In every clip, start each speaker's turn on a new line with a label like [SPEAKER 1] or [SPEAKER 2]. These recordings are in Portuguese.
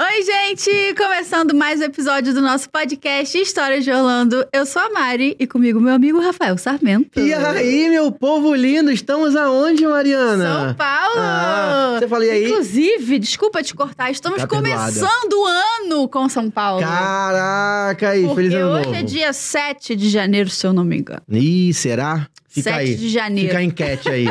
[SPEAKER 1] Oi, gente! Começando mais um episódio do nosso podcast Histórias de Orlando. Eu sou a Mari e comigo meu amigo Rafael Sarmento.
[SPEAKER 2] E aí, meu povo lindo, estamos aonde, Mariana?
[SPEAKER 1] São Paulo!
[SPEAKER 2] Ah, você fala, e aí?
[SPEAKER 1] Inclusive, desculpa te cortar, estamos
[SPEAKER 2] Tá perdoada.
[SPEAKER 1] começando o ano com São Paulo.
[SPEAKER 2] Caraca, aí,
[SPEAKER 1] né? porque
[SPEAKER 2] feliz ano
[SPEAKER 1] hoje
[SPEAKER 2] novo.
[SPEAKER 1] é dia 7 de janeiro, se eu não me engano.
[SPEAKER 2] Ih, será? Fica
[SPEAKER 1] 7
[SPEAKER 2] aí.
[SPEAKER 1] de janeiro.
[SPEAKER 2] Fica a enquete aí.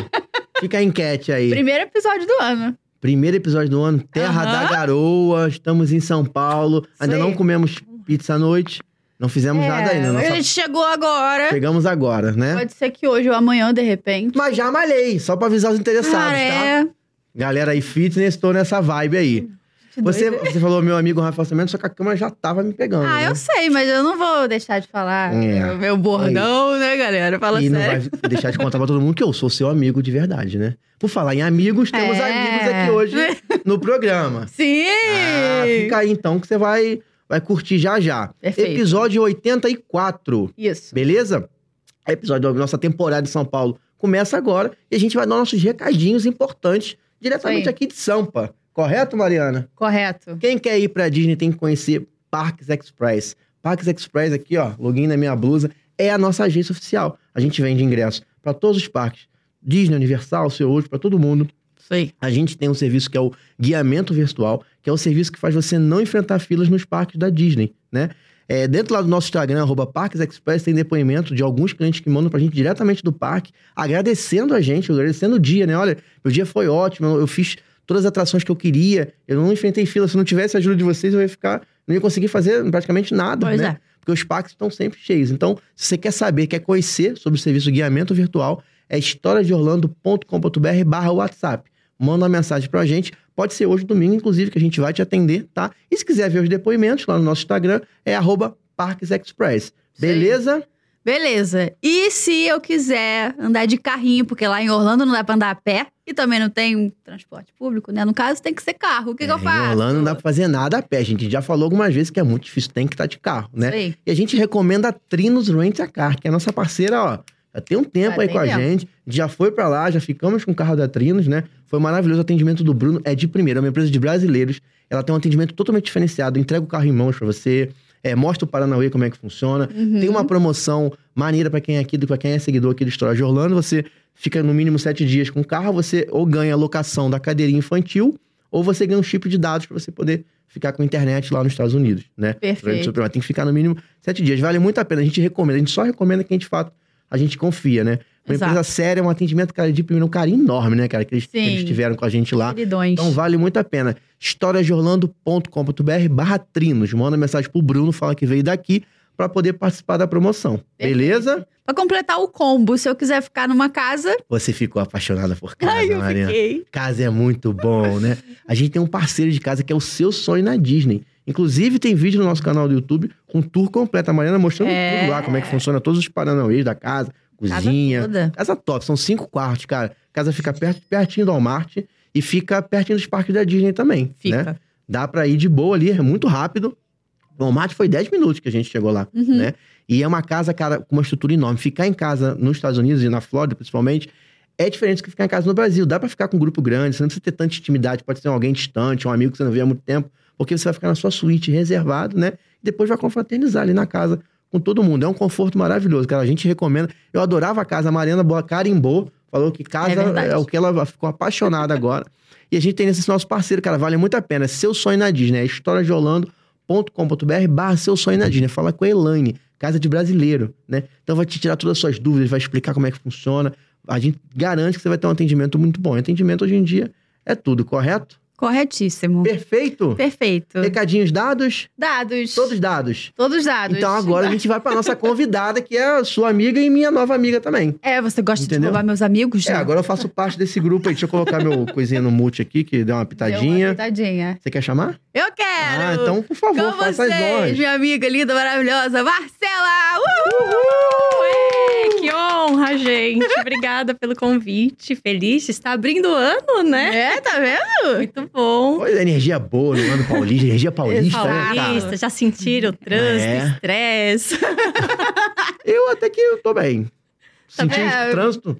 [SPEAKER 2] Fica a enquete aí.
[SPEAKER 1] Primeiro episódio do ano.
[SPEAKER 2] Primeiro episódio do ano, Terra
[SPEAKER 1] Aham.
[SPEAKER 2] da Garoa, estamos em São Paulo. Ainda
[SPEAKER 1] aí. É,
[SPEAKER 2] não comemos pizza à noite, não fizemos nada ainda.
[SPEAKER 1] mas
[SPEAKER 2] né? nossa-
[SPEAKER 1] A gente chegou agora.
[SPEAKER 2] Chegamos agora, né?
[SPEAKER 1] Pode ser que hoje ou amanhã, de repente.
[SPEAKER 2] Mas já malhei, só pra avisar os interessados,
[SPEAKER 1] Cara,
[SPEAKER 2] tá?
[SPEAKER 1] é.
[SPEAKER 2] Galera aí, fitness, tô nessa vibe aí.
[SPEAKER 1] Gente
[SPEAKER 2] Você,
[SPEAKER 1] doida.
[SPEAKER 2] você falou meu amigo Rafael Cimento, só que a câmera já tava me pegando.
[SPEAKER 1] Ah,
[SPEAKER 2] né?
[SPEAKER 1] eu sei, mas eu não vou deixar de falar.
[SPEAKER 2] É.
[SPEAKER 1] Meu bordão, né, galera? Fala
[SPEAKER 2] e não
[SPEAKER 1] sério.
[SPEAKER 2] vai deixar de contar pra todo mundo que eu sou seu amigo de verdade, né? Por falar em amigos, temos
[SPEAKER 1] É.
[SPEAKER 2] amigos aqui hoje no programa.
[SPEAKER 1] Sim!
[SPEAKER 2] Ah, fica aí então que você vai, vai curtir já já.
[SPEAKER 1] Perfeito.
[SPEAKER 2] Episódio 84,
[SPEAKER 1] Isso. beleza?
[SPEAKER 2] beleza? É episódio da nossa temporada de São Paulo. Começa agora e a gente vai dar nossos recadinhos importantes diretamente
[SPEAKER 1] Isso aí.
[SPEAKER 2] aqui de Sampa. Correto, Mariana?
[SPEAKER 1] Correto.
[SPEAKER 2] Quem quer ir pra Disney tem que conhecer Parques Express. Parques Express aqui, ó, login na minha blusa, é a nossa agência oficial. A gente vende ingressos pra todos os parques. Disney, Universal, seu hoje, pra todo mundo.
[SPEAKER 1] Isso aí.
[SPEAKER 2] A gente tem um serviço que é o guiamento virtual, que é o serviço que faz você não enfrentar filas nos parques da Disney, né? É, dentro lá do nosso Instagram, arroba Parques Express, tem depoimento de alguns clientes que mandam pra gente diretamente do parque, agradecendo a gente, agradecendo o dia, né? Olha, meu dia foi ótimo, eu, eu fiz todas as atrações que eu queria, eu não enfrentei fila, se não tivesse a ajuda de vocês, eu ia ficar, não ia conseguir fazer praticamente nada,
[SPEAKER 1] Pois
[SPEAKER 2] né?
[SPEAKER 1] é.
[SPEAKER 2] porque os parques estão sempre cheios. Então, se você quer saber, quer conhecer sobre o serviço guiamento virtual, é historiadeorlando.com.br barra WhatsApp. Manda uma mensagem pra gente. Pode ser hoje, domingo, inclusive, que a gente vai te atender, tá? E se quiser ver os depoimentos lá no nosso Instagram, é arroba Parques Express.
[SPEAKER 1] Isso aí.
[SPEAKER 2] Beleza?
[SPEAKER 1] Beleza. E se eu quiser andar de carrinho, porque lá em Orlando não dá pra andar a pé e também não tem um transporte público, né? No caso, tem que ser carro. O que, que eu
[SPEAKER 2] É,
[SPEAKER 1] faço?
[SPEAKER 2] Em Orlando não dá pra fazer nada a pé. A gente já falou algumas vezes que é muito difícil, tem que estar de carro, né?
[SPEAKER 1] Isso aí.
[SPEAKER 2] E a gente recomenda a Trinos Rent a Car, que é a nossa parceira, ó. Já tem um tempo
[SPEAKER 1] Já
[SPEAKER 2] aí
[SPEAKER 1] tem
[SPEAKER 2] com a
[SPEAKER 1] tempo.
[SPEAKER 2] gente. Já foi pra lá, já ficamos com o carro da Trinos, né? Foi maravilhoso o atendimento do Bruno. É de primeira, é uma empresa de brasileiros. Ela tem um atendimento totalmente diferenciado. Entrega o carro em mãos pra você. é, mostra o Paranauê como é que funciona.
[SPEAKER 1] Uhum.
[SPEAKER 2] Tem uma promoção maneira pra quem é aqui, pra quem é seguidor aqui do História de Orlando. Você fica no mínimo sete dias com o carro, você ou ganha a locação da cadeirinha infantil, ou você ganha um chip de dados pra você poder ficar com internet lá nos Estados Unidos, né?
[SPEAKER 1] Perfeito.
[SPEAKER 2] Durante o seu programa. Tem que ficar no mínimo sete dias. Vale muito a pena. A gente recomenda. A gente só recomenda quem de fato a gente confia, né? Uma
[SPEAKER 1] Exato.
[SPEAKER 2] empresa séria, um atendimento, cara, de primeiro, um carinho enorme, né, cara? Que eles, que
[SPEAKER 1] Sim.
[SPEAKER 2] eles tiveram com a gente lá.
[SPEAKER 1] Queridões.
[SPEAKER 2] Então vale muito a pena. historiasdeorlando.com.br barra trinos. Manda mensagem pro Bruno, fala que veio daqui pra poder participar da promoção.
[SPEAKER 1] Perfeito.
[SPEAKER 2] Beleza?
[SPEAKER 1] Pra completar o combo, se eu quiser ficar numa casa,
[SPEAKER 2] Você ficou apaixonada por casa,
[SPEAKER 1] ai, eu
[SPEAKER 2] Mariana.
[SPEAKER 1] fiquei.
[SPEAKER 2] Casa é muito bom, né? A gente tem um parceiro de casa que é o seu sonho na Disney. Inclusive, tem vídeo no nosso canal do YouTube com um tour completo. A Mariana mostrando
[SPEAKER 1] É.
[SPEAKER 2] tudo lá, como é que funciona todos os paranauês da casa,
[SPEAKER 1] Casa
[SPEAKER 2] cozinha. né? Casa,
[SPEAKER 1] toda.
[SPEAKER 2] top, são cinco quartos, cara. A casa fica perto, pertinho do Walmart e fica pertinho dos parques da Disney também,
[SPEAKER 1] Fica.
[SPEAKER 2] né? Dá pra ir de boa ali, é muito rápido. O Walmart foi 10 minutos que a gente chegou lá,
[SPEAKER 1] Uhum.
[SPEAKER 2] né? E é uma casa, cara, com uma estrutura enorme. Ficar em casa nos Estados Unidos e na Flórida, principalmente, é diferente do que ficar em casa no Brasil. Dá pra ficar com um grupo grande, você não precisa ter tanta intimidade. Pode ser alguém distante, um amigo que você não vê há muito tempo, porque você vai ficar na sua suíte reservado, né? E depois vai confraternizar ali na casa com todo mundo. É um conforto maravilhoso, cara. A gente recomenda. Eu adorava a casa. A Mariana Boa carimbou, falou que
[SPEAKER 1] É
[SPEAKER 2] casa
[SPEAKER 1] verdade.
[SPEAKER 2] é o que ela ficou apaixonada agora. E a gente tem esse nosso parceiro, cara. Vale muito a pena. Seu sonho na Disney. É história de orlando.com.br barra seu sonho na Disney. Fala com a Elaine, casa de brasileiro, né? Então vai te tirar todas as suas dúvidas, vai explicar como é que funciona. A gente garante que você vai ter um atendimento muito bom. Atendimento hoje em dia é tudo, correto?
[SPEAKER 1] Corretíssimo.
[SPEAKER 2] Perfeito?
[SPEAKER 1] Perfeito.
[SPEAKER 2] Recadinhos dados?
[SPEAKER 1] Dados.
[SPEAKER 2] Todos dados.
[SPEAKER 1] Todos dados.
[SPEAKER 2] Então agora a gente vai pra nossa convidada, que é a sua amiga e minha nova amiga também.
[SPEAKER 1] É, você gosta de
[SPEAKER 2] Entendeu?
[SPEAKER 1] roubar meus amigos?
[SPEAKER 2] É,
[SPEAKER 1] né?
[SPEAKER 2] agora eu faço parte desse grupo aí. Deixa eu colocar meu coisinha no mute aqui, que deu uma
[SPEAKER 1] Deu
[SPEAKER 2] pitadinha.
[SPEAKER 1] uma pitadinha.
[SPEAKER 2] Você quer chamar?
[SPEAKER 1] Eu quero!
[SPEAKER 2] Ah, então, por favor,
[SPEAKER 1] Com
[SPEAKER 2] faça as
[SPEAKER 1] vocês,
[SPEAKER 2] honras.
[SPEAKER 1] minha amiga linda, maravilhosa, Marcela! Uh! Uhul!
[SPEAKER 3] Ué, que honra, gente. Obrigada pelo convite. Feliz de estar abrindo o ano, né?
[SPEAKER 1] É, tá vendo?
[SPEAKER 3] Muito bom.
[SPEAKER 2] Pois é, energia boa no ano paulista, energia paulista, né, cara?
[SPEAKER 3] Paulista, já sentiram o trânsito,
[SPEAKER 2] É.
[SPEAKER 3] estresse.
[SPEAKER 1] Tá
[SPEAKER 2] Eu até que eu tô bem. Senti um
[SPEAKER 1] É.
[SPEAKER 2] trânsito.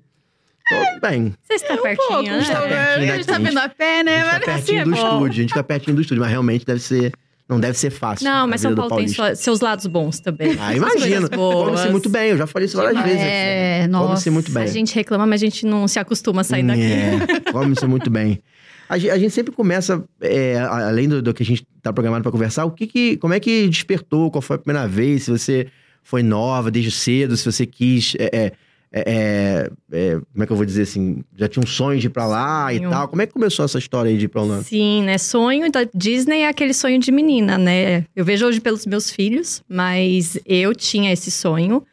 [SPEAKER 2] Tô bem.
[SPEAKER 3] Você está
[SPEAKER 1] Um
[SPEAKER 3] pertinho,
[SPEAKER 1] pouco,
[SPEAKER 3] né?
[SPEAKER 1] a gente tá-
[SPEAKER 2] É,
[SPEAKER 1] a gente tá
[SPEAKER 2] exatamente.
[SPEAKER 1] vendo a pé, né?
[SPEAKER 2] a gente
[SPEAKER 1] Mas
[SPEAKER 2] tá
[SPEAKER 1] assim,
[SPEAKER 2] pertinho
[SPEAKER 1] é
[SPEAKER 2] do
[SPEAKER 1] bom.
[SPEAKER 2] estúdio, a gente tá pertinho do estúdio, mas realmente deve ser. Não deve ser fácil.
[SPEAKER 3] Não,
[SPEAKER 2] a
[SPEAKER 3] mas
[SPEAKER 2] vida
[SPEAKER 3] São
[SPEAKER 2] do
[SPEAKER 3] Paulo tem
[SPEAKER 2] paulista.
[SPEAKER 3] sua- seus lados bons também.
[SPEAKER 2] Ah,
[SPEAKER 3] suas
[SPEAKER 2] imagino.
[SPEAKER 3] coisas boas.
[SPEAKER 2] Come-se muito bem, eu já falei isso várias vezes. aqui.
[SPEAKER 1] É,
[SPEAKER 2] Come-se
[SPEAKER 1] nossa.
[SPEAKER 2] muito bem.
[SPEAKER 3] A gente reclama, mas a gente não se acostuma a sair daqui.
[SPEAKER 2] É, come-se muito bem. A ge- a gente, sempre começa, é, a- além do, do que a gente tá programado para conversar, o que que, como é que despertou, qual foi a primeira vez, se você foi nova desde cedo, se você quis... é, é, é, é, é, como é que eu vou dizer assim? Já tinha um sonho de ir pra lá e
[SPEAKER 3] Sonho.
[SPEAKER 2] tal. Como é que começou essa história aí de ir pra lá?
[SPEAKER 3] Sim, né? Sonho da Disney é aquele sonho de menina, né? Eu vejo hoje pelos meus filhos, mas eu tinha esse sonho.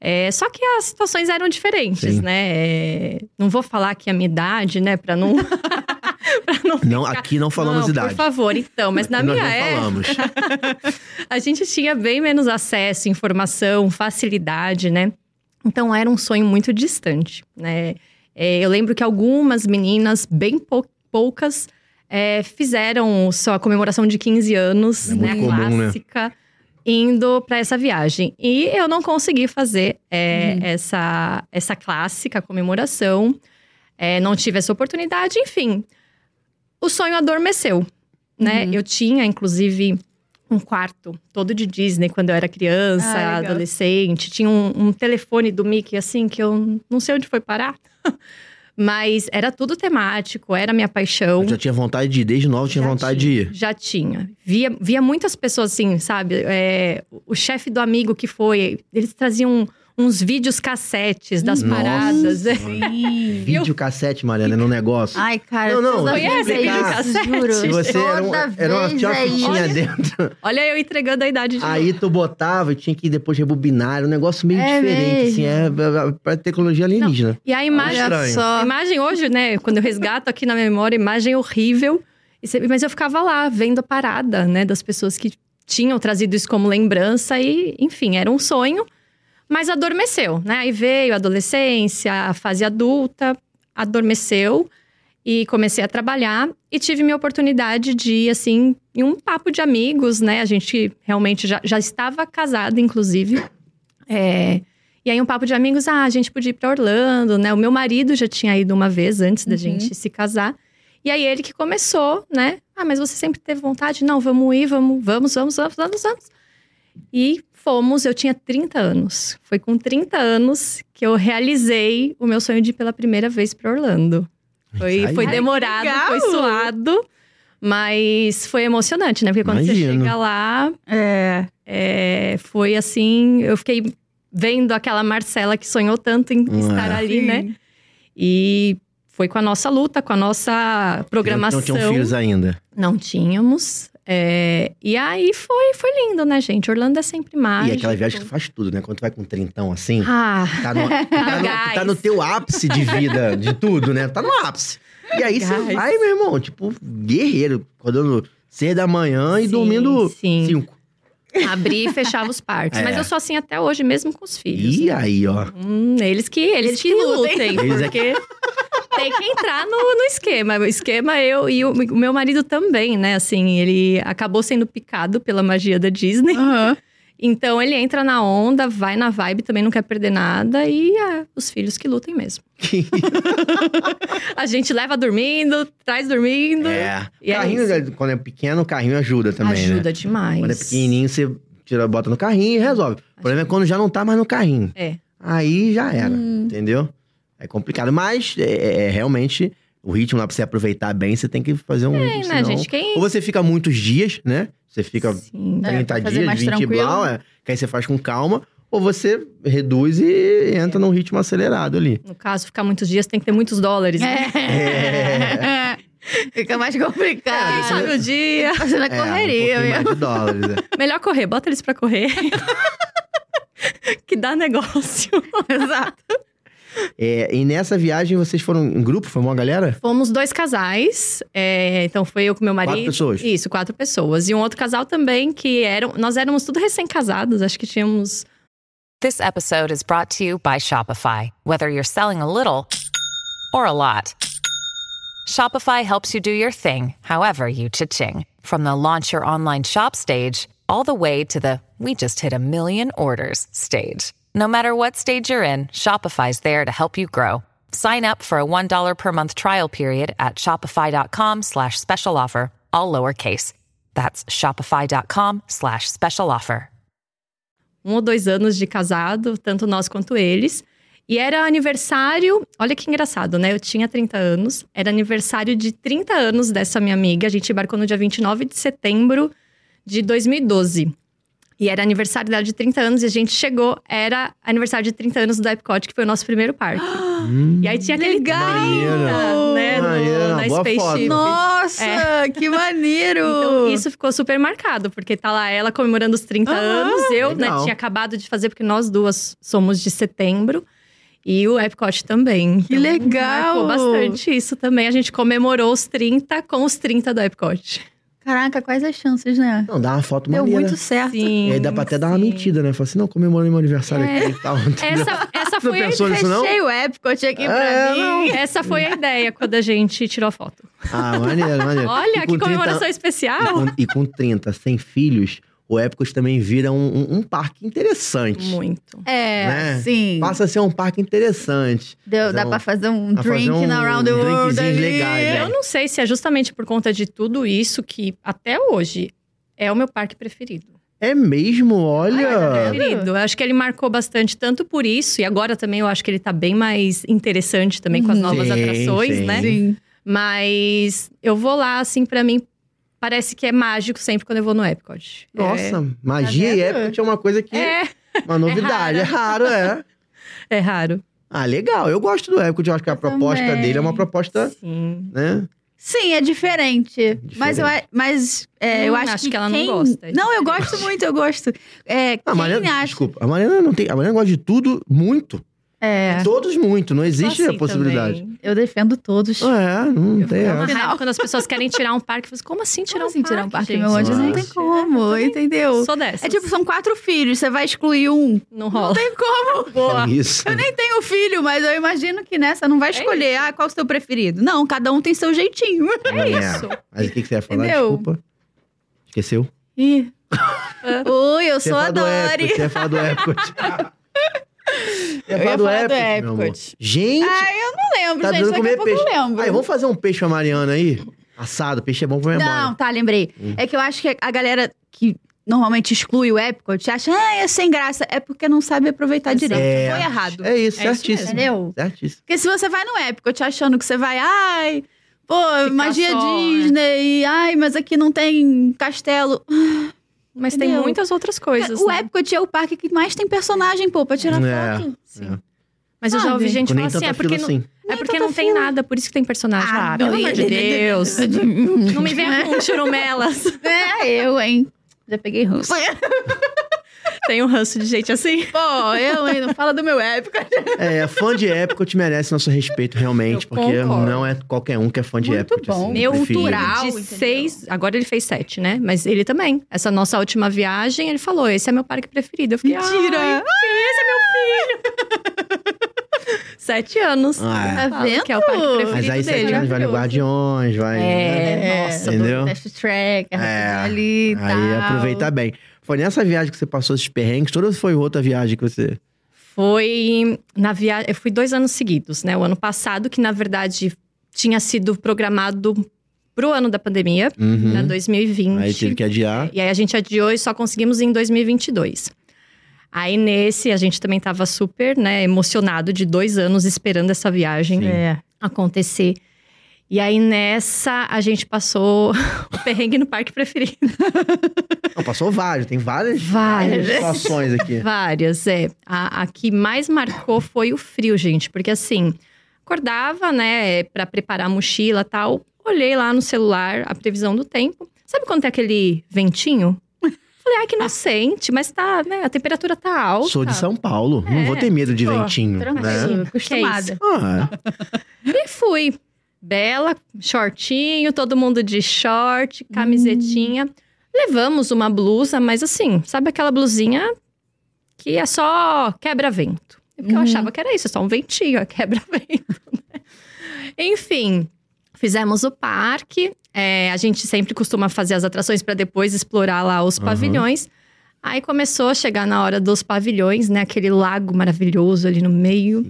[SPEAKER 3] É, só que as situações eram diferentes,
[SPEAKER 2] Sim.
[SPEAKER 3] né? É, não vou falar aqui a minha idade, né? Pra não. pra não
[SPEAKER 2] Não, aqui não falamos
[SPEAKER 3] não,
[SPEAKER 2] idade.
[SPEAKER 3] Por favor, então. Mas na
[SPEAKER 2] Nós
[SPEAKER 3] minha
[SPEAKER 2] não
[SPEAKER 3] época.
[SPEAKER 2] falamos.
[SPEAKER 3] a gente tinha bem menos acesso, informação, facilidade, né? Então era um sonho muito distante, né? É, eu lembro que algumas meninas, bem pou- poucas, é, fizeram sua comemoração de 15 anos,
[SPEAKER 2] É
[SPEAKER 3] né?
[SPEAKER 2] muito comum, né?
[SPEAKER 3] clássica, indo para essa viagem. E eu não consegui fazer é, essa, essa clássica comemoração. É, não tive essa oportunidade, enfim. O sonho adormeceu, né?
[SPEAKER 1] Uhum.
[SPEAKER 3] Eu tinha, inclusive, um quarto todo de Disney quando eu era criança,
[SPEAKER 1] Ah, legal.
[SPEAKER 3] adolescente. Tinha um, um telefone do Mickey, assim, que eu não sei onde foi parar. Mas era tudo temático, era minha paixão.
[SPEAKER 2] Eu já tinha vontade de ir, desde nova eu tinha
[SPEAKER 3] Já
[SPEAKER 2] vontade
[SPEAKER 3] tinha,
[SPEAKER 2] de ir.
[SPEAKER 3] Já tinha. Via, via muitas pessoas assim, sabe? É, o- o chefe do amigo que foi, eles traziam um, uns vídeos cassetes das
[SPEAKER 2] Nossa
[SPEAKER 3] paradas. né?
[SPEAKER 1] Sim.
[SPEAKER 2] Vídeo cassete, Mariana, no negócio.
[SPEAKER 1] é. Ai, cara.
[SPEAKER 2] Não, não,
[SPEAKER 1] vocês
[SPEAKER 3] conhece
[SPEAKER 1] lembram
[SPEAKER 3] aquele
[SPEAKER 1] disso,
[SPEAKER 3] cassete?
[SPEAKER 1] Juro.
[SPEAKER 2] Se você era, um,
[SPEAKER 1] Toda
[SPEAKER 2] era uma,
[SPEAKER 1] vez
[SPEAKER 2] tinha uma
[SPEAKER 1] é isso.
[SPEAKER 2] fitinha dentro.
[SPEAKER 3] Olha eu entregando a idade de novo.
[SPEAKER 2] Aí tu botava e tinha que depois rebobinar, era um negócio meio
[SPEAKER 1] É
[SPEAKER 2] diferente,
[SPEAKER 1] mesmo.
[SPEAKER 2] assim, é para tecnologia alienígena.
[SPEAKER 3] E a imagem,
[SPEAKER 2] Olha
[SPEAKER 1] Olha
[SPEAKER 2] estranho.
[SPEAKER 3] a
[SPEAKER 1] só.
[SPEAKER 3] imagem hoje, né? Quando eu resgato aqui na memória, imagem horrível. E você- Mas eu ficava lá, vendo a parada, né? Das pessoas que tinham trazido isso como lembrança. E, enfim, era um sonho. Mas adormeceu, né? Aí veio a adolescência, a fase adulta. Adormeceu. E comecei a trabalhar. E tive minha oportunidade de, assim, em um papo de amigos, né? A gente realmente já, já estava casada, inclusive. É... E aí um papo de amigos, ah, a gente podia ir pra Orlando, né? O meu marido já tinha ido uma vez antes da
[SPEAKER 1] Uhum.
[SPEAKER 3] gente se casar. E aí ele que começou, né? Ah, mas você sempre teve vontade? Não, vamos ir, vamos, vamos, vamos, vamos, vamos, vamos. E fomos, eu tinha 30 anos. Foi com 30 anos que eu realizei o meu sonho de ir pela primeira vez pra Orlando. Foi,
[SPEAKER 2] Aí-
[SPEAKER 3] foi
[SPEAKER 1] Ai, que
[SPEAKER 3] demorado,
[SPEAKER 1] legal!
[SPEAKER 3] foi suado, mas foi emocionante, né? Porque quando você
[SPEAKER 2] Imagino.
[SPEAKER 3] chega lá,
[SPEAKER 1] É.
[SPEAKER 3] é, foi assim, eu fiquei vendo aquela Marcela que sonhou tanto em
[SPEAKER 2] É.
[SPEAKER 3] estar ali, né?
[SPEAKER 1] Sim.
[SPEAKER 3] E foi com a nossa luta, com a nossa programação.
[SPEAKER 2] Não tinham filhos né? ainda.
[SPEAKER 3] Não tínhamos. É, e aí foi, foi lindo, né, gente? Orlando é sempre mágico.
[SPEAKER 2] e é aquela viagem que tu faz tudo, né? Quando tu vai com um trintão assim,
[SPEAKER 3] Ah,
[SPEAKER 2] tá no, tá no-
[SPEAKER 3] Gás.
[SPEAKER 2] tá no teu ápice de vida, de tudo, né? Tá no ápice. E aí você
[SPEAKER 3] Gás.
[SPEAKER 2] vai, meu irmão, tipo, guerreiro, acordando cedo da manhã e
[SPEAKER 3] sim,
[SPEAKER 2] dormindo
[SPEAKER 3] Sim,
[SPEAKER 2] cinco.
[SPEAKER 3] abri e fechava os parques.
[SPEAKER 2] É.
[SPEAKER 3] Mas eu sou assim até hoje, mesmo com os filhos.
[SPEAKER 2] E
[SPEAKER 3] né?
[SPEAKER 2] aí, ó.
[SPEAKER 3] Hum, eles que, eles
[SPEAKER 1] Eles
[SPEAKER 3] que,
[SPEAKER 1] que lutem.
[SPEAKER 3] lutem,
[SPEAKER 2] Eles é
[SPEAKER 3] porque tem que entrar no, no esquema. O esquema é eu e o, o meu marido também, né? Assim, ele acabou sendo picado pela magia da Disney.
[SPEAKER 1] Aham.
[SPEAKER 3] Então ele entra na onda, vai na vibe, também não quer perder nada e é, os filhos que lutem mesmo. A gente leva dormindo, traz dormindo.
[SPEAKER 2] É.
[SPEAKER 3] E é
[SPEAKER 2] carrinho,
[SPEAKER 3] isso.
[SPEAKER 2] né, quando é pequeno, o carrinho ajuda também, né?
[SPEAKER 3] Ajuda demais.
[SPEAKER 2] Quando é pequenininho, você tira, bota no carrinho e resolve. O problema é quando já não tá mais no carrinho.
[SPEAKER 3] É.
[SPEAKER 2] Aí já era,
[SPEAKER 1] Hum.
[SPEAKER 2] entendeu? É complicado, mas é, é- é realmente o ritmo lá pra você aproveitar bem, você tem que fazer um.
[SPEAKER 3] Tem, né,
[SPEAKER 2] senão-
[SPEAKER 3] gente? Quem.
[SPEAKER 2] Ou você fica muitos dias, né? Você fica
[SPEAKER 3] Sim.
[SPEAKER 1] É,
[SPEAKER 2] 30
[SPEAKER 1] pra fazer
[SPEAKER 2] dias,
[SPEAKER 1] mais
[SPEAKER 2] 20
[SPEAKER 1] tranquilo.
[SPEAKER 2] blau, é, que aí você faz com calma, ou você reduz e entra num ritmo acelerado ali.
[SPEAKER 3] No caso, ficar muitos dias tem que ter muitos dólares. né?
[SPEAKER 1] É. Fica mais
[SPEAKER 3] Quem
[SPEAKER 1] complicado. tá
[SPEAKER 3] sabe o dia.
[SPEAKER 1] Fazendo a
[SPEAKER 2] é, um
[SPEAKER 1] correria né?
[SPEAKER 2] pouquinho
[SPEAKER 1] mesmo.
[SPEAKER 2] mais de dólares, é.
[SPEAKER 3] Melhor correr, bota eles pra correr. que dá negócio.
[SPEAKER 1] Exato.
[SPEAKER 2] É, E nessa viagem vocês foram em grupo? Foi uma galera?
[SPEAKER 3] Fomos dois casais. é, então foi eu com meu marido.
[SPEAKER 2] Quatro pessoas?
[SPEAKER 3] Isso, quatro pessoas. E um outro casal também, que eram. Nós éramos tudo recém-casados, acho que tínhamos.
[SPEAKER 4] This episode is brought to you by Shopify. Whether you're selling a little or a lot, Shopify helps you do your thing, however you cha-ching. From the launch your online shop stage, all the way to the we just hit a million orders stage. No matter what stage you're in, Shopify's there to help you grow. Sign up for a $1 per month trial period at shopify.com slash special offer, all lowercase. That's shopify.com slash special offer.
[SPEAKER 3] um ou dois anos de casado, tanto nós quanto eles. E era aniversário, olha que engraçado, né? Eu tinha 30 anos, era aniversário de 30 anos dessa minha amiga. A gente embarcou no dia 29 de setembro de 2012. E era aniversário dela de 30 anos e a gente chegou, era aniversário de 30 anos do Epcot, que foi o nosso primeiro parque. e aí tinha aquele
[SPEAKER 1] Legal!
[SPEAKER 2] Maneiro.
[SPEAKER 3] 30, né, no,
[SPEAKER 2] Maneiro,
[SPEAKER 3] na
[SPEAKER 2] boa
[SPEAKER 3] Space
[SPEAKER 2] foto.
[SPEAKER 3] Ship.
[SPEAKER 1] Nossa, que maneiro!
[SPEAKER 3] Então, isso ficou super marcado, porque tá lá ela comemorando os 30
[SPEAKER 1] Aham.
[SPEAKER 3] anos. Eu,
[SPEAKER 2] Legal.
[SPEAKER 3] né, tinha acabado de fazer, porque nós duas somos de setembro. E o Epcot também. Então,
[SPEAKER 1] Que legal!
[SPEAKER 3] Marcou bastante isso também. A gente comemorou os 30 com os 30 do Epcot.
[SPEAKER 1] Caraca, quais as chances, né?
[SPEAKER 2] Não, dá uma foto
[SPEAKER 1] Deu
[SPEAKER 2] maneira.
[SPEAKER 1] muito certo.
[SPEAKER 2] E
[SPEAKER 3] Sim.
[SPEAKER 2] aí dá pra até dar uma
[SPEAKER 3] sim.
[SPEAKER 2] mentira, né? Fala assim, não, comemorei meu aniversário
[SPEAKER 3] É.
[SPEAKER 2] aqui e tal. entendeu?
[SPEAKER 3] Essa, essa,
[SPEAKER 2] Não
[SPEAKER 3] foi a,
[SPEAKER 2] pensou nisso, não?
[SPEAKER 1] Fechei o Epcot aqui pra
[SPEAKER 2] É,
[SPEAKER 1] mim.
[SPEAKER 2] não.
[SPEAKER 3] essa foi a ideia quando a gente tirou a foto.
[SPEAKER 2] Ah, maneiro, maneiro.
[SPEAKER 3] Olha,
[SPEAKER 2] E
[SPEAKER 3] que
[SPEAKER 2] com 30
[SPEAKER 3] comemoração
[SPEAKER 2] E
[SPEAKER 3] especial!
[SPEAKER 2] com, e com 30, sem filhos, o Epcot também vira um, um- um parque interessante.
[SPEAKER 3] Muito.
[SPEAKER 1] É,
[SPEAKER 2] Né?
[SPEAKER 1] sim.
[SPEAKER 2] Passa a ser um parque interessante.
[SPEAKER 1] Deu-
[SPEAKER 2] fazer
[SPEAKER 1] dá
[SPEAKER 2] um-
[SPEAKER 1] pra fazer um
[SPEAKER 2] pra fazer
[SPEAKER 1] drink
[SPEAKER 2] um
[SPEAKER 1] na Round the World
[SPEAKER 2] drinkzinho
[SPEAKER 1] ali.
[SPEAKER 2] legal, né?
[SPEAKER 3] Eu não sei se é justamente por conta de tudo isso que, até hoje, é o meu parque preferido.
[SPEAKER 2] É mesmo, olha.
[SPEAKER 1] Olha, né?
[SPEAKER 3] preferido. Eu acho que ele marcou bastante, tanto por isso, e agora também eu acho que ele tá bem mais interessante também com as
[SPEAKER 1] Uhum.
[SPEAKER 3] novas
[SPEAKER 2] Sim,
[SPEAKER 3] atrações,
[SPEAKER 2] sim.
[SPEAKER 3] né?
[SPEAKER 1] Sim.
[SPEAKER 3] Mas eu vou lá, assim, pra mim, parece que é mágico sempre quando eu vou no Epcot.
[SPEAKER 2] Nossa, magia e
[SPEAKER 1] Tá vendo?
[SPEAKER 2] Epcot é uma coisa que.
[SPEAKER 3] É, é,
[SPEAKER 2] Uma novidade, é raro, é.
[SPEAKER 3] é raro.
[SPEAKER 2] Ah, legal. Eu gosto do Epcot, eu acho que a proposta
[SPEAKER 1] também.
[SPEAKER 2] dele é uma proposta,
[SPEAKER 3] Sim.
[SPEAKER 2] né?
[SPEAKER 1] Sim, é diferente. Mas eu, a- mas, é,
[SPEAKER 3] Não,
[SPEAKER 1] eu acho,
[SPEAKER 3] acho
[SPEAKER 1] que,
[SPEAKER 3] que ela não
[SPEAKER 1] quem-
[SPEAKER 3] gosta, é
[SPEAKER 1] não, eu gosto muito, eu gosto. É,
[SPEAKER 2] A
[SPEAKER 1] quem
[SPEAKER 2] Mariana,
[SPEAKER 1] acha...
[SPEAKER 2] desculpa, a Mariana não tem. A Mariana gosta de tudo muito.
[SPEAKER 1] É, Tipo
[SPEAKER 2] Todos muito. Não
[SPEAKER 3] Sou
[SPEAKER 2] existe
[SPEAKER 3] assim
[SPEAKER 2] a possibilidade.
[SPEAKER 3] também.
[SPEAKER 1] eu defendo todos.
[SPEAKER 2] É, não
[SPEAKER 3] Eu fico
[SPEAKER 2] tem.
[SPEAKER 3] com uma
[SPEAKER 2] essa.
[SPEAKER 3] raiva quando as pessoas querem tirar um parque. Eu falo, como assim
[SPEAKER 1] Como
[SPEAKER 3] tirar, um,
[SPEAKER 1] assim
[SPEAKER 3] parque,
[SPEAKER 1] tirar um parque,
[SPEAKER 3] gente?
[SPEAKER 1] meu anjo? Não tem
[SPEAKER 2] Gente,
[SPEAKER 1] como, entendeu?
[SPEAKER 3] Sou dessa.
[SPEAKER 1] É tipo, são quatro filhos, você vai excluir um. Não
[SPEAKER 3] não rola.
[SPEAKER 1] tem como.
[SPEAKER 3] Boa.
[SPEAKER 2] É isso.
[SPEAKER 1] Eu nem tenho filho, mas eu imagino que nessa não vai escolher. ah, qual o seu preferido? Não, cada um tem seu jeitinho.
[SPEAKER 2] É
[SPEAKER 3] isso.
[SPEAKER 2] Mas o que, que você ia falar?
[SPEAKER 1] Entendeu?
[SPEAKER 2] Desculpa. Esqueceu?
[SPEAKER 1] Ih. Oi, eu sou a
[SPEAKER 2] do Epcot,
[SPEAKER 1] Dori.
[SPEAKER 2] Você ia falar do Epcot. Você
[SPEAKER 1] Eu ia falar do
[SPEAKER 2] meu
[SPEAKER 1] Epcot.
[SPEAKER 2] amor. Gente,
[SPEAKER 1] Ah, eu não lembro,
[SPEAKER 2] tá
[SPEAKER 1] gente.
[SPEAKER 2] dando
[SPEAKER 1] Daqui a
[SPEAKER 2] comer
[SPEAKER 1] pouco
[SPEAKER 2] peixe.
[SPEAKER 1] eu lembro.
[SPEAKER 2] Aí, vamos fazer um peixe pra Mariana aí? Assado, peixe é bom pra memória.
[SPEAKER 1] Não, tá, lembrei.
[SPEAKER 2] Hum.
[SPEAKER 1] É que eu acho que a galera que normalmente exclui o Epcot acha, ah, é sem graça. É porque não sabe aproveitar direito.
[SPEAKER 2] É.
[SPEAKER 1] Foi errado.
[SPEAKER 2] É isso,
[SPEAKER 3] É isso
[SPEAKER 2] certíssimo.
[SPEAKER 3] mesmo.
[SPEAKER 1] Entendeu?
[SPEAKER 2] certíssimo.
[SPEAKER 1] Porque se você vai no Epcot achando que você vai, ai, pô, magia
[SPEAKER 3] só, né?"
[SPEAKER 1] Disney, ai, mas aqui não tem castelo.
[SPEAKER 3] Mas
[SPEAKER 1] Entendeu?
[SPEAKER 3] tem muitas outras coisas.
[SPEAKER 1] o
[SPEAKER 3] né?
[SPEAKER 1] Epcot é o parque que mais tem personagem, pô, pra tirar
[SPEAKER 2] É.
[SPEAKER 1] foto.
[SPEAKER 3] Sim.
[SPEAKER 2] É.
[SPEAKER 3] Mas eu já ouvi
[SPEAKER 1] Sabe?
[SPEAKER 3] gente
[SPEAKER 2] Tipo, nem
[SPEAKER 3] falar assim,
[SPEAKER 2] tanta
[SPEAKER 3] é
[SPEAKER 2] fila
[SPEAKER 3] porque não,
[SPEAKER 2] assim.
[SPEAKER 3] É
[SPEAKER 1] Nem
[SPEAKER 3] porque
[SPEAKER 1] tanta
[SPEAKER 3] não tem nada, por isso que tem personagem.
[SPEAKER 1] Ah,
[SPEAKER 3] Ah, pelo
[SPEAKER 1] não.
[SPEAKER 3] amor de Deus. não me venha com churumelas.
[SPEAKER 1] É, eu, hein? Já peguei ranço.
[SPEAKER 3] tem um ranço de gente assim.
[SPEAKER 1] Pô, eu, hein? Não fala do meu Epcot.
[SPEAKER 2] É, fã de Epcot merece nosso respeito, realmente,
[SPEAKER 3] Eu
[SPEAKER 2] porque
[SPEAKER 3] concordo.
[SPEAKER 2] não é qualquer um que é fã de
[SPEAKER 1] Muito
[SPEAKER 2] Epcot.
[SPEAKER 1] bom.
[SPEAKER 2] assim,
[SPEAKER 1] Meu
[SPEAKER 2] preferido.
[SPEAKER 1] cultural.
[SPEAKER 3] de
[SPEAKER 1] entendeu?
[SPEAKER 3] seis. Agora ele fez sete, né? Mas ele também. Essa nossa última viagem, ele falou: esse é meu parque preferido. Eu fiquei,
[SPEAKER 1] Ah.
[SPEAKER 3] "Ai,
[SPEAKER 1] Mentira.
[SPEAKER 3] sete anos.
[SPEAKER 2] Ah,
[SPEAKER 1] Tá
[SPEAKER 3] Fala
[SPEAKER 1] vendo?
[SPEAKER 3] Que é o parque preferido
[SPEAKER 2] Mas aí
[SPEAKER 3] dele.
[SPEAKER 2] sete anos vai no
[SPEAKER 1] maravilhoso.
[SPEAKER 2] Guardiões, vai. né?
[SPEAKER 3] É,
[SPEAKER 1] nossa,
[SPEAKER 3] nossa.
[SPEAKER 2] Entendeu?
[SPEAKER 1] do Test Track, a
[SPEAKER 2] É,
[SPEAKER 1] rapidinha ali e tal.
[SPEAKER 2] Aí aproveitar bem. Foi nessa viagem que você passou esses perrengues, toda ou foi outra viagem que você.
[SPEAKER 3] Foi na viagem. Eu fui dois anos seguidos, né? O ano passado, que na verdade tinha sido programado pro ano da pandemia,
[SPEAKER 2] Uhum.
[SPEAKER 3] né? 2020.
[SPEAKER 2] Aí tive que adiar.
[SPEAKER 3] E aí a gente adiou e só conseguimos em 2022. Aí nesse, a gente também tava super, né, emocionado de dois anos esperando essa viagem
[SPEAKER 2] Sim.
[SPEAKER 1] É.
[SPEAKER 3] acontecer. E aí nessa, a gente passou o perrengue no parque preferido.
[SPEAKER 2] Não, passou vários, tem várias,
[SPEAKER 3] Várias.
[SPEAKER 2] situações aqui.
[SPEAKER 3] Várias, é. A, a que mais marcou foi o frio, gente. Porque assim, acordava, né, pra preparar a mochila e tal. Olhei lá no celular a previsão do tempo. Sabe quando tem aquele ventinho? Falei, ai, que inocente, mas tá, né, a temperatura tá alta.
[SPEAKER 2] Sou de São Paulo, não
[SPEAKER 3] É.
[SPEAKER 2] vou ter medo de
[SPEAKER 3] Pô,
[SPEAKER 2] ventinho, né?
[SPEAKER 1] Tranquilo, acostumada.
[SPEAKER 2] Ah,
[SPEAKER 3] E fui. Bela, shortinho, todo mundo de short, camisetinha. Levamos uma blusa, mas assim, sabe aquela blusinha que é só quebra-vento? Porque
[SPEAKER 1] Uhum.
[SPEAKER 3] eu achava que era isso, é só um ventinho, é quebra-vento. né? Enfim, fizemos o parque. é, a gente sempre costuma fazer as atrações para depois explorar lá os
[SPEAKER 2] Uhum.
[SPEAKER 3] pavilhões. Aí começou a chegar na hora dos pavilhões, né? Aquele lago maravilhoso ali no meio.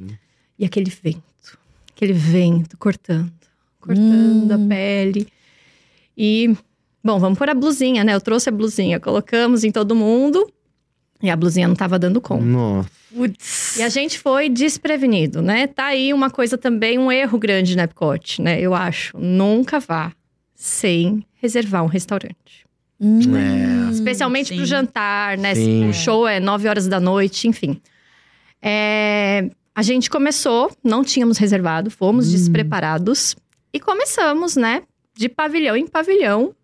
[SPEAKER 3] E aquele vento. Aquele vento cortando, cortando a pele. E, bom, vamos pôr a blusinha, né? Eu trouxe a blusinha, colocamos em todo mundo. E a blusinha não tava dando conta.
[SPEAKER 2] Nossa.
[SPEAKER 1] Putz.
[SPEAKER 3] E a gente foi desprevenido, né? Tá aí uma coisa também, um erro grande na Epcot, né? Eu acho. Nunca vá sem reservar um restaurante.
[SPEAKER 1] Hum,
[SPEAKER 2] É.
[SPEAKER 3] Especialmente
[SPEAKER 1] sim.
[SPEAKER 3] pro jantar, né? Se
[SPEAKER 2] Sim.
[SPEAKER 3] O show é 9 horas da noite, enfim. É, a gente começou, não tínhamos reservado, fomos
[SPEAKER 2] Hum.
[SPEAKER 3] despreparados. E começamos, né? De pavilhão em pavilhão,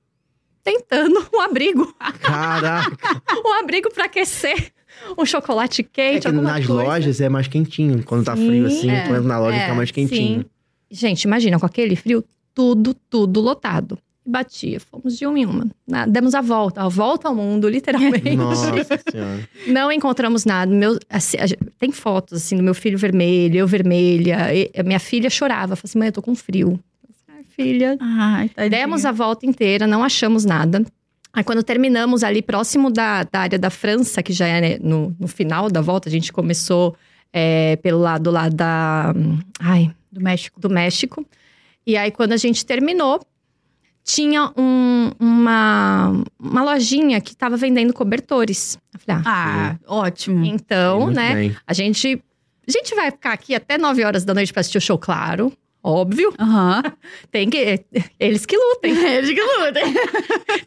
[SPEAKER 3] tentando um abrigo.
[SPEAKER 2] Caraca.
[SPEAKER 3] um abrigo pra aquecer. Um chocolate
[SPEAKER 2] É
[SPEAKER 3] quente,
[SPEAKER 2] que
[SPEAKER 3] alguma
[SPEAKER 2] nas
[SPEAKER 3] coisa.
[SPEAKER 2] lojas é mais quentinho. Quando tá
[SPEAKER 3] Sim,
[SPEAKER 2] frio assim,
[SPEAKER 3] é.
[SPEAKER 2] quando entra na loja
[SPEAKER 1] É,
[SPEAKER 2] fica mais quentinho.
[SPEAKER 3] Sim. Gente, imagina, com aquele frio, tudo, tudo lotado. Batia, fomos de uma em uma. Na- demos a volta, a volta ao mundo, literalmente.
[SPEAKER 2] Nossa senhora.
[SPEAKER 3] Não encontramos nada. Meu, assim, a gen- tem fotos, assim, do meu filho vermelho, eu vermelha. E a minha filha chorava, falou assim, mãe, eu tô com frio. Eu falei, "Ah, filha,
[SPEAKER 1] Ai, tadinha.
[SPEAKER 3] Demos a volta inteira, não achamos nada. Aí quando terminamos ali próximo da, da área da França, que já é né, no, no final da volta, a gente começou é, pelo lado lá da. hum, Ai,
[SPEAKER 1] Do México.
[SPEAKER 3] do México. E aí, quando a gente terminou, tinha um- uma, uma lojinha que estava vendendo cobertores. Eu falei,
[SPEAKER 1] Ah,
[SPEAKER 3] ah,
[SPEAKER 1] ótimo.
[SPEAKER 3] então,
[SPEAKER 2] Hum, Muito
[SPEAKER 3] né?
[SPEAKER 2] bem.
[SPEAKER 3] A gente, a gente vai ficar aqui até 9 horas da noite para assistir o show, claro. Óbvio,
[SPEAKER 1] Aham.
[SPEAKER 3] tem que. Eles que lutem.
[SPEAKER 1] Eles que lutem.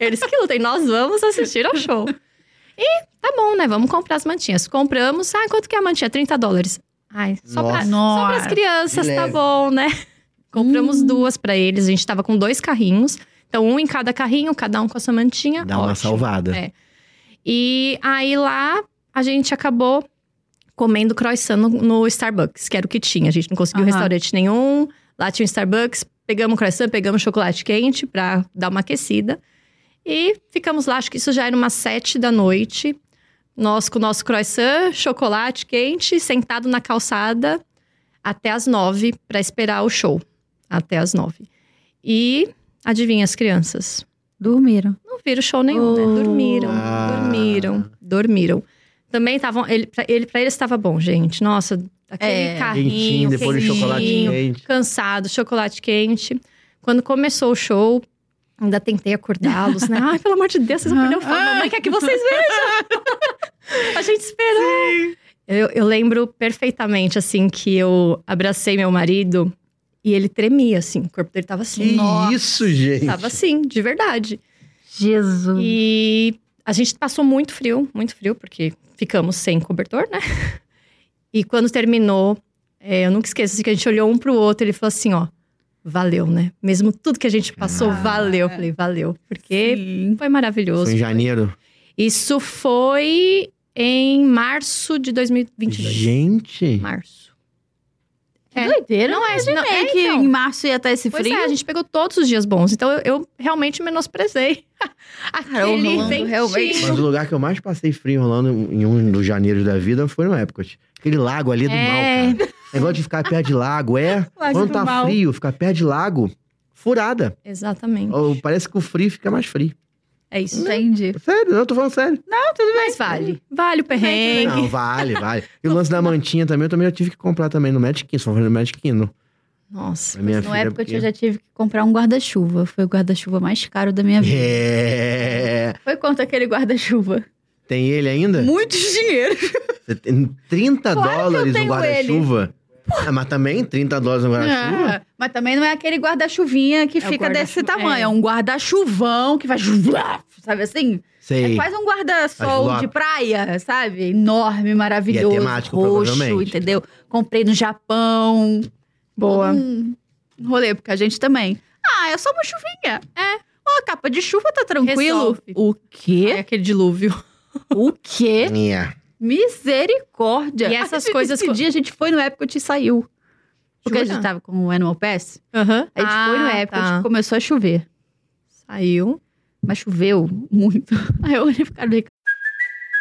[SPEAKER 3] Eles que lutem, nós vamos assistir ao show. E tá bom, né? Vamos comprar as mantinhas. Compramos. Ah, quanto que é a mantinha? 30 dólares. Ai, só pra, só
[SPEAKER 1] Nossa.
[SPEAKER 3] pras crianças,
[SPEAKER 2] De
[SPEAKER 3] tá
[SPEAKER 2] leve.
[SPEAKER 3] bom, né? Compramos
[SPEAKER 1] Hum.
[SPEAKER 3] duas pra eles. A gente tava com dois carrinhos. Então, um em cada carrinho, cada um com a sua mantinha.
[SPEAKER 2] Dá uma
[SPEAKER 3] Ótimo.
[SPEAKER 2] salvada.
[SPEAKER 3] É. E aí lá a gente acabou comendo croissant no, no Starbucks, que era o que tinha. A gente não conseguiu
[SPEAKER 1] Aham.
[SPEAKER 3] restaurante nenhum. Lá tinha um Starbucks, pegamos croissant, pegamos chocolate quente pra dar uma aquecida. E ficamos lá, acho que isso já era umas sete da noite. Nós com o nosso croissant, chocolate quente, sentado na calçada até as nove pra esperar o show. Até as nove. E adivinha as crianças?
[SPEAKER 1] Dormiram.
[SPEAKER 3] Não viram show nenhum, né?
[SPEAKER 1] Oh.
[SPEAKER 3] Dormiram,
[SPEAKER 2] Ah.
[SPEAKER 3] dormiram, dormiram. Também estavam. Ele, pra, ele, pra eles estava bom, gente. Nossa, aquele
[SPEAKER 1] É.
[SPEAKER 3] carrinho.
[SPEAKER 2] Quentinho, depois do
[SPEAKER 1] quentinho.
[SPEAKER 2] chocolate
[SPEAKER 3] quentinho,
[SPEAKER 2] quente.
[SPEAKER 3] Cansado, chocolate quente. Quando começou o show, ainda tentei acordá-los, né? Ai, pelo amor de Deus, vocês vão perder o fome.
[SPEAKER 1] Ah.
[SPEAKER 3] Mamãe quer que vocês vejam. A gente esperou. Eu, eu lembro perfeitamente, assim, que eu abracei meu marido e ele tremia, assim. O corpo dele tava assim.
[SPEAKER 2] Que
[SPEAKER 1] Nossa.
[SPEAKER 2] isso, gente.
[SPEAKER 3] Tava assim, de verdade.
[SPEAKER 1] Jesus.
[SPEAKER 3] E a gente passou muito frio, muito frio, porque ficamos sem cobertor, né? E quando terminou, é, eu nunca esqueço assim, que a gente olhou um pro outro e ele falou assim: ó, valeu, né? Mesmo tudo que a gente passou,
[SPEAKER 2] Ah.
[SPEAKER 3] valeu. Eu falei, valeu, porque
[SPEAKER 1] Sim.
[SPEAKER 3] foi maravilhoso.
[SPEAKER 2] Foi em janeiro.
[SPEAKER 3] Isso foi em março de 2022.
[SPEAKER 2] Gente.
[SPEAKER 3] Março.
[SPEAKER 1] Que doideira.
[SPEAKER 3] Não é, não, é,
[SPEAKER 1] É que
[SPEAKER 3] então.
[SPEAKER 1] em março ia estar esse
[SPEAKER 3] Pois
[SPEAKER 1] frio.
[SPEAKER 3] é, a gente pegou todos os dias bons. Então eu, eu realmente menosprezei. Aquele
[SPEAKER 1] Orlando, realmente.
[SPEAKER 3] ventinho.
[SPEAKER 2] Mas o lugar que eu mais passei frio em Orlando, em um dos janeiros da vida, foi no Epcot. Aquele lago ali do
[SPEAKER 3] É.
[SPEAKER 2] mal, cara. Negócio de ficar perto de lago, é.
[SPEAKER 1] Lago
[SPEAKER 2] Quando
[SPEAKER 1] do
[SPEAKER 2] tá
[SPEAKER 1] mal.
[SPEAKER 2] frio, ficar perto de lago, furada.
[SPEAKER 3] Exatamente.
[SPEAKER 2] Ou Parece que o frio fica mais frio.
[SPEAKER 3] É isso.
[SPEAKER 1] Entendi.
[SPEAKER 2] Sério, não, eu tô falando sério.
[SPEAKER 3] Mas vale. Vale o perrengue.
[SPEAKER 2] Não, vale, vale. E o lance da mantinha também, eu também já tive que comprar também no Magic Kingdom. Só foi no Magic Kingdom.
[SPEAKER 3] Nossa.
[SPEAKER 2] A minha
[SPEAKER 1] Na
[SPEAKER 2] filha, é
[SPEAKER 1] época
[SPEAKER 2] porque-
[SPEAKER 1] é eu já tive que comprar um guarda-chuva. Foi o guarda-chuva mais caro da minha vida.
[SPEAKER 2] É.
[SPEAKER 1] Foi quanto aquele guarda-chuva?
[SPEAKER 2] Tem ele ainda?
[SPEAKER 1] Muitos dinheiro.
[SPEAKER 2] Você tem 30
[SPEAKER 1] Claro que eu
[SPEAKER 2] dólares no
[SPEAKER 1] tenho
[SPEAKER 2] guarda-chuva? Ah, mas também 30 dólares no guarda-chuva?
[SPEAKER 1] Ah, mas também não é aquele guarda-chuvinha que
[SPEAKER 3] o
[SPEAKER 1] fica desse
[SPEAKER 3] guarda-chuva-
[SPEAKER 1] tamanho.
[SPEAKER 3] é.
[SPEAKER 1] É, um guarda-chuvão que vai. Sabe assim? É
[SPEAKER 2] Sei.
[SPEAKER 1] quase um guarda-sol
[SPEAKER 2] Mas
[SPEAKER 1] de praia, sabe? Enorme, maravilhoso.
[SPEAKER 2] E é temático,
[SPEAKER 1] roxo,
[SPEAKER 2] provavelmente.
[SPEAKER 1] entendeu? Comprei no Japão.
[SPEAKER 3] Boa.
[SPEAKER 1] Hum, rolê, porque a gente também. Ah, é só uma chuvinha. É. Ó, capa de chuva tá tranquilo.
[SPEAKER 3] Resolve.
[SPEAKER 1] O
[SPEAKER 3] É
[SPEAKER 1] quê?
[SPEAKER 3] aquele dilúvio.
[SPEAKER 1] O quê?
[SPEAKER 2] É.
[SPEAKER 1] Misericórdia.
[SPEAKER 3] E essas
[SPEAKER 1] Aí,
[SPEAKER 3] coisas
[SPEAKER 1] Esse
[SPEAKER 3] co-
[SPEAKER 1] dia a gente foi no Epcot e saiu. Porque a
[SPEAKER 3] Jura?
[SPEAKER 1] gente tava com o Animal Pass.
[SPEAKER 3] Aham.
[SPEAKER 1] A gente foi no
[SPEAKER 3] Ah,
[SPEAKER 1] Epcot
[SPEAKER 3] tá.
[SPEAKER 1] e começou a chover.
[SPEAKER 3] Saiu.
[SPEAKER 1] Mas choveu muito. Aí eu olhei pro cara e falei,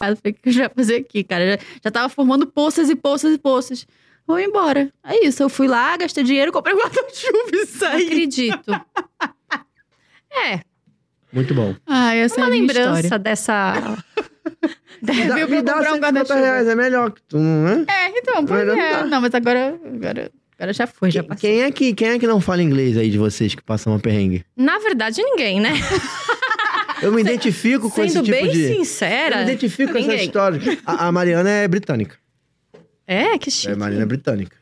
[SPEAKER 1] Aí eu falei, o que a gente vai fazer aqui, cara? Já, já tava formando poças e poças e poças. Vou embora. É isso, eu fui lá, gastei dinheiro, comprei um guarda-chuva e
[SPEAKER 3] Não
[SPEAKER 1] saí.
[SPEAKER 3] acredito. É,
[SPEAKER 2] Muito bom.
[SPEAKER 1] Ai, essa
[SPEAKER 3] uma
[SPEAKER 1] é a minha
[SPEAKER 3] lembrança
[SPEAKER 1] história.
[SPEAKER 3] dessa.
[SPEAKER 2] Me dá,
[SPEAKER 1] Viu, pra
[SPEAKER 2] me dá
[SPEAKER 1] comprar um
[SPEAKER 2] 150 reais, é melhor que tu, né?
[SPEAKER 1] É, então, pois
[SPEAKER 2] Melhor não
[SPEAKER 1] é.
[SPEAKER 2] dar.
[SPEAKER 1] Não, mas agora, agora, agora já foi, já passou.
[SPEAKER 2] Quem é, que, quem é que não fala inglês aí de vocês que passam uma perrengue?
[SPEAKER 3] Na verdade, ninguém, né?
[SPEAKER 2] Eu
[SPEAKER 1] tá
[SPEAKER 2] me identifico com esse
[SPEAKER 3] Sendo
[SPEAKER 2] tipo
[SPEAKER 3] bem
[SPEAKER 2] de... Eu
[SPEAKER 3] sincera.
[SPEAKER 2] me identifico com essa
[SPEAKER 3] ninguém.
[SPEAKER 2] história. A, a Mariana é britânica.
[SPEAKER 3] É, que chique.
[SPEAKER 2] É, Mariana é britânica.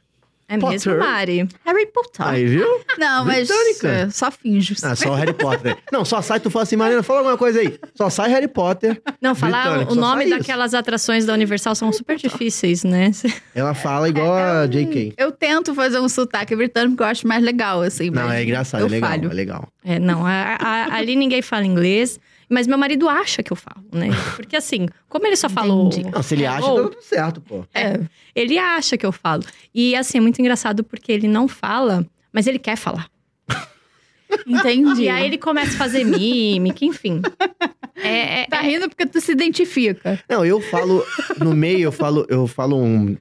[SPEAKER 3] É mesmo,
[SPEAKER 2] Potter.
[SPEAKER 3] Mari.
[SPEAKER 1] Harry Potter.
[SPEAKER 2] Aí, viu?
[SPEAKER 1] Não, mas
[SPEAKER 2] Britânica.
[SPEAKER 1] é, só finjo.
[SPEAKER 2] Ah, só o Harry Potter. aí. Não, só sai, tu fala assim, Mariana, fala alguma coisa aí. Só sai Harry Potter.
[SPEAKER 3] Não, falar
[SPEAKER 2] Britânico,
[SPEAKER 3] o
[SPEAKER 2] só
[SPEAKER 3] nome
[SPEAKER 2] sai isso.
[SPEAKER 3] daquelas atrações da Universal são super difíceis, né?
[SPEAKER 2] Ela fala igual
[SPEAKER 3] É, um
[SPEAKER 2] a J.K.
[SPEAKER 1] Eu tento fazer um sotaque britânico que eu acho mais legal, assim.
[SPEAKER 2] Não,
[SPEAKER 1] mas
[SPEAKER 2] é engraçado,
[SPEAKER 1] eu
[SPEAKER 2] é legal,
[SPEAKER 1] falho.
[SPEAKER 2] é legal.
[SPEAKER 3] É, não, a- a- ali ninguém fala inglês, mas meu marido acha que eu falo, né? Porque assim, como ele só falou.
[SPEAKER 1] Entendi.
[SPEAKER 2] Não, se ele acha,
[SPEAKER 3] ou-
[SPEAKER 2] tá tudo certo, pô.
[SPEAKER 3] É, ele acha que eu falo. E assim, é muito engraçado porque ele não fala, mas ele quer falar.
[SPEAKER 1] Entendi.
[SPEAKER 3] E aí ele começa a fazer mímica, enfim. É, é,
[SPEAKER 1] tá rindo porque tu se identifica.
[SPEAKER 2] Não, eu falo, no meio, eu falo, eu falo um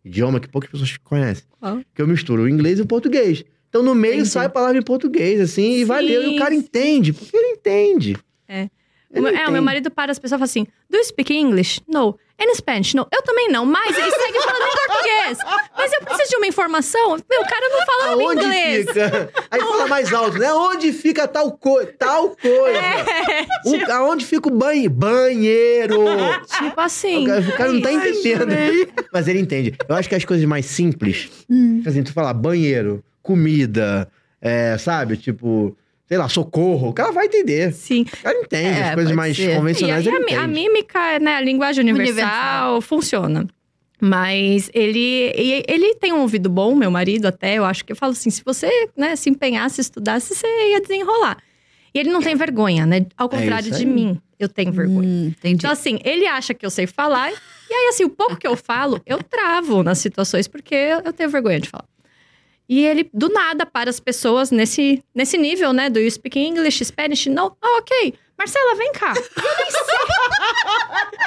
[SPEAKER 2] um idioma que poucas pessoas conhecem.
[SPEAKER 3] Qual?
[SPEAKER 2] Que eu misturo o inglês e o português. Então, no meio,
[SPEAKER 3] Entendi.
[SPEAKER 2] sai a palavra em português, assim, e
[SPEAKER 3] Sim,
[SPEAKER 2] valeu. E o cara
[SPEAKER 3] sim.
[SPEAKER 2] entende, porque ele entende.
[SPEAKER 3] É.
[SPEAKER 2] Ele
[SPEAKER 3] é, o meu
[SPEAKER 2] entende.
[SPEAKER 3] marido para as pessoas e fala assim: Do you speak English? No. And Spanish? No. Eu também não, mas ele segue falando em português. Mas eu preciso de uma informação. Meu, o cara não fala
[SPEAKER 2] Aonde
[SPEAKER 3] inglês.
[SPEAKER 2] fica? Aí fala mais alto, né? Onde fica tal coisa?
[SPEAKER 3] É.
[SPEAKER 2] Tal coisa. O- Um aonde fica o banhe- banheiro?
[SPEAKER 3] Tipo assim.
[SPEAKER 2] O cara, o cara não tá
[SPEAKER 3] Ai,
[SPEAKER 2] entendendo. Mas ele entende. Eu acho que as coisas mais simples,
[SPEAKER 3] Hum.
[SPEAKER 2] tipo assim, tu falar banheiro, comida, é, sabe? Tipo, sei lá, socorro. O cara vai entender.
[SPEAKER 3] Sim.
[SPEAKER 2] O cara entende.
[SPEAKER 1] É,
[SPEAKER 2] as coisas
[SPEAKER 1] pode
[SPEAKER 2] mais
[SPEAKER 1] ser.
[SPEAKER 3] E
[SPEAKER 2] convencionais
[SPEAKER 3] aí
[SPEAKER 2] ele
[SPEAKER 3] a, mi- a
[SPEAKER 2] entende.
[SPEAKER 3] mímica, né, a linguagem universal,
[SPEAKER 1] Universal.
[SPEAKER 3] funciona. Mas ele, e- ele tem um ouvido bom, meu marido até, eu acho que eu falo assim, se você né, se empenhasse, estudasse, você ia desenrolar. E ele não tem vergonha, né? Ao contrário
[SPEAKER 2] É isso
[SPEAKER 3] de
[SPEAKER 2] aí.
[SPEAKER 3] mim, eu tenho vergonha.
[SPEAKER 1] Hum, entendi.
[SPEAKER 3] Então, assim, ele acha que eu sei falar. E aí, assim, o pouco que eu falo, eu travo nas situações, porque eu tenho vergonha de falar. E ele, do nada, para as pessoas nesse, nesse nível, né? Do you speak English, Spanish? Não. Ah, ok. Marcela, vem cá. Eu nem sei.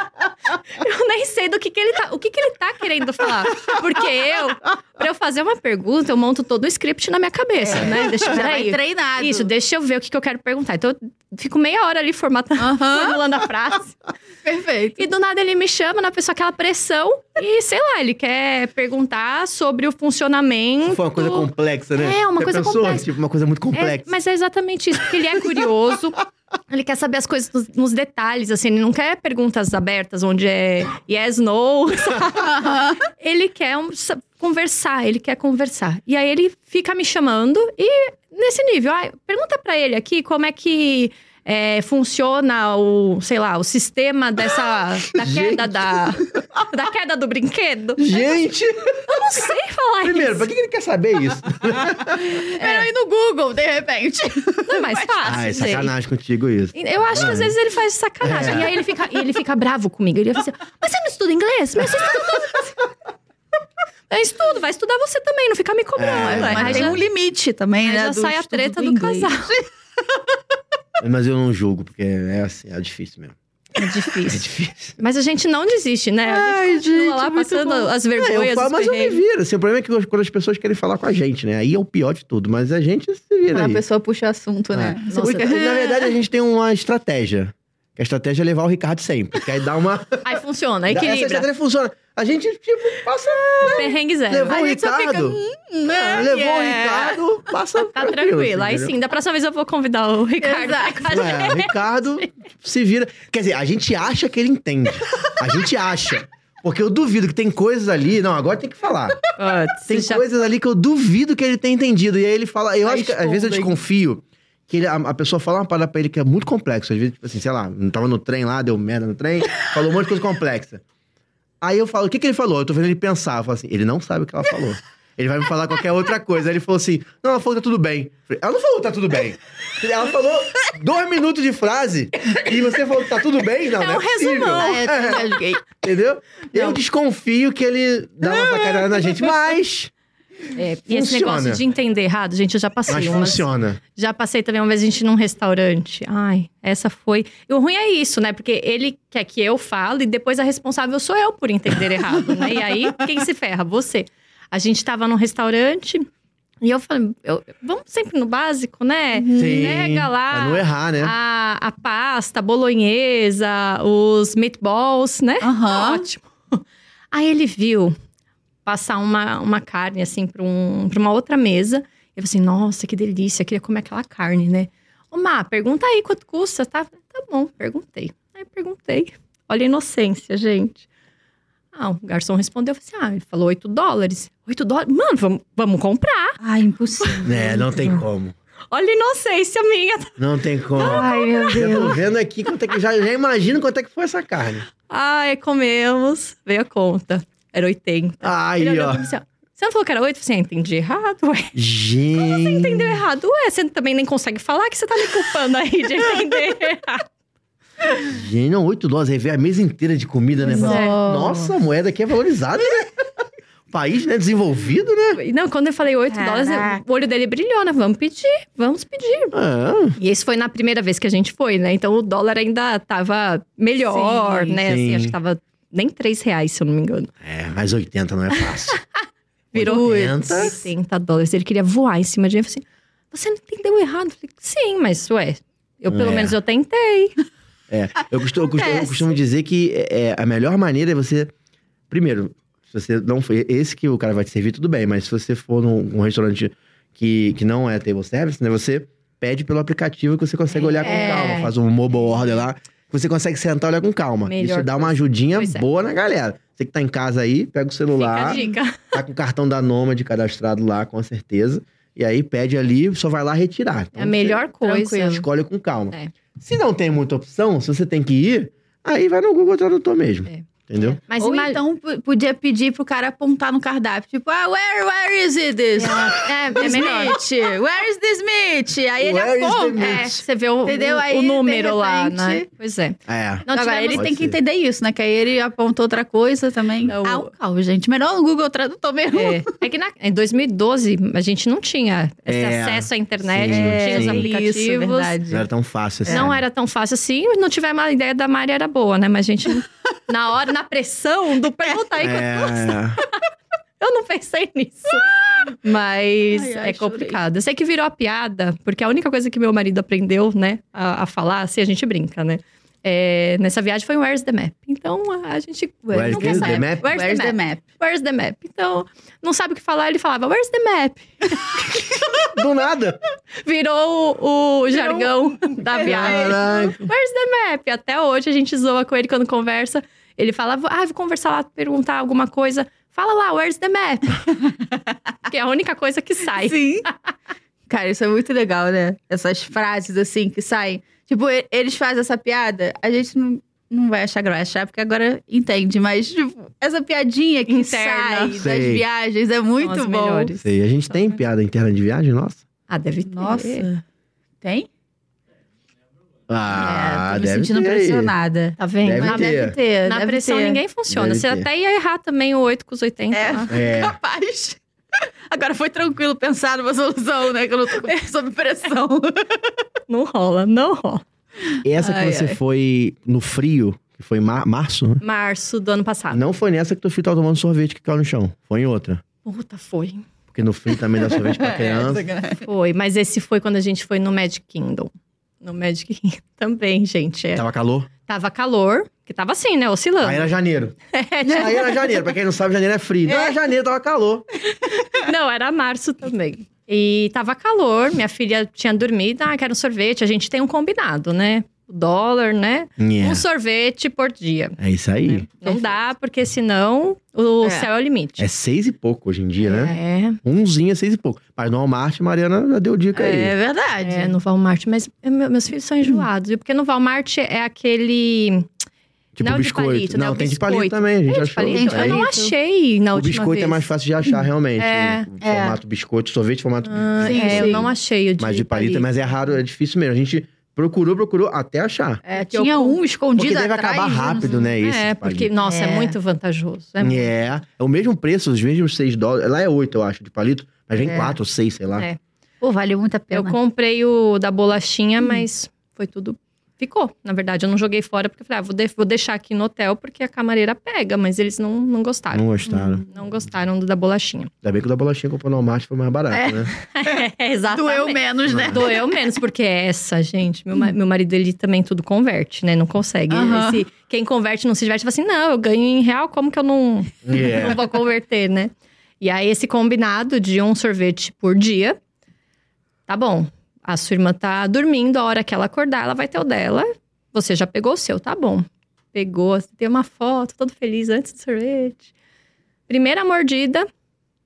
[SPEAKER 3] eu nem sei do que, que ele tá. O que, que ele tá querendo falar. Porque eu, pra eu fazer uma pergunta, eu monto todo o script na minha cabeça, né? Deixa eu
[SPEAKER 1] É. Então, Já vai
[SPEAKER 3] peraí.
[SPEAKER 1] treinado.
[SPEAKER 3] Isso, deixa eu ver o que, que eu quero perguntar. Então, eu fico meia hora ali formatando, formulando a frase.
[SPEAKER 1] perfeito.
[SPEAKER 3] E do nada ele me chama, na pessoa aquela pressão e sei lá, ele quer perguntar sobre o funcionamento.
[SPEAKER 2] Foi uma coisa complexa, né?
[SPEAKER 3] É, uma coisa
[SPEAKER 2] pensou?
[SPEAKER 3] complexa.
[SPEAKER 2] Tipo, uma coisa muito
[SPEAKER 3] É,
[SPEAKER 2] complexa.
[SPEAKER 3] mas é exatamente isso, porque ele é curioso. Ele quer saber as coisas nos, nos detalhes, assim, ele não quer perguntas abertas onde é yes, no. sabe? ele quer um- sa- conversar, ele quer conversar. E aí ele fica me chamando e nesse nível, ah, pergunta pra ele aqui como é que é, funciona o, sei lá, o sistema dessa da queda da, da queda do brinquedo.
[SPEAKER 2] Gente!
[SPEAKER 3] Eu não sei falar
[SPEAKER 2] Primeiro,
[SPEAKER 3] isso. É.
[SPEAKER 2] pra que que ele quer saber isso?
[SPEAKER 1] Era ir no Google, de repente.
[SPEAKER 3] Não é mais fácil.
[SPEAKER 2] Ah, é
[SPEAKER 3] gente.
[SPEAKER 2] sacanagem contigo isso.
[SPEAKER 3] Eu acho que às vezes ele faz de sacanagem.
[SPEAKER 2] É.
[SPEAKER 3] E aí ele fica, e ele fica bravo comigo. Ele fala assim: Mas você não estuda inglês? Mas você estuda todo. Eu estudo, vai estudar você também, não fica me cobrando.
[SPEAKER 2] É,
[SPEAKER 3] Aí
[SPEAKER 1] Mas tem
[SPEAKER 3] já-
[SPEAKER 1] um limite também,
[SPEAKER 3] aí
[SPEAKER 1] né?
[SPEAKER 3] já
[SPEAKER 1] do
[SPEAKER 3] sai a
[SPEAKER 1] estudo
[SPEAKER 3] treta do,
[SPEAKER 1] inglês.
[SPEAKER 3] casal.
[SPEAKER 2] Mas eu não julgo, porque é assim, é difícil mesmo.
[SPEAKER 3] É
[SPEAKER 2] É
[SPEAKER 3] difícil.
[SPEAKER 2] difícil.
[SPEAKER 3] Mas a gente não desiste, né? a
[SPEAKER 1] Ai,
[SPEAKER 3] gente continua
[SPEAKER 1] gente,
[SPEAKER 3] lá
[SPEAKER 1] muito
[SPEAKER 3] passando
[SPEAKER 1] bom.
[SPEAKER 3] as
[SPEAKER 2] É,
[SPEAKER 3] vergonhas.
[SPEAKER 2] eu falo,
[SPEAKER 3] os
[SPEAKER 2] mas eu me
[SPEAKER 3] perrengues.
[SPEAKER 2] viro. Assim, o problema é que quando as pessoas querem falar com a gente, né? Aí é o pior de tudo, mas a gente se vira
[SPEAKER 1] Quando
[SPEAKER 2] aí.
[SPEAKER 1] a pessoa puxa o assunto, né?
[SPEAKER 2] É.
[SPEAKER 1] Você
[SPEAKER 3] Nossa,
[SPEAKER 1] fica-
[SPEAKER 2] Na verdade, a gente tem uma estratégia. Que a estratégia é levar o Ricardo sempre. Que aí dá uma...
[SPEAKER 3] Aí funciona,
[SPEAKER 2] Essa
[SPEAKER 3] equilibra.
[SPEAKER 2] estratégia funciona. A gente, tipo, passa...
[SPEAKER 3] Perrengue zero.
[SPEAKER 2] levou
[SPEAKER 1] a
[SPEAKER 2] o
[SPEAKER 1] gente só fica,
[SPEAKER 2] Ricardo...
[SPEAKER 1] Hum, né?
[SPEAKER 2] Ah, levou
[SPEAKER 3] yeah.
[SPEAKER 2] o Ricardo, passa...
[SPEAKER 3] Tá tranquilo.
[SPEAKER 2] assim,
[SPEAKER 3] Aí
[SPEAKER 2] entendeu?
[SPEAKER 3] sim, da próxima vez eu vou convidar o Ricardo. pra
[SPEAKER 1] Exato.
[SPEAKER 3] cá.
[SPEAKER 2] É, o Ricardo se vira. Quer dizer, a gente acha que ele entende. A gente acha. Porque eu duvido que tem coisas ali. Não, agora tem que falar.
[SPEAKER 3] Putz,
[SPEAKER 2] Tem
[SPEAKER 3] já-
[SPEAKER 2] coisas ali que eu duvido que ele tenha entendido. E aí ele fala. Eu
[SPEAKER 3] Tá
[SPEAKER 2] acho que às vezes eu
[SPEAKER 3] expondo, hein?
[SPEAKER 2] desconfio que ele- a, a pessoa fala uma parada pra ele que é muito complexa. Às vezes, tipo assim, sei lá, não tava no trem lá, deu merda no trem, falou um monte de coisa complexa. Aí eu falo, o que, que ele falou? Eu tô vendo ele pensar. Eu falo assim, ele não sabe o que ela falou. Ele vai me falar qualquer outra coisa. Aí ele falou assim: não, ela falou tá tudo bem. Eu falei, Ela não falou tá tudo bem. Ela falou dois minutos de frase e você falou tá tudo bem? Não,
[SPEAKER 3] É
[SPEAKER 2] não
[SPEAKER 3] um
[SPEAKER 2] é possível.
[SPEAKER 3] resumão.
[SPEAKER 1] Ah, é, eu me rasguei.
[SPEAKER 2] Entendeu? Eu desconfio que ele dá uma sacanagem na gente, mas
[SPEAKER 3] É, e esse
[SPEAKER 2] Funciona.
[SPEAKER 3] negócio de entender errado, gente, eu já passei
[SPEAKER 2] Mas
[SPEAKER 3] umas.
[SPEAKER 2] funciona.
[SPEAKER 3] Já passei também uma vez a gente num restaurante. Ai, essa foi. E o ruim é isso, né? Porque ele quer que eu fale e depois a responsável sou eu por entender errado, né? E aí, quem se ferra? Você. A gente tava num restaurante e eu falei, eu- vamos sempre no básico, né?
[SPEAKER 2] Sim.
[SPEAKER 3] Pega lá. Ah.
[SPEAKER 2] Pra não errar, né?
[SPEAKER 3] a, a pasta, a bolonhesa, os meatballs, né?
[SPEAKER 1] Aham.
[SPEAKER 3] Ótimo. Aí ele viu passar uma, uma carne, assim, pra, um, pra uma outra mesa. Eu falei assim, nossa, que delícia, eu queria comer aquela carne, né? Ô, Má, pergunta aí quanto custa, tá? Tá bom, perguntei. Aí perguntei. Olha a inocência, gente. Ah, o garçom respondeu, eu falei assim, ah, ele falou 8 dólares. 8 dólares? Mano, vamos, vamos comprar.
[SPEAKER 1] Ai, impossível.
[SPEAKER 2] É, não tem como.
[SPEAKER 3] Olha a inocência minha.
[SPEAKER 2] Não tem como.
[SPEAKER 1] Ai, meu
[SPEAKER 2] Eu
[SPEAKER 1] Deus.
[SPEAKER 2] tô vendo aqui quanto é que já, já imagino quanto é que foi essa carne.
[SPEAKER 3] Ai, comemos. Veio a conta. Era 80.
[SPEAKER 2] Aí,
[SPEAKER 3] olhou
[SPEAKER 2] ó.
[SPEAKER 3] pra mim assim, ó, Você não falou que era 8? Eu falei assim, ah, entendi errado, ué.
[SPEAKER 2] Gente.
[SPEAKER 3] Entendeu errado, ué. Você também nem consegue falar que você tá me culpando aí de entender errado.
[SPEAKER 2] Gente, não, 8 dólares. Aí vem a mesa inteira de comida, né?
[SPEAKER 3] Pois é.
[SPEAKER 2] Nossa, a moeda aqui é valorizada, né? País, né? Desenvolvido, né?
[SPEAKER 3] E Não, quando eu falei 8 dólares,
[SPEAKER 1] Caraca.
[SPEAKER 3] o olho dele brilhou, né? Vamos pedir, vamos pedir.
[SPEAKER 2] Ah,
[SPEAKER 3] E esse foi na primeira vez que a gente foi, né? Então o dólar ainda tava melhor,
[SPEAKER 1] Sim,
[SPEAKER 3] né? Assim,
[SPEAKER 2] sim.
[SPEAKER 3] acho que tava nem 3 reais, se eu não me engano.
[SPEAKER 2] é, mas 80 não é fácil.
[SPEAKER 3] Virou
[SPEAKER 2] 80.
[SPEAKER 3] 80 dólares. Ele queria voar em cima de mim. Eu falei assim, você não entendeu errado. Eu falei, sim, mas ué, eu pelo
[SPEAKER 2] É.
[SPEAKER 3] menos eu tentei.
[SPEAKER 2] É, eu costumo, eu costumo- eu
[SPEAKER 1] Acontece.
[SPEAKER 2] costumo dizer que é, a melhor maneira é você. Primeiro, se você não for. Esse que o cara vai te servir, tudo bem, mas se você for num, num restaurante que, que não é table service, né? Você pede pelo aplicativo que você consegue olhar com
[SPEAKER 1] É.
[SPEAKER 2] calma, faz um mobile order lá, que você consegue sentar e olhar com calma.
[SPEAKER 3] Melhor
[SPEAKER 2] Isso dá uma
[SPEAKER 3] coisa.
[SPEAKER 2] ajudinha
[SPEAKER 3] Pois é.
[SPEAKER 2] boa na galera. Você que tá em casa aí, pega o celular,
[SPEAKER 3] Fica a dica.
[SPEAKER 2] tá com o cartão da Nômade cadastrado lá, com certeza. E aí pede ali, só vai lá retirar. Então,
[SPEAKER 3] É a
[SPEAKER 2] você-
[SPEAKER 3] melhor coisa.
[SPEAKER 2] Tranquilo. Escolhe com calma.
[SPEAKER 3] É.
[SPEAKER 2] Se não tem muita opção, se você tem que ir, aí vai no Google Tradutor mesmo.
[SPEAKER 3] É.
[SPEAKER 2] Entendeu?
[SPEAKER 3] Mas
[SPEAKER 1] Ou
[SPEAKER 3] ima-
[SPEAKER 1] então p- podia pedir pro cara apontar no cardápio. Tipo, ah, where, where is it this?
[SPEAKER 3] É, é melhor.
[SPEAKER 1] Meat. Where is this meat? Aí ele
[SPEAKER 2] Where is the
[SPEAKER 1] aponta.
[SPEAKER 2] meat?
[SPEAKER 3] É, você vê o,
[SPEAKER 1] Entendeu?
[SPEAKER 3] o- o
[SPEAKER 1] Aí, de
[SPEAKER 3] número lá,
[SPEAKER 1] repente-
[SPEAKER 3] né? Pois é.
[SPEAKER 2] É.
[SPEAKER 3] Não,
[SPEAKER 1] Agora, ele
[SPEAKER 3] tivemos-
[SPEAKER 2] Pode
[SPEAKER 1] tem que
[SPEAKER 2] ser.
[SPEAKER 1] entender isso, né? Que aí ele apontou outra coisa também.
[SPEAKER 3] Não.
[SPEAKER 1] Ah, o caos, gente. Melhor o Google Tradutor mesmo.
[SPEAKER 3] É, é que na- em 2012 a gente não tinha esse
[SPEAKER 2] É.
[SPEAKER 3] acesso à internet,
[SPEAKER 2] Sim,
[SPEAKER 3] não tinha os
[SPEAKER 2] sim.
[SPEAKER 1] É,
[SPEAKER 3] aplicativos.
[SPEAKER 1] Isso, verdade.
[SPEAKER 2] Não era tão fácil assim.
[SPEAKER 3] Não era tão fácil assim, não tiver uma ideia da Mari era boa, né? Mas a gente, não- na hora, na pressão do perguntar aí,
[SPEAKER 2] É,
[SPEAKER 3] eu não pensei nisso. Mas
[SPEAKER 1] Ai, ai,
[SPEAKER 3] é complicado. Eu sei que virou a piada, porque a única coisa que meu marido aprendeu, né, a, a falar, assim, a gente brinca, né? É, nessa viagem foi Where's the Map? Então a, a gente
[SPEAKER 2] Where's
[SPEAKER 3] não quer
[SPEAKER 2] the
[SPEAKER 3] saber.
[SPEAKER 2] map?
[SPEAKER 3] Where's, the map? Where's the map? Então, não sabe o que falar, ele falava Where's the map?
[SPEAKER 2] Do nada.
[SPEAKER 3] Virou um o, o jargão da viagem.
[SPEAKER 2] Caraca.
[SPEAKER 3] Where's the map? Até hoje a gente zoa com ele quando conversa. Ele fala, ah, vou conversar lá, perguntar alguma coisa. Fala lá, where's the map? que é a única coisa que sai.
[SPEAKER 1] Sim. Cara, isso é muito legal, né? Essas frases assim que saem. Tipo, e- eles fazem essa piada, a gente não, não vai achar graça, achar, porque agora entende, mas tipo, essa piadinha que
[SPEAKER 3] Interna.
[SPEAKER 1] sai das
[SPEAKER 2] Sei.
[SPEAKER 1] viagens é muito
[SPEAKER 3] São as
[SPEAKER 1] bom.
[SPEAKER 3] melhores.
[SPEAKER 2] Sei, a gente tem piada interna de viagem, nossa.
[SPEAKER 3] Ah, deve ter.
[SPEAKER 1] Nossa. Tem?
[SPEAKER 2] Ah,
[SPEAKER 1] é, tô me
[SPEAKER 2] deve
[SPEAKER 1] sentindo
[SPEAKER 2] ter.
[SPEAKER 1] pressionada.
[SPEAKER 3] Tá vendo?
[SPEAKER 2] Deve
[SPEAKER 3] na
[SPEAKER 2] ter.
[SPEAKER 1] Deve ter.
[SPEAKER 3] na
[SPEAKER 1] deve
[SPEAKER 3] pressão
[SPEAKER 1] ter.
[SPEAKER 3] ninguém funciona.
[SPEAKER 2] Deve
[SPEAKER 3] Você
[SPEAKER 2] ter.
[SPEAKER 3] até ia errar também o 8 com os né? 80.
[SPEAKER 1] É.
[SPEAKER 3] lá.
[SPEAKER 2] É.
[SPEAKER 1] Capaz. Agora foi tranquilo pensar numa solução, né? Que eu não tô com- sob pressão.
[SPEAKER 3] Não rola, não rola.
[SPEAKER 2] Essa que
[SPEAKER 1] Ai,
[SPEAKER 2] você
[SPEAKER 1] ai.
[SPEAKER 2] foi no frio, que foi em mar março, né?
[SPEAKER 3] Março do ano passado.
[SPEAKER 2] Não foi nessa que teu filho tava tomando sorvete que caiu no chão. Foi em outra.
[SPEAKER 3] Puta, foi.
[SPEAKER 2] Porque no frio também dá sorvete
[SPEAKER 3] É,
[SPEAKER 2] pra
[SPEAKER 1] É,
[SPEAKER 2] criança. né?
[SPEAKER 3] Foi, mas esse foi quando a gente foi no Magic Kingdom. No Magic Kingdom também, gente. É.
[SPEAKER 2] Tava calor.
[SPEAKER 3] Tava calor, que tava assim, né? Oscilando.
[SPEAKER 2] Aí era janeiro. Aí era janeiro. Pra quem não sabe, janeiro é frio. Não, é janeiro, tava calor.
[SPEAKER 3] Não, era março também. E tava calor, minha filha tinha dormido. Ah, quero um sorvete. A gente tem um combinado, né? O dólar, né? Um sorvete por dia.
[SPEAKER 2] É isso aí.
[SPEAKER 3] Não dá, porque senão o
[SPEAKER 1] É.
[SPEAKER 3] céu é o limite.
[SPEAKER 2] É seis e pouco hoje em dia, né?
[SPEAKER 3] É,
[SPEAKER 2] Umzinho é seis e pouco. Mas no Walmart, a Mariana já deu dica
[SPEAKER 1] É
[SPEAKER 2] aí.
[SPEAKER 1] verdade.
[SPEAKER 3] é, no Walmart. Mas é, meu- meus filhos são enjoados. viu? Porque no Walmart é aquele.
[SPEAKER 2] Tipo
[SPEAKER 3] não, de
[SPEAKER 2] biscoito.
[SPEAKER 3] palito, né?
[SPEAKER 2] não,
[SPEAKER 3] O
[SPEAKER 2] tem de
[SPEAKER 3] biscoito.
[SPEAKER 2] palito também, a gente
[SPEAKER 3] Tem de
[SPEAKER 2] achou.
[SPEAKER 3] palito?
[SPEAKER 1] Tem
[SPEAKER 2] Tem.
[SPEAKER 3] Eu não
[SPEAKER 1] palito.
[SPEAKER 3] achei na
[SPEAKER 2] é O
[SPEAKER 3] última
[SPEAKER 2] biscoito
[SPEAKER 3] vez.
[SPEAKER 2] é mais fácil de achar, realmente.
[SPEAKER 3] É,
[SPEAKER 2] o
[SPEAKER 1] é.
[SPEAKER 2] formato biscoito, sorvete, formato
[SPEAKER 3] Ah,
[SPEAKER 1] Sim,
[SPEAKER 3] é, eu
[SPEAKER 1] sim.
[SPEAKER 3] não achei o de
[SPEAKER 2] é mas de palito, mas é raro, é difícil mesmo. A gente Procurou, procurou, até achar.
[SPEAKER 1] É,
[SPEAKER 3] que eu
[SPEAKER 1] tinha
[SPEAKER 3] com-
[SPEAKER 1] um escondido
[SPEAKER 2] Porque deve
[SPEAKER 1] atrás,
[SPEAKER 2] acabar
[SPEAKER 1] não sei-
[SPEAKER 2] rápido, né? Esse
[SPEAKER 3] é, porque, nossa, é.
[SPEAKER 1] É.
[SPEAKER 3] muito vantajoso. É,
[SPEAKER 2] É. é. o mesmo preço, os mesmos 6 dólares. Lá é 8, eu acho, de palito. Mas vem
[SPEAKER 1] É.
[SPEAKER 2] 4 ou 6, sei lá.
[SPEAKER 3] É.
[SPEAKER 1] Pô, valeu muito a
[SPEAKER 3] Eu
[SPEAKER 1] pena.
[SPEAKER 3] comprei o da bolachinha, mas foi tudo. Ficou, na verdade. Eu não joguei fora porque eu falei, ah, vou, de- vou deixar aqui no hotel porque a camareira pega, mas eles não, não gostaram.
[SPEAKER 2] Não gostaram.
[SPEAKER 3] Não gostaram do da bolachinha.
[SPEAKER 2] Ainda bem que o da bolachinha comprou no Walmart foi mais barato,
[SPEAKER 1] É.
[SPEAKER 2] né?
[SPEAKER 3] Exatamente.
[SPEAKER 1] Doeu menos, né?
[SPEAKER 3] Doeu menos, porque é essa, gente, meu, ma- meu marido, ele também tudo converte, né? Não consegue.
[SPEAKER 1] Aham.
[SPEAKER 3] Esse- quem converte não se diverte, fala assim, não, eu ganho em real, como que eu não, não
[SPEAKER 2] Yeah.
[SPEAKER 3] vou converter, né? E aí, esse combinado de um sorvete por dia, tá bom. A sua irmã tá dormindo, a hora que ela acordar, ela vai ter o dela. Você já pegou o seu, tá bom. Pegou, assim, tem uma foto, todo feliz antes do sorvete. Primeira mordida, caiu.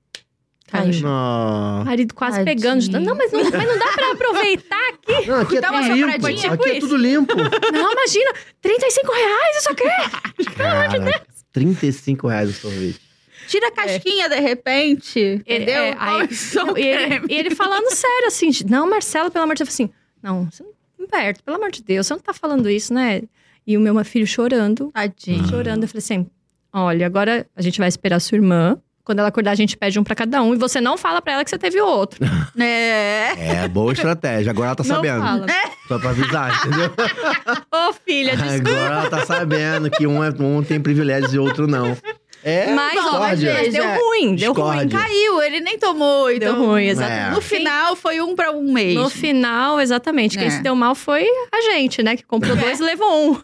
[SPEAKER 1] Caiu.
[SPEAKER 3] O
[SPEAKER 2] Não.
[SPEAKER 3] marido quase
[SPEAKER 1] Tadinho.
[SPEAKER 3] pegando. de tanto, Não, mas não, mas não dá pra aproveitar aqui.
[SPEAKER 2] Não, aqui é
[SPEAKER 1] Dá uma
[SPEAKER 2] tudo limpo.
[SPEAKER 1] sopradinha,
[SPEAKER 2] Aqui é
[SPEAKER 3] tipo
[SPEAKER 2] tudo limpo.
[SPEAKER 3] Não, imagina. 35 reais isso aqui. é
[SPEAKER 2] Cara, 35 reais o sorvete.
[SPEAKER 1] Tira a casquinha de repente, entendeu?
[SPEAKER 3] é, aí-
[SPEAKER 1] Olha só o
[SPEAKER 3] e, ele,
[SPEAKER 1] creme.
[SPEAKER 3] e ele falando sério, assim. de, Não, Marcelo, pelo amor de Deus. Eu falei assim, não, você não- Humberto, pelo amor de Deus, você não tá falando isso, né? E o meu filho chorando,
[SPEAKER 1] Tadinho.
[SPEAKER 3] chorando. Eu falei assim, olha, agora a gente vai esperar a sua irmã. Quando ela acordar, a gente pede um pra cada um. E você não fala pra ela que você teve outro.
[SPEAKER 2] Ah.
[SPEAKER 1] É.
[SPEAKER 2] É, boa estratégia. Agora ela tá
[SPEAKER 3] não
[SPEAKER 2] sabendo.
[SPEAKER 3] fala.
[SPEAKER 2] Só pra avisar, entendeu?
[SPEAKER 3] Ô, filha, desculpa.
[SPEAKER 2] Agora ela tá sabendo que um, é, um tem privilégios e outro não. É,
[SPEAKER 3] Mas, ó, mas
[SPEAKER 2] discórdia.
[SPEAKER 3] deu ruim, deu ruim.
[SPEAKER 2] Discórdia.
[SPEAKER 1] Caiu, ele nem tomou.
[SPEAKER 3] Deu
[SPEAKER 1] Então,
[SPEAKER 3] ruim, exatamente.
[SPEAKER 2] É.
[SPEAKER 1] No final, foi um pra um mês.
[SPEAKER 3] No final, exatamente. Quem
[SPEAKER 1] É.
[SPEAKER 3] se deu mal foi a gente, né? Que comprou dois e levou um.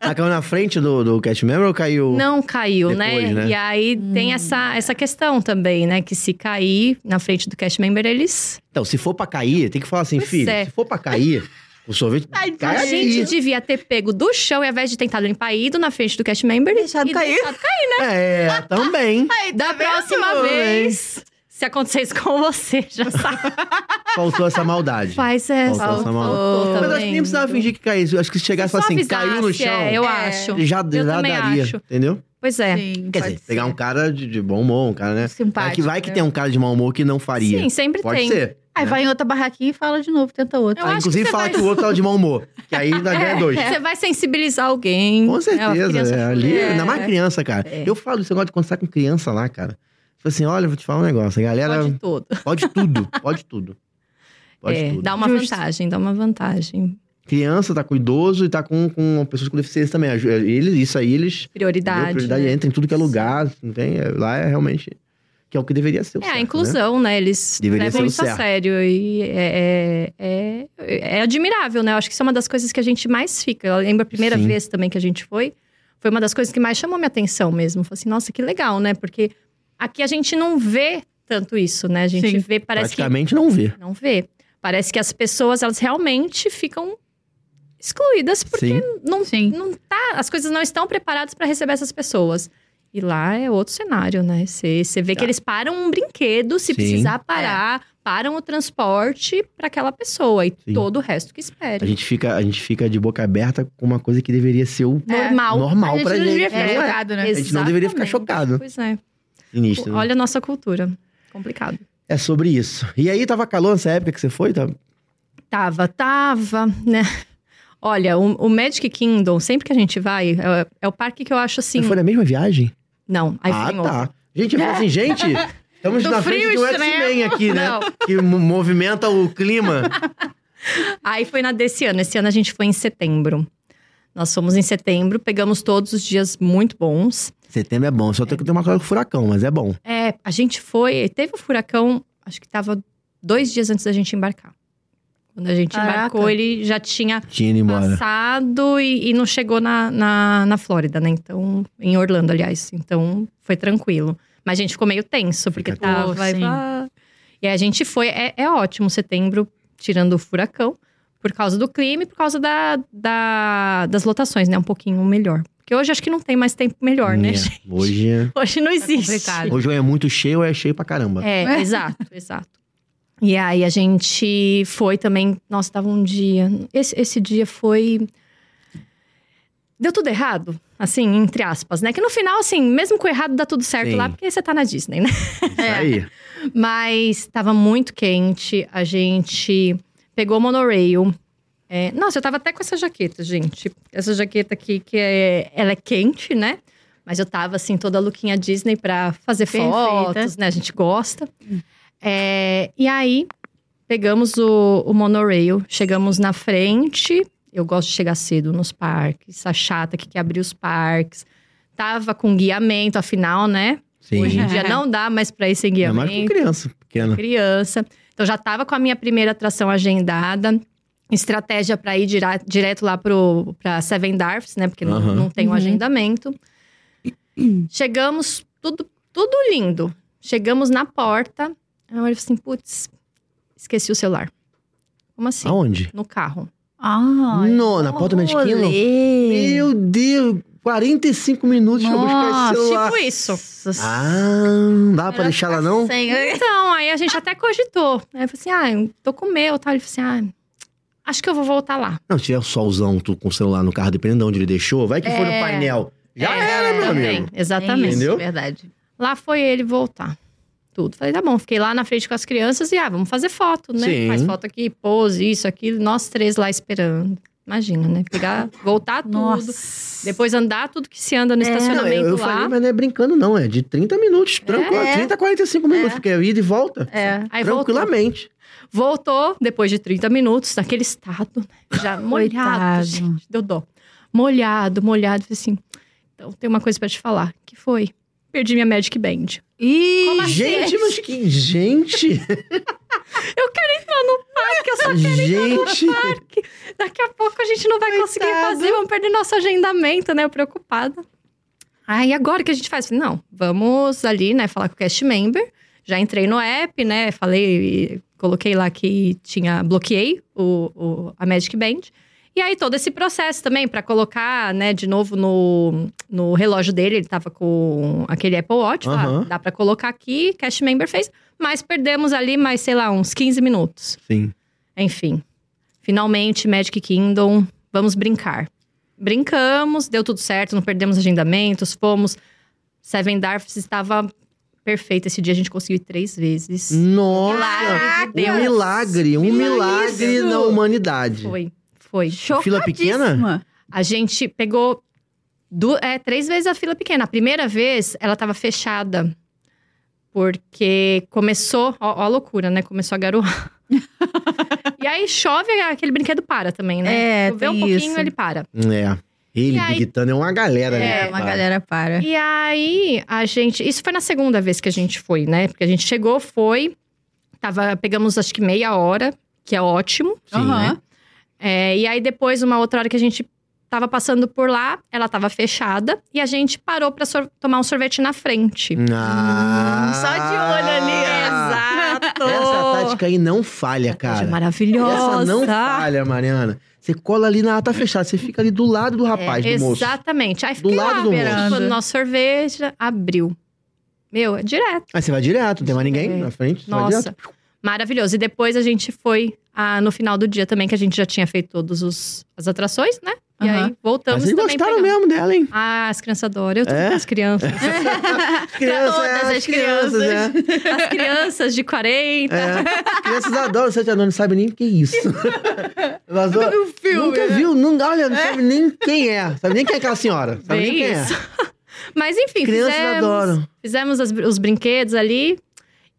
[SPEAKER 2] Ah, caiu na frente do, do Cat Member ou caiu?
[SPEAKER 3] Não caiu, né?
[SPEAKER 2] Depois, né?
[SPEAKER 3] E aí tem essa, essa questão também, né? Que se cair na frente do cast member, eles.
[SPEAKER 2] Então, se for pra cair, tem que falar assim,
[SPEAKER 3] Pois
[SPEAKER 2] filho,
[SPEAKER 3] é.
[SPEAKER 2] se for pra cair, o sorvete
[SPEAKER 1] Tadinho.
[SPEAKER 2] cai
[SPEAKER 3] a
[SPEAKER 1] Ai.
[SPEAKER 3] gente
[SPEAKER 2] aqui.
[SPEAKER 3] devia ter pego do chão e ao invés de tentar limpar, ido na frente do cast member
[SPEAKER 1] Deixado
[SPEAKER 3] e
[SPEAKER 1] cair.
[SPEAKER 3] deixado cair. né?
[SPEAKER 2] É, também.
[SPEAKER 1] Aí, tá
[SPEAKER 3] Da
[SPEAKER 1] vendo?
[SPEAKER 3] próxima vez, se acontecer isso com você, já sabe.
[SPEAKER 2] Faltou essa maldade.
[SPEAKER 3] Faz essa.
[SPEAKER 2] Faltou essa maldade. Mas
[SPEAKER 3] Faltou
[SPEAKER 2] eu acho que
[SPEAKER 3] também.
[SPEAKER 2] nem precisava fingir que caísse. Eu acho que se chegasse e
[SPEAKER 3] Só
[SPEAKER 2] falasse assim,
[SPEAKER 3] avisasse,
[SPEAKER 2] caiu no chão,
[SPEAKER 3] É, eu
[SPEAKER 1] É.
[SPEAKER 3] acho.
[SPEAKER 2] já,
[SPEAKER 3] eu
[SPEAKER 2] já
[SPEAKER 3] também
[SPEAKER 2] daria,
[SPEAKER 3] acho.
[SPEAKER 2] entendeu?
[SPEAKER 3] Pois é.
[SPEAKER 1] Sim,
[SPEAKER 2] Quer
[SPEAKER 1] pode
[SPEAKER 2] dizer, pegar
[SPEAKER 1] ser.
[SPEAKER 2] um cara de, de bom humor, um cara, né?
[SPEAKER 1] Simpático,
[SPEAKER 2] É que vai que
[SPEAKER 1] né?
[SPEAKER 2] tem um cara de mau humor que não faria.
[SPEAKER 3] Sim, sempre
[SPEAKER 2] Pode
[SPEAKER 3] tem.
[SPEAKER 2] ser.
[SPEAKER 1] Aí
[SPEAKER 2] né?
[SPEAKER 1] vai em outra barraquinha e fala de novo, tenta outra.
[SPEAKER 3] Eu
[SPEAKER 2] Aí,
[SPEAKER 3] acho
[SPEAKER 2] inclusive,
[SPEAKER 3] que você
[SPEAKER 2] fala
[SPEAKER 3] vai-
[SPEAKER 2] que o outro tá de mau humor. Que aí ainda ganha dois.
[SPEAKER 3] Você vai sensibilizar alguém.
[SPEAKER 2] Com
[SPEAKER 3] É, uma
[SPEAKER 2] certeza,
[SPEAKER 3] criança né?
[SPEAKER 2] é, ali,
[SPEAKER 3] chorando.
[SPEAKER 2] ainda mais criança, cara.
[SPEAKER 3] É.
[SPEAKER 2] Eu falo esse negócio de quando você tá com criança lá, cara. Tipo assim, olha, eu vou te falar um negócio, a galera
[SPEAKER 3] Pode tudo.
[SPEAKER 2] pode, tudo, pode tudo. Pode
[SPEAKER 3] É,
[SPEAKER 2] tudo.
[SPEAKER 3] dá uma
[SPEAKER 1] Justo.
[SPEAKER 3] vantagem, dá uma vantagem.
[SPEAKER 2] Criança tá com idoso e tá com, com pessoas com deficiência também. Aju- é, Eles, isso aí, eles.
[SPEAKER 3] Prioridade.
[SPEAKER 2] deu prioridade
[SPEAKER 3] né?
[SPEAKER 2] entra em tudo que é lugar, não tem? é, Lá é realmente. Que é o que deveria ser. o
[SPEAKER 3] É,
[SPEAKER 2] certo,
[SPEAKER 3] a
[SPEAKER 2] né?
[SPEAKER 3] inclusão, né? Eles
[SPEAKER 2] Deveria ser
[SPEAKER 3] levam
[SPEAKER 2] o
[SPEAKER 3] isso a
[SPEAKER 2] certo.
[SPEAKER 3] sério. E é, é, é, é admirável, né? Eu acho que isso é uma das coisas que a gente mais fica. Eu lembro a primeira
[SPEAKER 2] Sim.
[SPEAKER 3] vez também que a gente foi. Foi uma das coisas que mais chamou minha atenção mesmo. Falei assim, nossa, que legal, né? Porque aqui a gente não vê tanto isso, né? A gente
[SPEAKER 1] Sim.
[SPEAKER 3] vê, parece que…
[SPEAKER 2] Praticamente não vê.
[SPEAKER 3] Não vê. Parece que as pessoas, elas realmente ficam excluídas porque
[SPEAKER 2] Sim.
[SPEAKER 3] não
[SPEAKER 1] Sim.
[SPEAKER 3] não tá, as coisas não estão preparadas para receber essas pessoas. E lá é outro cenário, né? Você vê que
[SPEAKER 2] Tá.
[SPEAKER 3] eles param um brinquedo, se
[SPEAKER 2] Sim. É.
[SPEAKER 3] precisar parar, param o transporte para aquela pessoa e
[SPEAKER 2] Sim.
[SPEAKER 3] todo o resto que
[SPEAKER 2] A
[SPEAKER 3] espere.
[SPEAKER 2] gente, fica, a gente fica de boca aberta com uma coisa que deveria ser o
[SPEAKER 3] Normal.
[SPEAKER 2] normal pra
[SPEAKER 1] é. não
[SPEAKER 2] gente.
[SPEAKER 1] devia ficar
[SPEAKER 2] não é?
[SPEAKER 1] chocado, né?
[SPEAKER 2] A gente não deveria ficar
[SPEAKER 3] Exatamente.
[SPEAKER 2] chocado.
[SPEAKER 3] Pois é.
[SPEAKER 2] Sinistro. né?
[SPEAKER 3] Olha a nossa cultura. Complicado.
[SPEAKER 2] É sobre isso. E aí, tava calor nessa época que você foi? Tá?
[SPEAKER 3] Tava, tava, né? Olha, o, o Magic Kingdom, sempre que a gente vai, é, é o parque que eu acho assim.
[SPEAKER 2] Você foi na mesma viagem?
[SPEAKER 3] Não, aí
[SPEAKER 2] ah,
[SPEAKER 3] foi em outro. É.
[SPEAKER 2] tá. Gente, eu falei assim, gente, estamos
[SPEAKER 1] Do
[SPEAKER 2] na
[SPEAKER 1] frio
[SPEAKER 2] frente do
[SPEAKER 1] extremo.
[SPEAKER 2] X-Men aqui, né?
[SPEAKER 1] Não.
[SPEAKER 2] Que mo- movimenta o clima.
[SPEAKER 3] Aí foi na desse ano. Esse ano a gente foi em setembro. Nós fomos em setembro, pegamos todos os dias muito bons.
[SPEAKER 2] Setembro é bom, só tem que ter uma coisa com furacão, mas é bom.
[SPEAKER 3] É, a gente foi. Teve o furacão, acho que tava dois dias antes da gente embarcar. Quando a gente
[SPEAKER 1] Caraca.
[SPEAKER 3] embarcou, ele já tinha
[SPEAKER 2] Tinha ido embora.
[SPEAKER 3] passado e, e não chegou na, na, na Flórida, né? Então, em Orlando, aliás. Então, foi tranquilo. Mas a gente ficou meio tenso, porque
[SPEAKER 2] Fica
[SPEAKER 3] tava.
[SPEAKER 1] tenso.
[SPEAKER 3] vai,
[SPEAKER 1] Sim.
[SPEAKER 3] vai. E aí a gente foi. É, é ótimo setembro, tirando o furacão, por causa do clima e por causa da, da- das lotações, né? Um pouquinho melhor. Porque hoje acho que não tem mais tempo melhor, né,
[SPEAKER 2] É,
[SPEAKER 3] gente?
[SPEAKER 2] Hoje, é-
[SPEAKER 3] Hoje não existe.
[SPEAKER 1] Tá complicado.
[SPEAKER 2] hoje ou é muito cheio ou é cheio pra caramba.
[SPEAKER 3] É, exato, exato. E aí a gente foi também. Nossa, tava um dia. Esse, esse dia foi. Deu tudo errado, assim, entre aspas, né? Que no final, assim, mesmo com o errado, dá tudo certo
[SPEAKER 2] Sim.
[SPEAKER 3] lá, porque você tá na Disney, né?
[SPEAKER 2] Isso aí.
[SPEAKER 3] Mas tava muito quente, a gente pegou o monorail. É, nossa, eu tava até com essa jaqueta, gente. Essa jaqueta aqui, que é, ela é quente, né? Mas eu tava, assim, toda lookinha Disney pra fazer
[SPEAKER 1] Perfeita.
[SPEAKER 3] fotos, né? A gente gosta. É, e aí, pegamos o, o monorail, chegamos na frente. Eu gosto de chegar cedo nos parques. A chata que quer abrir os parques. Tava com guiamento, afinal, né?
[SPEAKER 2] Sim.
[SPEAKER 3] Hoje em dia não dá mais pra ir sem
[SPEAKER 2] Ainda mais
[SPEAKER 3] guiamento
[SPEAKER 2] com criança pequena.
[SPEAKER 3] criança. Então já estava com a minha primeira atração agendada. Estratégia para ir dira- direto lá pro, pra Seven Darfs, né? Porque não,
[SPEAKER 2] Aham.
[SPEAKER 3] não tem um
[SPEAKER 1] Uhum.
[SPEAKER 3] agendamento. Chegamos, tudo, tudo lindo. Chegamos na porta. A minha mãe falou assim: putz, esqueci o celular. Como assim?
[SPEAKER 2] Aonde?
[SPEAKER 3] No carro.
[SPEAKER 1] Ah,
[SPEAKER 2] Não, na porta da minha esquina? Meu Deus, 45 minutos pra buscar
[SPEAKER 1] Nossa,
[SPEAKER 2] esse celular.
[SPEAKER 3] Tipo isso.
[SPEAKER 2] Ah, não dá pra deixar ela não?
[SPEAKER 1] é.
[SPEAKER 3] Então, aí a gente até cogitou. Aí eu falei assim: ah, eu tô com meu. Tá? Ele falou assim: ah, acho que eu vou voltar lá.
[SPEAKER 2] Não, se tiver o solzão tu com o celular no carro, dependendo de onde ele deixou, vai que foi no
[SPEAKER 1] É.
[SPEAKER 2] painel. Já
[SPEAKER 1] É,
[SPEAKER 2] era, meu
[SPEAKER 1] também.
[SPEAKER 2] amigo.
[SPEAKER 3] Exatamente.
[SPEAKER 2] Entendeu?
[SPEAKER 1] Verdade.
[SPEAKER 3] Lá foi ele voltar. Tudo. Falei, tá bom, fiquei lá na frente com as crianças e ah, vamos fazer foto, né?
[SPEAKER 2] Sim.
[SPEAKER 3] Faz foto aqui, pose, isso, aquilo, nós três lá esperando. Imagina, né? Pegar, voltar tudo.
[SPEAKER 1] Nossa. É.
[SPEAKER 3] Depois andar tudo que se anda no
[SPEAKER 2] Não,
[SPEAKER 3] estacionamento
[SPEAKER 2] eu, eu
[SPEAKER 3] lá.
[SPEAKER 2] falei, mas não é brincando, não. É de 30 minutos, tranquilo.
[SPEAKER 1] É.
[SPEAKER 2] 30, 45 minutos, porque é ida e volta.
[SPEAKER 1] É.
[SPEAKER 3] Aí voltou.
[SPEAKER 2] tranquilamente.
[SPEAKER 3] Voltou depois de 30 minutos, naquele estado, né? Já
[SPEAKER 1] um
[SPEAKER 3] molhado,
[SPEAKER 1] Coitado.
[SPEAKER 3] gente, deu dó. Molhado, molhado, falei assim. Então, tem uma coisa pra te falar. Que foi? Perdi minha Magic Band.
[SPEAKER 1] Ih,
[SPEAKER 3] Como assim?
[SPEAKER 2] Gente, mas que. Gente!
[SPEAKER 3] Eu quero entrar no parque, eu só
[SPEAKER 2] gente!
[SPEAKER 3] Daqui a pouco a gente não vai conseguir fazer, vamos perder nosso agendamento, né? Eu preocupada. Aí agora o que a gente faz? Falei, Não, vamos ali, né, falar com o cast member. Já entrei no app, né? Falei, coloquei lá que tinha, bloqueei o, o- a Magic Band. E aí todo esse processo também para colocar, né, de novo no, no relógio dele, ele tava com aquele Apple Watch, lá,
[SPEAKER 2] Aham.
[SPEAKER 3] dá para colocar aqui, cast member fez, mas perdemos ali mais, sei lá, uns 15 minutos.
[SPEAKER 2] Sim.
[SPEAKER 3] Enfim, finalmente Magic Kingdom, vamos brincar. Brincamos, deu tudo certo, não perdemos agendamentos, fomos. Seven Darfs estava perfeito esse dia, a gente conseguiu ir três vezes.
[SPEAKER 1] Hum.
[SPEAKER 2] Nossa!
[SPEAKER 3] de
[SPEAKER 2] Um
[SPEAKER 3] Deus.
[SPEAKER 2] milagre, um milagre na humanidade.
[SPEAKER 3] Foi, foi.
[SPEAKER 2] Fila pequena?
[SPEAKER 3] A gente pegou du- é, três vezes a fila pequena. A primeira vez, ela estava fechada. Porque começou, ó, ó a loucura, né? Começou a garoar. e aí chove, aquele brinquedo para também, né?
[SPEAKER 1] É,
[SPEAKER 3] Choveu um
[SPEAKER 1] tem
[SPEAKER 3] pouquinho,
[SPEAKER 1] isso.
[SPEAKER 3] ele para.
[SPEAKER 2] É. Ele,
[SPEAKER 3] E aí-
[SPEAKER 2] Big Thunder, é uma galera, né?
[SPEAKER 1] É, uma galera para.
[SPEAKER 3] E aí, a gente. Isso foi na segunda vez que a gente foi, né? Porque a gente chegou, foi. Tava, pegamos acho que meia hora, que é ótimo.
[SPEAKER 2] Sim,
[SPEAKER 1] Aham.
[SPEAKER 2] né?
[SPEAKER 3] É, e aí, depois, uma outra hora que a gente tava passando por lá, ela tava fechada. E a gente parou pra sor- tomar um sorvete na frente.
[SPEAKER 2] Ah.
[SPEAKER 1] Só de olho ali,
[SPEAKER 2] Exato.
[SPEAKER 3] Exato!
[SPEAKER 2] Essa tática aí não falha,
[SPEAKER 3] Estratégia
[SPEAKER 2] cara.
[SPEAKER 3] maravilhosa.
[SPEAKER 2] Essa não falha, Mariana. Você cola ali na ata fechada, você fica ali do lado do rapaz, do moço.
[SPEAKER 3] Exatamente. Aí fiquei
[SPEAKER 2] lado
[SPEAKER 3] lá,
[SPEAKER 2] do moço.
[SPEAKER 3] esperando o nosso sorvete, abriu. Meu, é direto.
[SPEAKER 2] Aí você vai direto, não tem mais ninguém
[SPEAKER 3] É.
[SPEAKER 2] na frente. você vai
[SPEAKER 3] Nossa,
[SPEAKER 2] direto.
[SPEAKER 3] maravilhoso. E depois a gente foi ah, no final do dia também, que a gente já tinha feito todas as atrações, né? E
[SPEAKER 1] Aham.
[SPEAKER 3] aí voltamos
[SPEAKER 2] Mas vocês
[SPEAKER 3] também.
[SPEAKER 2] gostaram
[SPEAKER 3] pegamos.
[SPEAKER 2] mesmo dela, hein?
[SPEAKER 3] Ah, as crianças adoram. Eu tô
[SPEAKER 2] É?
[SPEAKER 3] com as crianças.
[SPEAKER 2] Crianças,
[SPEAKER 1] todas
[SPEAKER 2] é,
[SPEAKER 1] as crianças.
[SPEAKER 2] é.
[SPEAKER 3] As crianças de 40.
[SPEAKER 2] É. As crianças adoram, sete anos, não sabe nem o que é isso. Mas, ó, nunca viu
[SPEAKER 1] filme, né?
[SPEAKER 2] viu, não, olha, não sabe nem quem é. Sabe nem quem é aquela senhora. Sabe nem
[SPEAKER 3] Bem
[SPEAKER 2] quem
[SPEAKER 3] isso.
[SPEAKER 2] é.
[SPEAKER 3] Mas enfim,
[SPEAKER 2] Crianças
[SPEAKER 3] fizemos,
[SPEAKER 2] adoram.
[SPEAKER 3] fizemos as- os brinquedos ali.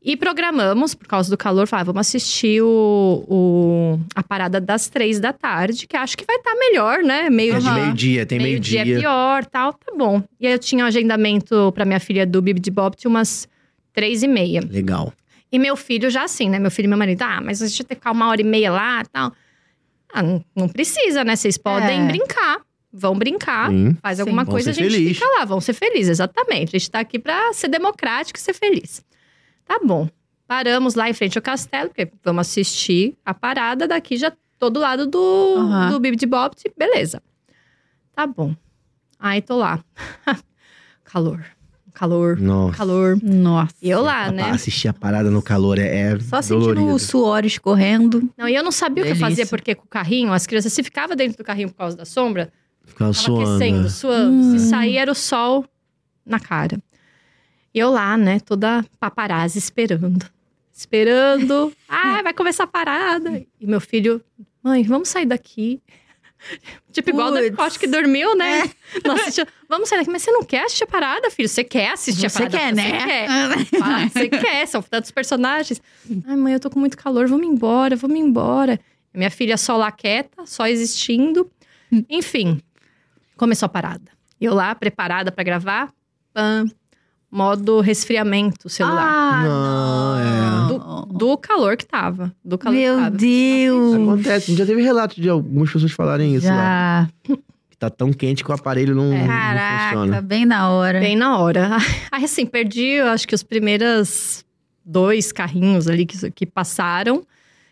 [SPEAKER 3] E programamos, por causa do calor, falar, vamos assistir o, o- a parada das três da tarde, que acho que vai estar melhor, né? Meio
[SPEAKER 2] É de
[SPEAKER 3] dia.
[SPEAKER 2] meio-dia, tem
[SPEAKER 3] meio-dia
[SPEAKER 2] meio-dia.
[SPEAKER 3] é pior, tal, tá bom. E aí eu tinha um agendamento pra minha filha do Bibi de Bob de umas três e meia.
[SPEAKER 2] Legal.
[SPEAKER 3] E meu filho já assim, né? Meu filho e meu marido, ah, mas a gente tem que ficar uma hora e meia lá, tal. Ah, não, não precisa, né? Vocês podem
[SPEAKER 1] É.
[SPEAKER 3] brincar. Vão brincar,
[SPEAKER 2] Sim.
[SPEAKER 3] faz
[SPEAKER 1] Sim.
[SPEAKER 3] alguma
[SPEAKER 2] Vão
[SPEAKER 3] coisa, a
[SPEAKER 2] ser
[SPEAKER 3] gente
[SPEAKER 2] feliz.
[SPEAKER 3] fica lá, vão ser felizes, exatamente. A gente tá aqui pra ser democrático e ser feliz. Tá bom. Paramos lá em frente ao castelo, porque vamos assistir a parada daqui já todo lado do,
[SPEAKER 1] Aham.
[SPEAKER 3] do Bibi de Bob, beleza. Tá bom. Aí tô lá. calor, calor,
[SPEAKER 2] Nossa.
[SPEAKER 3] calor.
[SPEAKER 1] Nossa.
[SPEAKER 3] E eu lá,
[SPEAKER 2] Rapaz,
[SPEAKER 3] né?
[SPEAKER 2] Assistir a parada no calor é, é
[SPEAKER 1] Só sentindo
[SPEAKER 2] dolorido.
[SPEAKER 1] o suor escorrendo.
[SPEAKER 3] Não, e eu não sabia o que
[SPEAKER 1] Delícia.
[SPEAKER 3] fazer, porque com o carrinho, as crianças, se ficava dentro do carrinho por causa da sombra,
[SPEAKER 2] Ficava
[SPEAKER 3] tava
[SPEAKER 2] suando.
[SPEAKER 3] aquecendo, suando. Se
[SPEAKER 1] Hum.
[SPEAKER 3] sair, era o sol na cara. E eu lá, né, toda paparazzi esperando. esperando. ah, vai começar a parada. E meu filho, mãe, vamos sair daqui. Tipo, igual o
[SPEAKER 1] Puts.
[SPEAKER 3] Decote que dormiu, né?
[SPEAKER 1] É.
[SPEAKER 3] Não assistiu. Vamos sair daqui. Mas você não quer assistir a parada, filho? Você quer assistir a
[SPEAKER 1] Você
[SPEAKER 3] parada?
[SPEAKER 1] quer, né?
[SPEAKER 3] quer. Fala, Você quer. São tantos personagens. Ai, mãe, eu tô com muito calor. Vamos embora, vamos embora. Minha filha só lá quieta, só existindo.
[SPEAKER 1] Hum.
[SPEAKER 3] Enfim, começou a é parada. Eu lá, preparada pra gravar. Pam. Modo resfriamento celular.
[SPEAKER 1] Ah,
[SPEAKER 2] Não, é.
[SPEAKER 1] não.
[SPEAKER 3] Do calor que tava. Do calor
[SPEAKER 1] Meu
[SPEAKER 3] que tava.
[SPEAKER 1] Deus.
[SPEAKER 2] Acontece. Já teve relato de algumas pessoas falarem isso lá.
[SPEAKER 1] Já. É.
[SPEAKER 2] Que tá tão quente que o aparelho É, não, não
[SPEAKER 1] Caraca,
[SPEAKER 2] funciona.
[SPEAKER 1] bem na hora.
[SPEAKER 3] Bem na hora. Aí, assim, perdi, eu acho que os primeiros dois carrinhos ali que, que passaram.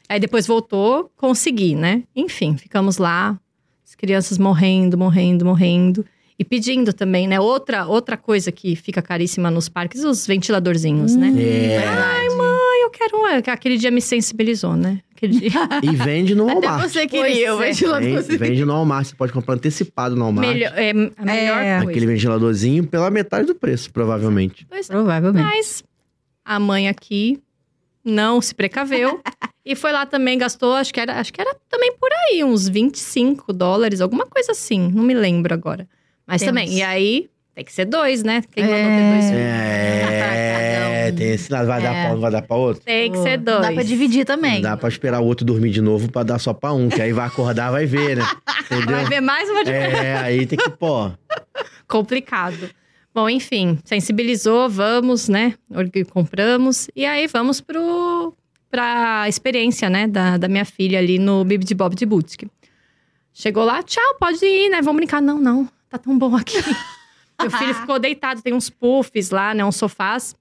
[SPEAKER 3] Aí depois voltou, consegui, né? Enfim, ficamos lá, as crianças morrendo, morrendo, morrendo. E pedindo também, né? Outra, outra coisa que fica caríssima nos parques, os ventiladorzinhos,
[SPEAKER 1] Uhum.
[SPEAKER 3] né?
[SPEAKER 2] É.
[SPEAKER 1] Ai, mano.
[SPEAKER 3] Aí eu quero um. Aquele dia me sensibilizou, né? Aquele dia.
[SPEAKER 2] E vende no Walmart.
[SPEAKER 3] É
[SPEAKER 1] Você queria, o
[SPEAKER 3] Pois
[SPEAKER 1] ventilador.
[SPEAKER 2] Vende, vende no Walmart. Você pode comprar antecipado no Walmart.
[SPEAKER 3] melhor, é, a melhor
[SPEAKER 1] É.
[SPEAKER 3] coisa.
[SPEAKER 2] Aquele ventiladorzinho pela metade do preço, provavelmente.
[SPEAKER 3] Pois é.
[SPEAKER 1] Provavelmente.
[SPEAKER 3] Mas a mãe aqui não se precaveu. e foi lá também, gastou, acho que, era, acho que era também por aí, uns 25 dólares, alguma coisa assim. Não me lembro agora. Mas
[SPEAKER 1] Temos.
[SPEAKER 3] também, e aí, tem que ser dois, né? Quem mandou
[SPEAKER 1] É.
[SPEAKER 3] ter dois filhos?
[SPEAKER 2] É, tem esse lado. Vai dar
[SPEAKER 1] É.
[SPEAKER 2] pra um, vai dar pra outro.
[SPEAKER 3] Tem que ser dois.
[SPEAKER 1] Dá pra dividir
[SPEAKER 2] Não
[SPEAKER 1] também.
[SPEAKER 2] dá pra esperar o outro dormir de novo pra dar só pra um, que aí vai acordar, vai ver, né?
[SPEAKER 3] Vai
[SPEAKER 2] Entendeu?
[SPEAKER 3] ver mais uma diferença.
[SPEAKER 2] É, aí tem que, pô.
[SPEAKER 3] Complicado. Bom, enfim, sensibilizou, vamos, né? Org- Compramos. E aí vamos pro, pra experiência, né? Da, da minha filha ali no Bibi de Bob de Boutique. Chegou lá, tchau, pode ir, né? Vamos brincar. Não, não, tá tão bom aqui. Meu filho ficou deitado, tem uns puffs lá, né? Uns sofás.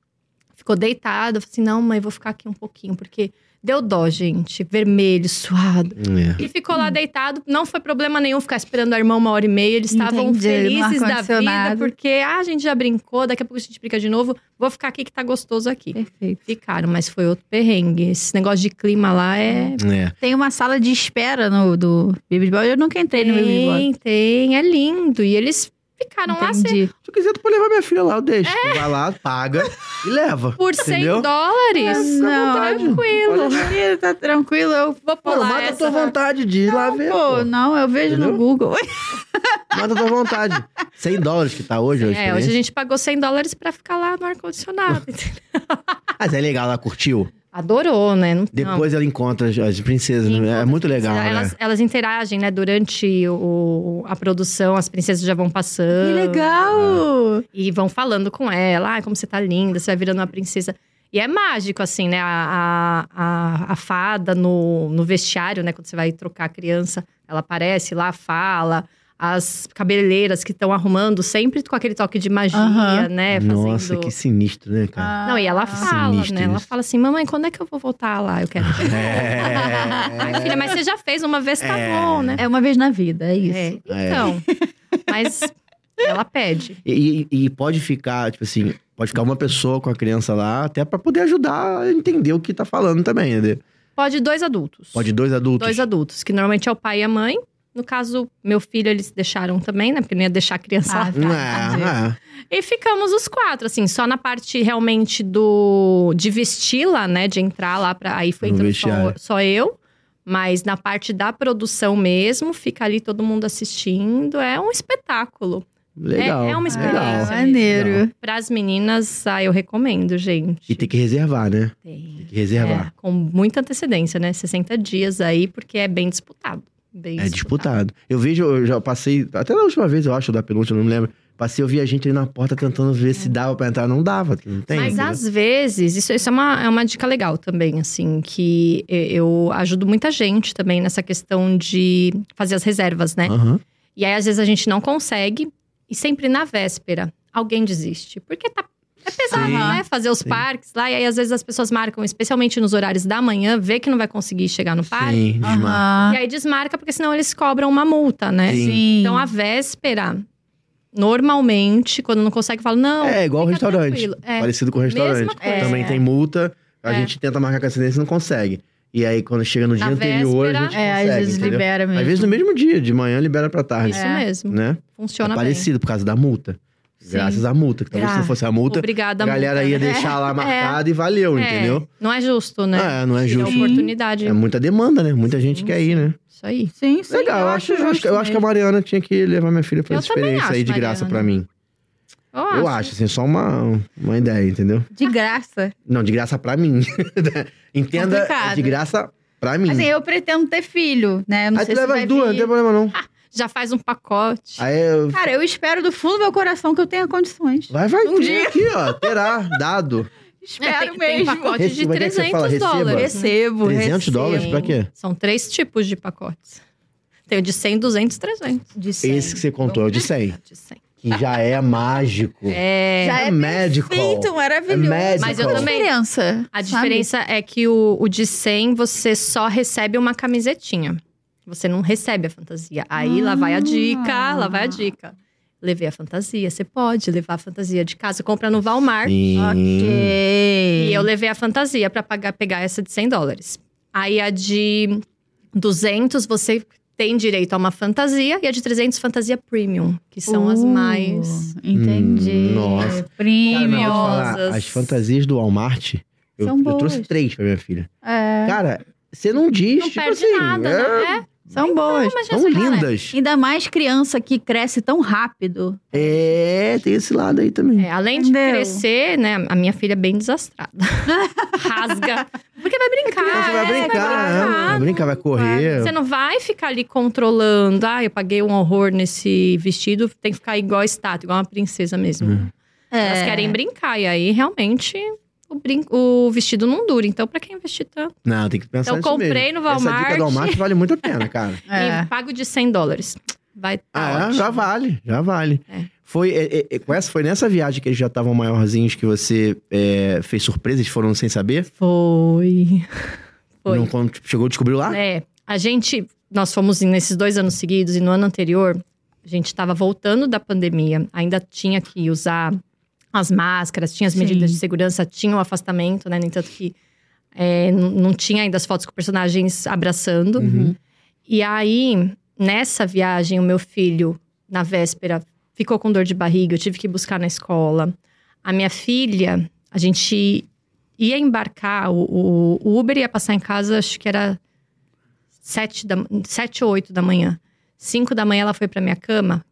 [SPEAKER 3] Ficou deitado. Eu falei assim: não, mãe, vou ficar aqui um pouquinho, porque deu dó, gente. Vermelho, suado.
[SPEAKER 2] É.
[SPEAKER 3] E ficou lá deitado, não foi problema nenhum ficar esperando a irmã uma hora e meia. Eles estavam
[SPEAKER 1] Entendi,
[SPEAKER 3] felizes
[SPEAKER 1] no
[SPEAKER 3] da vida,
[SPEAKER 1] ar-condicionado.
[SPEAKER 3] porque ah, a gente já brincou, daqui a pouco a gente brinca de novo. Vou ficar aqui que tá gostoso aqui.
[SPEAKER 1] Perfeito.
[SPEAKER 3] Ficaram, mas foi outro perrengue. Esse negócio de clima lá é.
[SPEAKER 2] É.
[SPEAKER 1] Tem uma sala de espera no, do Baby Boy. Eu nunca entrei no Baby Boy.
[SPEAKER 3] Tem, tem, é lindo. E eles ficaram lá assim,
[SPEAKER 1] Entendi.
[SPEAKER 2] Se eu quiser, tu pode levar minha filha lá, eu deixo. Vai lá, paga e leva.
[SPEAKER 3] por 100
[SPEAKER 2] entendeu?
[SPEAKER 3] dólares.
[SPEAKER 1] Não,
[SPEAKER 3] Tranquilo.
[SPEAKER 1] Ih, Tá tranquilo, eu vou
[SPEAKER 2] Pô,
[SPEAKER 1] pular
[SPEAKER 2] mata a tua
[SPEAKER 1] essa.
[SPEAKER 2] vontade de ir lá ver.
[SPEAKER 1] Pô,
[SPEAKER 2] Pô.
[SPEAKER 1] não, eu vejo no
[SPEAKER 2] Entendeu?
[SPEAKER 1] Google.
[SPEAKER 2] Mata a tua vontade. 100 dólares que tá hoje.
[SPEAKER 3] É, hoje a
[SPEAKER 2] experiência.
[SPEAKER 3] gente pagou 100 dólares pra ficar lá no ar-condicionado.
[SPEAKER 2] Mas é legal, ela curtiu.
[SPEAKER 3] Adorou, né? Não- não.
[SPEAKER 2] Depois ela encontra as, as princesas. né? É muito legal, né?
[SPEAKER 3] elas, elas interagem, né? Durante o, a produção, as princesas já vão
[SPEAKER 1] Que
[SPEAKER 2] Ah,
[SPEAKER 3] passando.
[SPEAKER 1] legal!
[SPEAKER 3] E vão falando com ela. Ah, como você tá linda, você vai virando uma princesa. E é mágico, assim, né? A, a, a- a fada no, no vestiário, né? Quando você vai trocar a criança, ela aparece lá, fala. As cabeleireiras que estão arrumando, sempre com aquele toque de magia,
[SPEAKER 1] Aham. Ah.
[SPEAKER 3] né?
[SPEAKER 2] Nossa,
[SPEAKER 3] fazendo...
[SPEAKER 2] que sinistro, né, cara?
[SPEAKER 3] Não, e ela fala,
[SPEAKER 2] Sinistro
[SPEAKER 3] né? Ela
[SPEAKER 2] isso.
[SPEAKER 3] fala assim, mamãe, quando é que eu vou voltar lá? Eu quero. Ai, filha, mas você já fez uma vez, tá
[SPEAKER 2] É.
[SPEAKER 3] bom, né?
[SPEAKER 1] É uma vez na vida, é isso.
[SPEAKER 3] É,
[SPEAKER 2] É.
[SPEAKER 3] então. Mas ela pede.
[SPEAKER 2] E, e- e pode ficar, tipo assim, pode ficar uma pessoa com a criança lá, até pra poder ajudar a entender o que tá falando também, entendeu?
[SPEAKER 3] Pode dois adultos.
[SPEAKER 2] Pode dois adultos.
[SPEAKER 3] Dois adultos, que normalmente é o pai e a mãe. No caso, meu filho, eles deixaram também, né? Porque não ia deixar a criança lá.
[SPEAKER 1] Ah, tá,
[SPEAKER 2] É, é.
[SPEAKER 3] E ficamos os quatro, assim, só na parte realmente do. de vestir lá, né? De entrar lá pra. Aí foi
[SPEAKER 2] No
[SPEAKER 3] entrando só,
[SPEAKER 2] vestiário.
[SPEAKER 3] só eu. Mas na parte da produção mesmo, fica ali todo mundo assistindo. É um espetáculo.
[SPEAKER 2] Legal.
[SPEAKER 3] É- é uma
[SPEAKER 1] Ah,
[SPEAKER 3] experiência.
[SPEAKER 2] Legal.
[SPEAKER 1] maneiro.
[SPEAKER 3] Para as meninas, ah, eu recomendo, gente.
[SPEAKER 2] E tem que reservar, né?
[SPEAKER 3] Tem.
[SPEAKER 2] Tem que reservar.
[SPEAKER 3] É, com muita antecedência, né? 60 dias aí, porque é bem disputado. Bem
[SPEAKER 2] É disputado. Eu vejo, eu já passei, até na última vez, eu acho, da penúltima, não me lembro. Passei, eu vi a gente ali na porta tentando ver se dava pra entrar. Não dava, não tem.
[SPEAKER 3] É. Mas
[SPEAKER 2] entendeu?
[SPEAKER 3] às vezes, isso, isso é, uma, é uma dica legal também, assim, que e- eu ajudo muita gente também nessa questão de fazer as reservas, né?
[SPEAKER 2] Aham.
[SPEAKER 3] E aí, às vezes, a gente não consegue, e sempre na véspera, alguém desiste. Porque tá. É pesado,
[SPEAKER 2] Sim,
[SPEAKER 3] né? Fazer os
[SPEAKER 2] sim.
[SPEAKER 3] parques lá. E aí, às vezes, as pessoas marcam, especialmente nos horários da manhã, vê que não vai conseguir chegar no parque.
[SPEAKER 2] Sim, desmarca.
[SPEAKER 1] Aham.
[SPEAKER 3] E aí desmarca, porque senão eles cobram uma multa, né?
[SPEAKER 2] Sim.
[SPEAKER 1] Sim.
[SPEAKER 3] Então, a véspera, normalmente, quando não consegue, fala, não.
[SPEAKER 2] É igual o
[SPEAKER 3] fica
[SPEAKER 2] restaurante.
[SPEAKER 3] tranquilo. É.
[SPEAKER 2] Parecido com o restaurante.
[SPEAKER 3] Mesma coisa.
[SPEAKER 2] Também tem multa, a
[SPEAKER 3] É.
[SPEAKER 2] gente tenta marcar com acidência e não consegue. E aí, quando chega no
[SPEAKER 3] Na
[SPEAKER 2] dia anterior, a
[SPEAKER 3] véspera.
[SPEAKER 2] gente
[SPEAKER 1] é,
[SPEAKER 2] consegue,
[SPEAKER 1] às vezes
[SPEAKER 2] entendeu?
[SPEAKER 1] libera mesmo.
[SPEAKER 2] Às vezes no mesmo dia, de manhã libera pra tarde,
[SPEAKER 3] Isso Então,
[SPEAKER 1] É.
[SPEAKER 3] mesmo.
[SPEAKER 2] né? É
[SPEAKER 3] Funciona bem.
[SPEAKER 2] parecido por causa da multa. Graças à multa, que talvez se não
[SPEAKER 1] Gra-
[SPEAKER 2] fosse a multa,
[SPEAKER 3] Obrigada,
[SPEAKER 2] a galera
[SPEAKER 3] multa,
[SPEAKER 2] ia
[SPEAKER 3] né?
[SPEAKER 2] deixar lá marcado e valeu,
[SPEAKER 3] É,
[SPEAKER 2] entendeu?
[SPEAKER 3] Não é justo, né?
[SPEAKER 2] É, não é
[SPEAKER 3] Tirar
[SPEAKER 2] justo.
[SPEAKER 3] oportunidade.
[SPEAKER 2] É muita demanda, né? Muita gente quer ir, né?
[SPEAKER 3] Isso aí.
[SPEAKER 1] Sim, sim.
[SPEAKER 2] Legal, eu acho, eu acho, eu acho que é a Mariana tinha que levar minha filha pra
[SPEAKER 3] Eu
[SPEAKER 2] essa
[SPEAKER 3] também
[SPEAKER 2] experiência aí
[SPEAKER 3] acho,
[SPEAKER 2] de graça
[SPEAKER 3] Mariana.
[SPEAKER 2] pra mim. Eu acho, assim, só uma, uma ideia, entendeu?
[SPEAKER 1] De graça.
[SPEAKER 2] Não, de graça pra mim. Entenda, é
[SPEAKER 1] Complicado.
[SPEAKER 2] de graça pra mim.
[SPEAKER 1] Assim, eu pretendo ter filho, né? Eu Não
[SPEAKER 2] aí tu
[SPEAKER 1] sei se
[SPEAKER 2] leva
[SPEAKER 1] vai
[SPEAKER 2] as duas, não
[SPEAKER 1] vir.
[SPEAKER 2] tem problema não.
[SPEAKER 3] Já faz um pacote.
[SPEAKER 2] Aí eu-
[SPEAKER 1] Cara, eu espero do fundo do meu coração que eu tenha condições.
[SPEAKER 2] vai, vai,
[SPEAKER 1] Um
[SPEAKER 2] ter
[SPEAKER 1] dia.
[SPEAKER 2] aqui, ó, terá, dado.
[SPEAKER 3] É,
[SPEAKER 1] Espero
[SPEAKER 3] tem, tem
[SPEAKER 1] mesmo.
[SPEAKER 3] pacote de
[SPEAKER 2] Receba, como é que você
[SPEAKER 3] 300
[SPEAKER 2] fala? Receba?
[SPEAKER 3] dólares. né?
[SPEAKER 1] Recebo,
[SPEAKER 2] 300
[SPEAKER 1] recebo.
[SPEAKER 2] dólares pra quê?
[SPEAKER 3] São três tipos de pacotes. Tem o de 100, 200, 300.
[SPEAKER 1] De cem.
[SPEAKER 2] Esse que você contou é o de 100,
[SPEAKER 3] De 100.
[SPEAKER 2] que já é mágico.
[SPEAKER 3] É.
[SPEAKER 1] Já
[SPEAKER 2] É
[SPEAKER 1] é,
[SPEAKER 2] médico.
[SPEAKER 1] perfeito, maravilhoso.
[SPEAKER 2] É
[SPEAKER 3] Mas eu
[SPEAKER 2] médico.
[SPEAKER 3] também.
[SPEAKER 1] diferença.
[SPEAKER 3] A
[SPEAKER 1] sabe?
[SPEAKER 3] diferença é que o, o de 100 você só recebe uma camisetinha. Você não recebe a fantasia. Aí lá vai a
[SPEAKER 1] Ah.
[SPEAKER 3] dica, lá vai a dica. Levei a fantasia, você pode levar a fantasia de casa, compra no Valmar.
[SPEAKER 2] Sim.
[SPEAKER 1] Ok.
[SPEAKER 3] E é eu levei a fantasia pra pagar, pegar essa de 100 dólares. Aí a de 200 você tem direito a uma fantasia e a de 300 fantasia premium, que são as
[SPEAKER 1] Uh,
[SPEAKER 3] mais
[SPEAKER 1] Entendi. É
[SPEAKER 2] Hum, nossa. Cara, mas eu vou te
[SPEAKER 1] Premium.
[SPEAKER 2] falar,
[SPEAKER 3] Mimosas.
[SPEAKER 2] as fantasias do Walmart, eu,
[SPEAKER 1] São
[SPEAKER 2] eu
[SPEAKER 1] boas.
[SPEAKER 2] trouxe três pra minha filha.
[SPEAKER 1] É,
[SPEAKER 2] Cara, você não diz,
[SPEAKER 3] não
[SPEAKER 2] tipo
[SPEAKER 3] perde
[SPEAKER 2] assim,
[SPEAKER 3] nada,
[SPEAKER 2] é,
[SPEAKER 3] né? É, né?
[SPEAKER 1] são boas.
[SPEAKER 3] imagina
[SPEAKER 2] são
[SPEAKER 3] essa galera.
[SPEAKER 2] lindas.
[SPEAKER 1] Ainda mais criança que cresce tão rápido.
[SPEAKER 2] É, tem esse lado aí também.
[SPEAKER 3] É, além de
[SPEAKER 1] Entendeu?
[SPEAKER 3] crescer, né? A minha filha é bem desastrada. Rasga. Porque vai brincar.
[SPEAKER 2] Então você
[SPEAKER 3] né?
[SPEAKER 2] vai brincar, né?
[SPEAKER 3] brincar.
[SPEAKER 2] vai brincar, vai correr.
[SPEAKER 3] Você não vai ficar ali controlando. Ah, eu paguei um horror nesse vestido. Tem que ficar igual estátua, igual uma princesa mesmo.
[SPEAKER 2] Uhum.
[SPEAKER 1] É.
[SPEAKER 3] Elas querem brincar. E aí, realmente, o, brin- o vestido não dura. Então, pra quem investir tanto?
[SPEAKER 2] Não, tem que pensar
[SPEAKER 3] Eu
[SPEAKER 2] nisso
[SPEAKER 3] comprei
[SPEAKER 2] mesmo.
[SPEAKER 3] no
[SPEAKER 2] Essa dica
[SPEAKER 3] Walmart.
[SPEAKER 2] do Walmart vale muito a pena, cara.
[SPEAKER 1] É.
[SPEAKER 3] E pago de 100 dólares. Vai tá
[SPEAKER 2] Ah, é?
[SPEAKER 3] ótimo.
[SPEAKER 2] já vale, já vale.
[SPEAKER 3] É.
[SPEAKER 2] Foi, é, é, é, com essa, foi nessa viagem que eles já estavam maiorzinhos que você é, fez surpresas, foram sem saber?
[SPEAKER 3] Foi. Foi.
[SPEAKER 2] Não, quando tipo, chegou, descobriu lá?
[SPEAKER 3] É, a gente, nós fomos nesses dois anos seguidos e no ano anterior, a gente estava voltando da pandemia, ainda tinha que usar as máscaras, tinha as
[SPEAKER 1] Sim.
[SPEAKER 3] medidas de segurança, tinha o afastamento, né? No entanto que é, n- não tinha ainda as fotos com personagens abraçando.
[SPEAKER 2] Uhum.
[SPEAKER 3] E aí, nessa viagem, o meu filho, na véspera, ficou com dor de barriga, eu tive que buscar na escola. A minha filha, a gente ia embarcar, o, o- o Uber ia passar em casa, acho que era sete, da, sete ou oito da manhã. Cinco da manhã ela foi pra minha cama,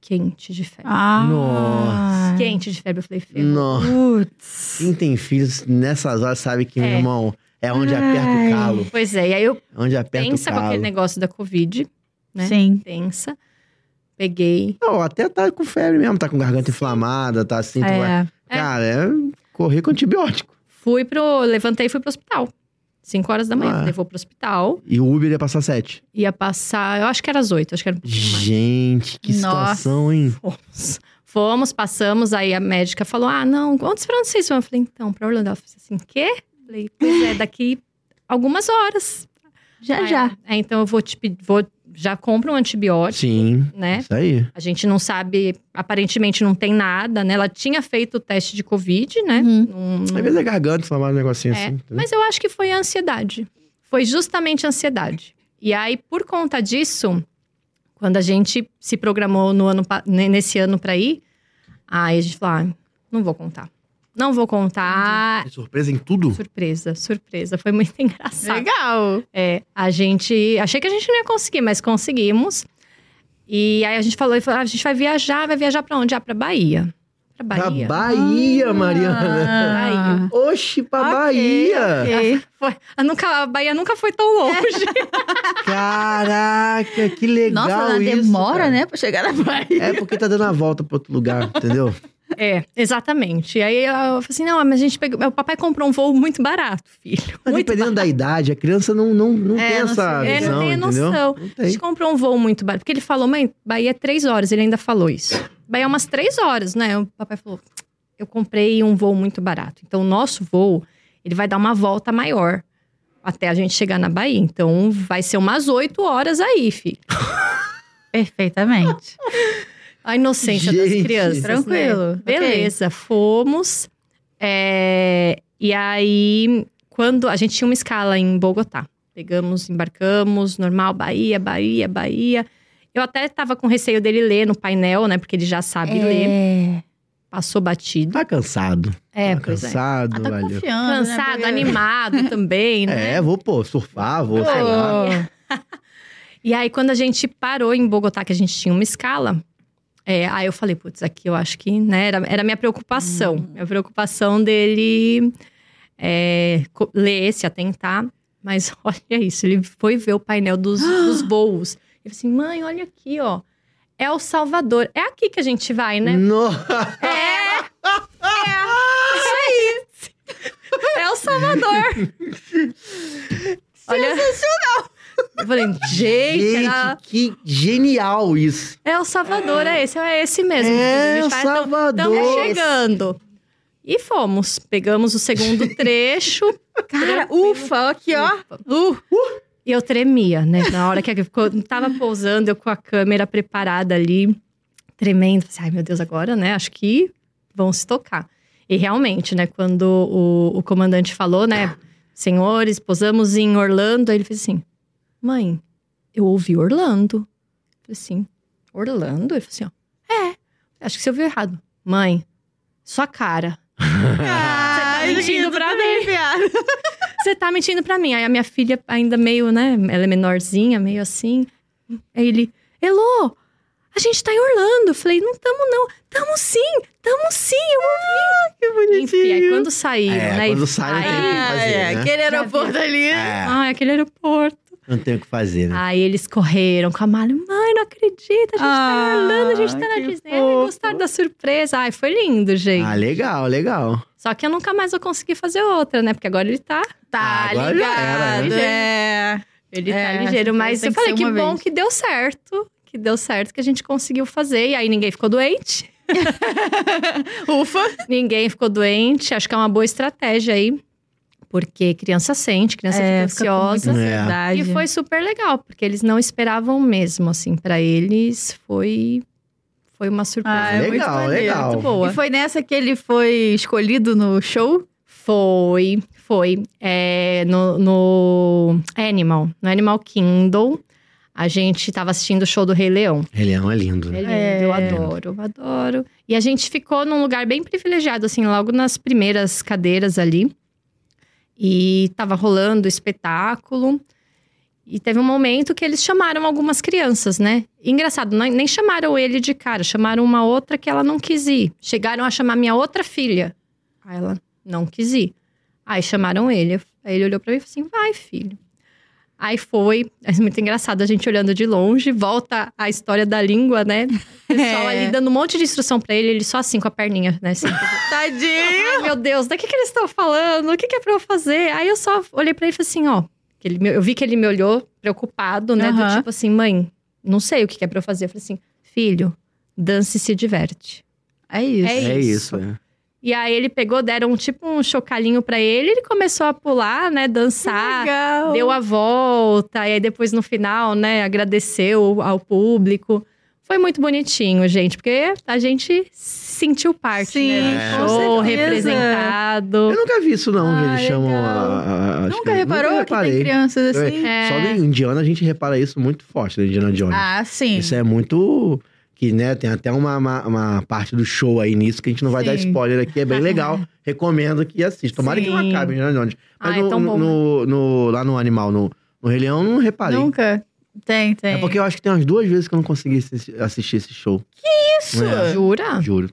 [SPEAKER 3] quente de febre.
[SPEAKER 1] Ah.
[SPEAKER 2] Nossa.
[SPEAKER 3] Quente de febre, eu falei, ferrou.
[SPEAKER 2] Não.
[SPEAKER 1] Putz.
[SPEAKER 2] Quem tem filhos nessas horas sabe que, meu
[SPEAKER 3] É.
[SPEAKER 2] irmão, é onde aperta o
[SPEAKER 1] Ai.
[SPEAKER 2] calo.
[SPEAKER 3] Pois é, e aí eu
[SPEAKER 2] é Onde aperta
[SPEAKER 3] pensa
[SPEAKER 2] o
[SPEAKER 3] com
[SPEAKER 2] calo.
[SPEAKER 3] aquele negócio da Covid, né?
[SPEAKER 1] Sim.
[SPEAKER 3] Pensa. Peguei.
[SPEAKER 2] Não, até tá com febre mesmo, tá com garganta inflamada, tá assim. tu vai-
[SPEAKER 1] É.
[SPEAKER 2] Cara, é correr com antibiótico.
[SPEAKER 3] Fui pro. Levantei e fui pro hospital. Cinco horas da manhã.
[SPEAKER 2] Ah.
[SPEAKER 3] Levou pro hospital.
[SPEAKER 2] E o Uber ia passar sete.
[SPEAKER 3] Ia passar. Eu acho que era às oito, acho que era um pouquinho mais.
[SPEAKER 2] Gente, que
[SPEAKER 1] Nossa.
[SPEAKER 2] situação, hein?
[SPEAKER 3] Fomos. Fomos, passamos, aí a médica falou: Ah, não, onde vocês vão? Eu falei, então, pra Orlando. Ela falou assim, quê? Eu Falei, pois é, daqui algumas horas.
[SPEAKER 1] Já,
[SPEAKER 3] Aí
[SPEAKER 1] já.
[SPEAKER 3] ela, "É, então eu vou te pe- vou já compra um antibiótico,
[SPEAKER 2] Sim,
[SPEAKER 1] É.
[SPEAKER 3] né?
[SPEAKER 2] isso aí.
[SPEAKER 3] A gente não sabe, aparentemente não tem nada, né? Ela tinha feito o teste de Covid, né?
[SPEAKER 1] Uhum.
[SPEAKER 3] Não- não-
[SPEAKER 2] Às vezes é garganta inflamada, um negocinho
[SPEAKER 3] É,
[SPEAKER 2] assim. entendeu?
[SPEAKER 3] Mas eu acho que foi a ansiedade. Foi justamente a ansiedade. E aí, por conta disso, quando a gente se programou no ano, pa- ne- nesse ano pra ir, aí a gente falou: ah, não vou contar. Não vou contar.
[SPEAKER 2] Tem Surpresa em tudo?
[SPEAKER 3] Surpresa, surpresa. Foi muito engraçado.
[SPEAKER 1] Legal.
[SPEAKER 3] É, a gente. Achei que a gente não ia conseguir, mas conseguimos. E aí a gente falou: e falou, "Ah, a gente vai viajar, vai viajar pra onde? Ah, pra Bahia. Pra
[SPEAKER 2] Pra
[SPEAKER 3] Bahia.
[SPEAKER 2] Bahia,
[SPEAKER 1] Ah.
[SPEAKER 2] Mariana. Oxi, pra
[SPEAKER 1] Ok,
[SPEAKER 2] Bahia!
[SPEAKER 1] ok.
[SPEAKER 3] Foi- a nunca, a Bahia nunca foi tão longe.
[SPEAKER 2] Caraca, que legal
[SPEAKER 1] Nossa, ela
[SPEAKER 2] isso,
[SPEAKER 1] demora,
[SPEAKER 2] cara.
[SPEAKER 1] né, pra chegar na Bahia.
[SPEAKER 2] É porque tá dando a volta pra outro lugar, entendeu?
[SPEAKER 3] É, exatamente. E aí eu falei assim: não, mas a gente pegou. O papai comprou um voo muito barato, filho.
[SPEAKER 2] Mas
[SPEAKER 3] muito
[SPEAKER 2] dependendo da idade, a criança não, não, não
[SPEAKER 1] É,
[SPEAKER 2] tem
[SPEAKER 1] não
[SPEAKER 2] essa
[SPEAKER 1] sei.
[SPEAKER 3] É,
[SPEAKER 2] visão,
[SPEAKER 3] não tem
[SPEAKER 2] entendeu?
[SPEAKER 3] noção.
[SPEAKER 2] Não
[SPEAKER 3] A gente
[SPEAKER 2] tem.
[SPEAKER 3] comprou um voo muito barato. Porque ele falou, mãe, Bahia é três horas. Ele ainda falou isso. Bahia é umas três horas, né? O papai falou: eu comprei um voo muito barato. Então, o nosso voo, ele vai dar uma volta maior até a gente chegar na Bahia. Então, vai ser umas oito horas aí, filho.
[SPEAKER 1] Perfeitamente.
[SPEAKER 3] A inocência das
[SPEAKER 2] Gente.
[SPEAKER 3] crianças. né?
[SPEAKER 1] Tranquilo, ok.
[SPEAKER 3] Beleza, fomos. É, e aí, quando a gente tinha uma escala em Bogotá, pegamos, embarcamos, normal, Bahia, Bahia, Bahia. Eu até tava com receio dele ler no painel, né? Porque ele já sabe
[SPEAKER 1] É.
[SPEAKER 3] ler. Passou batido.
[SPEAKER 2] Tá cansado.
[SPEAKER 3] É,
[SPEAKER 2] tá
[SPEAKER 3] pois é.
[SPEAKER 2] cansado,
[SPEAKER 1] Ah, tá
[SPEAKER 2] velho.
[SPEAKER 1] confiando. né,
[SPEAKER 3] Cansado,
[SPEAKER 1] Bia?
[SPEAKER 3] animado também, né?
[SPEAKER 2] É, vou, pô, surfar, vou, sei lá.
[SPEAKER 3] E aí, quando a gente parou em Bogotá, que a gente tinha uma escala, é, aí eu falei, putz, aqui eu acho que, né, era, era a minha preocupação. Minha preocupação dele é, co- ler, se atentar. Mas olha isso, ele foi ver o painel dos, dos voos. Ele falou assim, mãe, olha aqui, ó. É o Salvador. É aqui que a gente vai, né?
[SPEAKER 2] No-
[SPEAKER 3] É o Salvador. Olha. Eu falei, gente, era-
[SPEAKER 2] Gente, que genial isso.
[SPEAKER 3] é o Salvador, é esse, é esse mesmo.
[SPEAKER 2] É, o
[SPEAKER 3] Estamos
[SPEAKER 2] Salvador.
[SPEAKER 3] então, chegando. E fomos. Pegamos o segundo trecho.
[SPEAKER 1] Cara, ufa, aqui, ó.
[SPEAKER 3] Uh, E eu tremia, né? Na hora que eu quando tava pousando, eu com a câmera preparada ali, tremendo. Falei, assim, Ai, meu Deus, agora, né? Acho que vão se tocar. E realmente, né? Quando o, o comandante falou, né? Senhores, pousamos em Orlando. Aí ele fez assim, mãe, eu ouvi Orlando. Eu falei assim, Orlando? Ele falou assim, ó, é. Acho que você ouviu errado. Mãe, sua cara.
[SPEAKER 1] tá Ai,
[SPEAKER 3] tá mentindo
[SPEAKER 1] gente, eu tô
[SPEAKER 3] pra
[SPEAKER 1] toda
[SPEAKER 3] mim.
[SPEAKER 1] arrepiada.
[SPEAKER 3] Você tá mentindo pra mim. Aí a minha filha, ainda meio, né? Ela é menorzinha, meio assim. Aí ele, Elô, a gente tá em Orlando. Eu falei, não tamo, não. Tamo sim, tamo sim, eu
[SPEAKER 1] Ah,
[SPEAKER 3] ouvi. que Enfim, aí quando saiu,
[SPEAKER 2] É,
[SPEAKER 3] né? e
[SPEAKER 2] quando sai, não tem o que
[SPEAKER 3] vai-
[SPEAKER 1] Ah,
[SPEAKER 2] fazer,
[SPEAKER 1] é,
[SPEAKER 2] né?
[SPEAKER 1] aquele aeroporto ali.
[SPEAKER 2] É,
[SPEAKER 3] Ah, Ai, aquele aeroporto.
[SPEAKER 2] não tem o que fazer, né?
[SPEAKER 3] Aí eles correram com a malha. Mãe, não acredita, a gente tá
[SPEAKER 1] Ah,
[SPEAKER 3] em Orlando, a gente tá na
[SPEAKER 1] que
[SPEAKER 3] Disney.
[SPEAKER 1] fofo.
[SPEAKER 3] Ai, gostaram da surpresa. Ai, foi lindo, gente.
[SPEAKER 2] Ah, legal, legal.
[SPEAKER 3] Só que eu nunca mais vou conseguir fazer outra, né? Porque agora ele tá
[SPEAKER 1] Tá
[SPEAKER 2] Agora já era, né?
[SPEAKER 1] ligado. É.
[SPEAKER 3] Ele
[SPEAKER 1] É,
[SPEAKER 3] tá
[SPEAKER 1] acho que
[SPEAKER 3] ligeiro, mas
[SPEAKER 1] tem
[SPEAKER 3] eu
[SPEAKER 1] que
[SPEAKER 3] falei
[SPEAKER 1] ser
[SPEAKER 3] que
[SPEAKER 1] uma
[SPEAKER 3] bom
[SPEAKER 1] vez.
[SPEAKER 3] que deu certo. Que deu certo, que a gente conseguiu fazer. E aí ninguém ficou doente.
[SPEAKER 1] Ufa.
[SPEAKER 3] ninguém ficou doente. Acho que é uma boa estratégia aí. Porque criança sente, criança
[SPEAKER 1] É,
[SPEAKER 3] fica É, ansiosa. É.
[SPEAKER 2] muita
[SPEAKER 1] ansiedade.
[SPEAKER 3] E foi super legal, porque eles não esperavam mesmo, assim. pra eles foi, foi uma surpresa
[SPEAKER 1] Ah, é muito
[SPEAKER 2] legal,
[SPEAKER 1] maneiro,
[SPEAKER 2] legal.
[SPEAKER 3] muito boa.
[SPEAKER 1] E foi nessa que ele foi escolhido no show?
[SPEAKER 3] Foi, foi. É, no, no Animal, no Animal Kingdom, a gente tava assistindo o show do Rei Leão.
[SPEAKER 2] Ele é um é lindo,
[SPEAKER 3] É
[SPEAKER 2] né?
[SPEAKER 3] lindo,
[SPEAKER 1] É.
[SPEAKER 3] eu adoro, eu adoro. E a gente ficou num lugar bem privilegiado, assim, logo nas primeiras cadeiras ali. E tava rolando o espetáculo. E teve um momento que eles chamaram algumas crianças, né? E Engraçado, não- nem chamaram ele de cara, chamaram uma outra que ela não quis ir. Chegaram a chamar minha outra filha. Aí ela não quis ir. Aí chamaram ele. Aí ele olhou pra mim e falou assim: vai, filho. Aí foi, é muito engraçado, a gente olhando de longe, volta a história da língua, né? O pessoal
[SPEAKER 1] É.
[SPEAKER 3] ali dando um monte de instrução pra ele, ele só assim com a perninha, né? Assim.
[SPEAKER 1] Tadinho!
[SPEAKER 3] Ai, meu Deus, do que, que eles estão falando? O que, que é pra eu fazer? Aí eu só olhei pra ele e falei assim, ó. que ele me- eu vi que ele me olhou preocupado, né?
[SPEAKER 1] Aham.
[SPEAKER 3] Do tipo assim, mãe, não sei o que, que é pra eu fazer. Eu falei assim, filho, dance e se diverte.
[SPEAKER 1] É isso.
[SPEAKER 3] É
[SPEAKER 2] É isso.
[SPEAKER 3] isso.
[SPEAKER 2] né?
[SPEAKER 3] E aí ele pegou, deram um, tipo um chocalinho pra ele, ele começou a pular, né? Dançar.
[SPEAKER 1] Legal.
[SPEAKER 3] deu a volta, e aí depois no final, né, agradeceu ao público. Foi muito bonitinho, gente, porque a gente sentiu parte,
[SPEAKER 1] Sim,
[SPEAKER 3] né?
[SPEAKER 2] com
[SPEAKER 3] do Show
[SPEAKER 1] certeza.
[SPEAKER 2] Eu
[SPEAKER 3] representado.
[SPEAKER 2] nunca vi isso, não, que
[SPEAKER 3] Ah,
[SPEAKER 2] eles chamam
[SPEAKER 3] legal.
[SPEAKER 2] a, a- a- acho
[SPEAKER 1] Nunca
[SPEAKER 2] que- é-
[SPEAKER 1] reparou
[SPEAKER 2] nunca
[SPEAKER 1] que tem
[SPEAKER 2] reparei.
[SPEAKER 1] crianças assim?
[SPEAKER 3] É.
[SPEAKER 2] Só em Indiana a gente repara isso muito forte, na Indiana Jones.
[SPEAKER 1] Ah, sim.
[SPEAKER 2] Isso é muito. Que, né, tem até uma, uma, uma parte do show aí nisso que a gente não vai dar
[SPEAKER 1] Sim.
[SPEAKER 2] spoiler aqui, é bem legal. Recomendo que assista. Tomara que não
[SPEAKER 3] Sim.
[SPEAKER 2] acabe, Indiana Jones. Mas
[SPEAKER 3] Ah, é
[SPEAKER 2] no,
[SPEAKER 3] tão bom,
[SPEAKER 2] no- no- lá no Animal, no, no Rei Leão, não reparei.
[SPEAKER 1] Nunca? Tem, tem.
[SPEAKER 2] É porque eu acho que tem umas duas vezes que eu não consegui assi- assistir esse show.
[SPEAKER 1] isso?
[SPEAKER 2] É.
[SPEAKER 3] Jura?
[SPEAKER 2] Juro.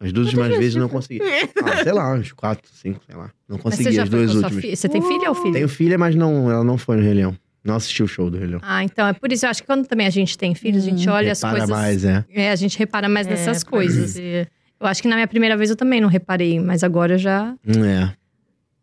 [SPEAKER 2] As
[SPEAKER 1] Quantas
[SPEAKER 2] duas últimas
[SPEAKER 1] vezes
[SPEAKER 2] vezes eu não
[SPEAKER 1] você
[SPEAKER 2] consegui.
[SPEAKER 1] é.
[SPEAKER 2] Ah, sei lá, uns quatro, cinco, sei lá. Não
[SPEAKER 3] Mas
[SPEAKER 2] consegui as
[SPEAKER 3] foi
[SPEAKER 2] duas
[SPEAKER 3] com sua
[SPEAKER 2] últimas.
[SPEAKER 3] filha? Você tem filha ou filho?
[SPEAKER 2] Tenho filha, mas não, ela não foi no Rei Leão. Não assistiu o show do Rei Leão.
[SPEAKER 3] Ah, então é por isso. Eu acho que quando também a gente tem filhos, a gente olha
[SPEAKER 2] Hum, Repara
[SPEAKER 3] as coisas.
[SPEAKER 2] mais, é.
[SPEAKER 3] É, a gente repara mais nessas
[SPEAKER 1] pode
[SPEAKER 3] coisas.
[SPEAKER 1] ser.
[SPEAKER 3] Eu acho que na minha primeira vez eu também não reparei, mas agora eu já.
[SPEAKER 2] É.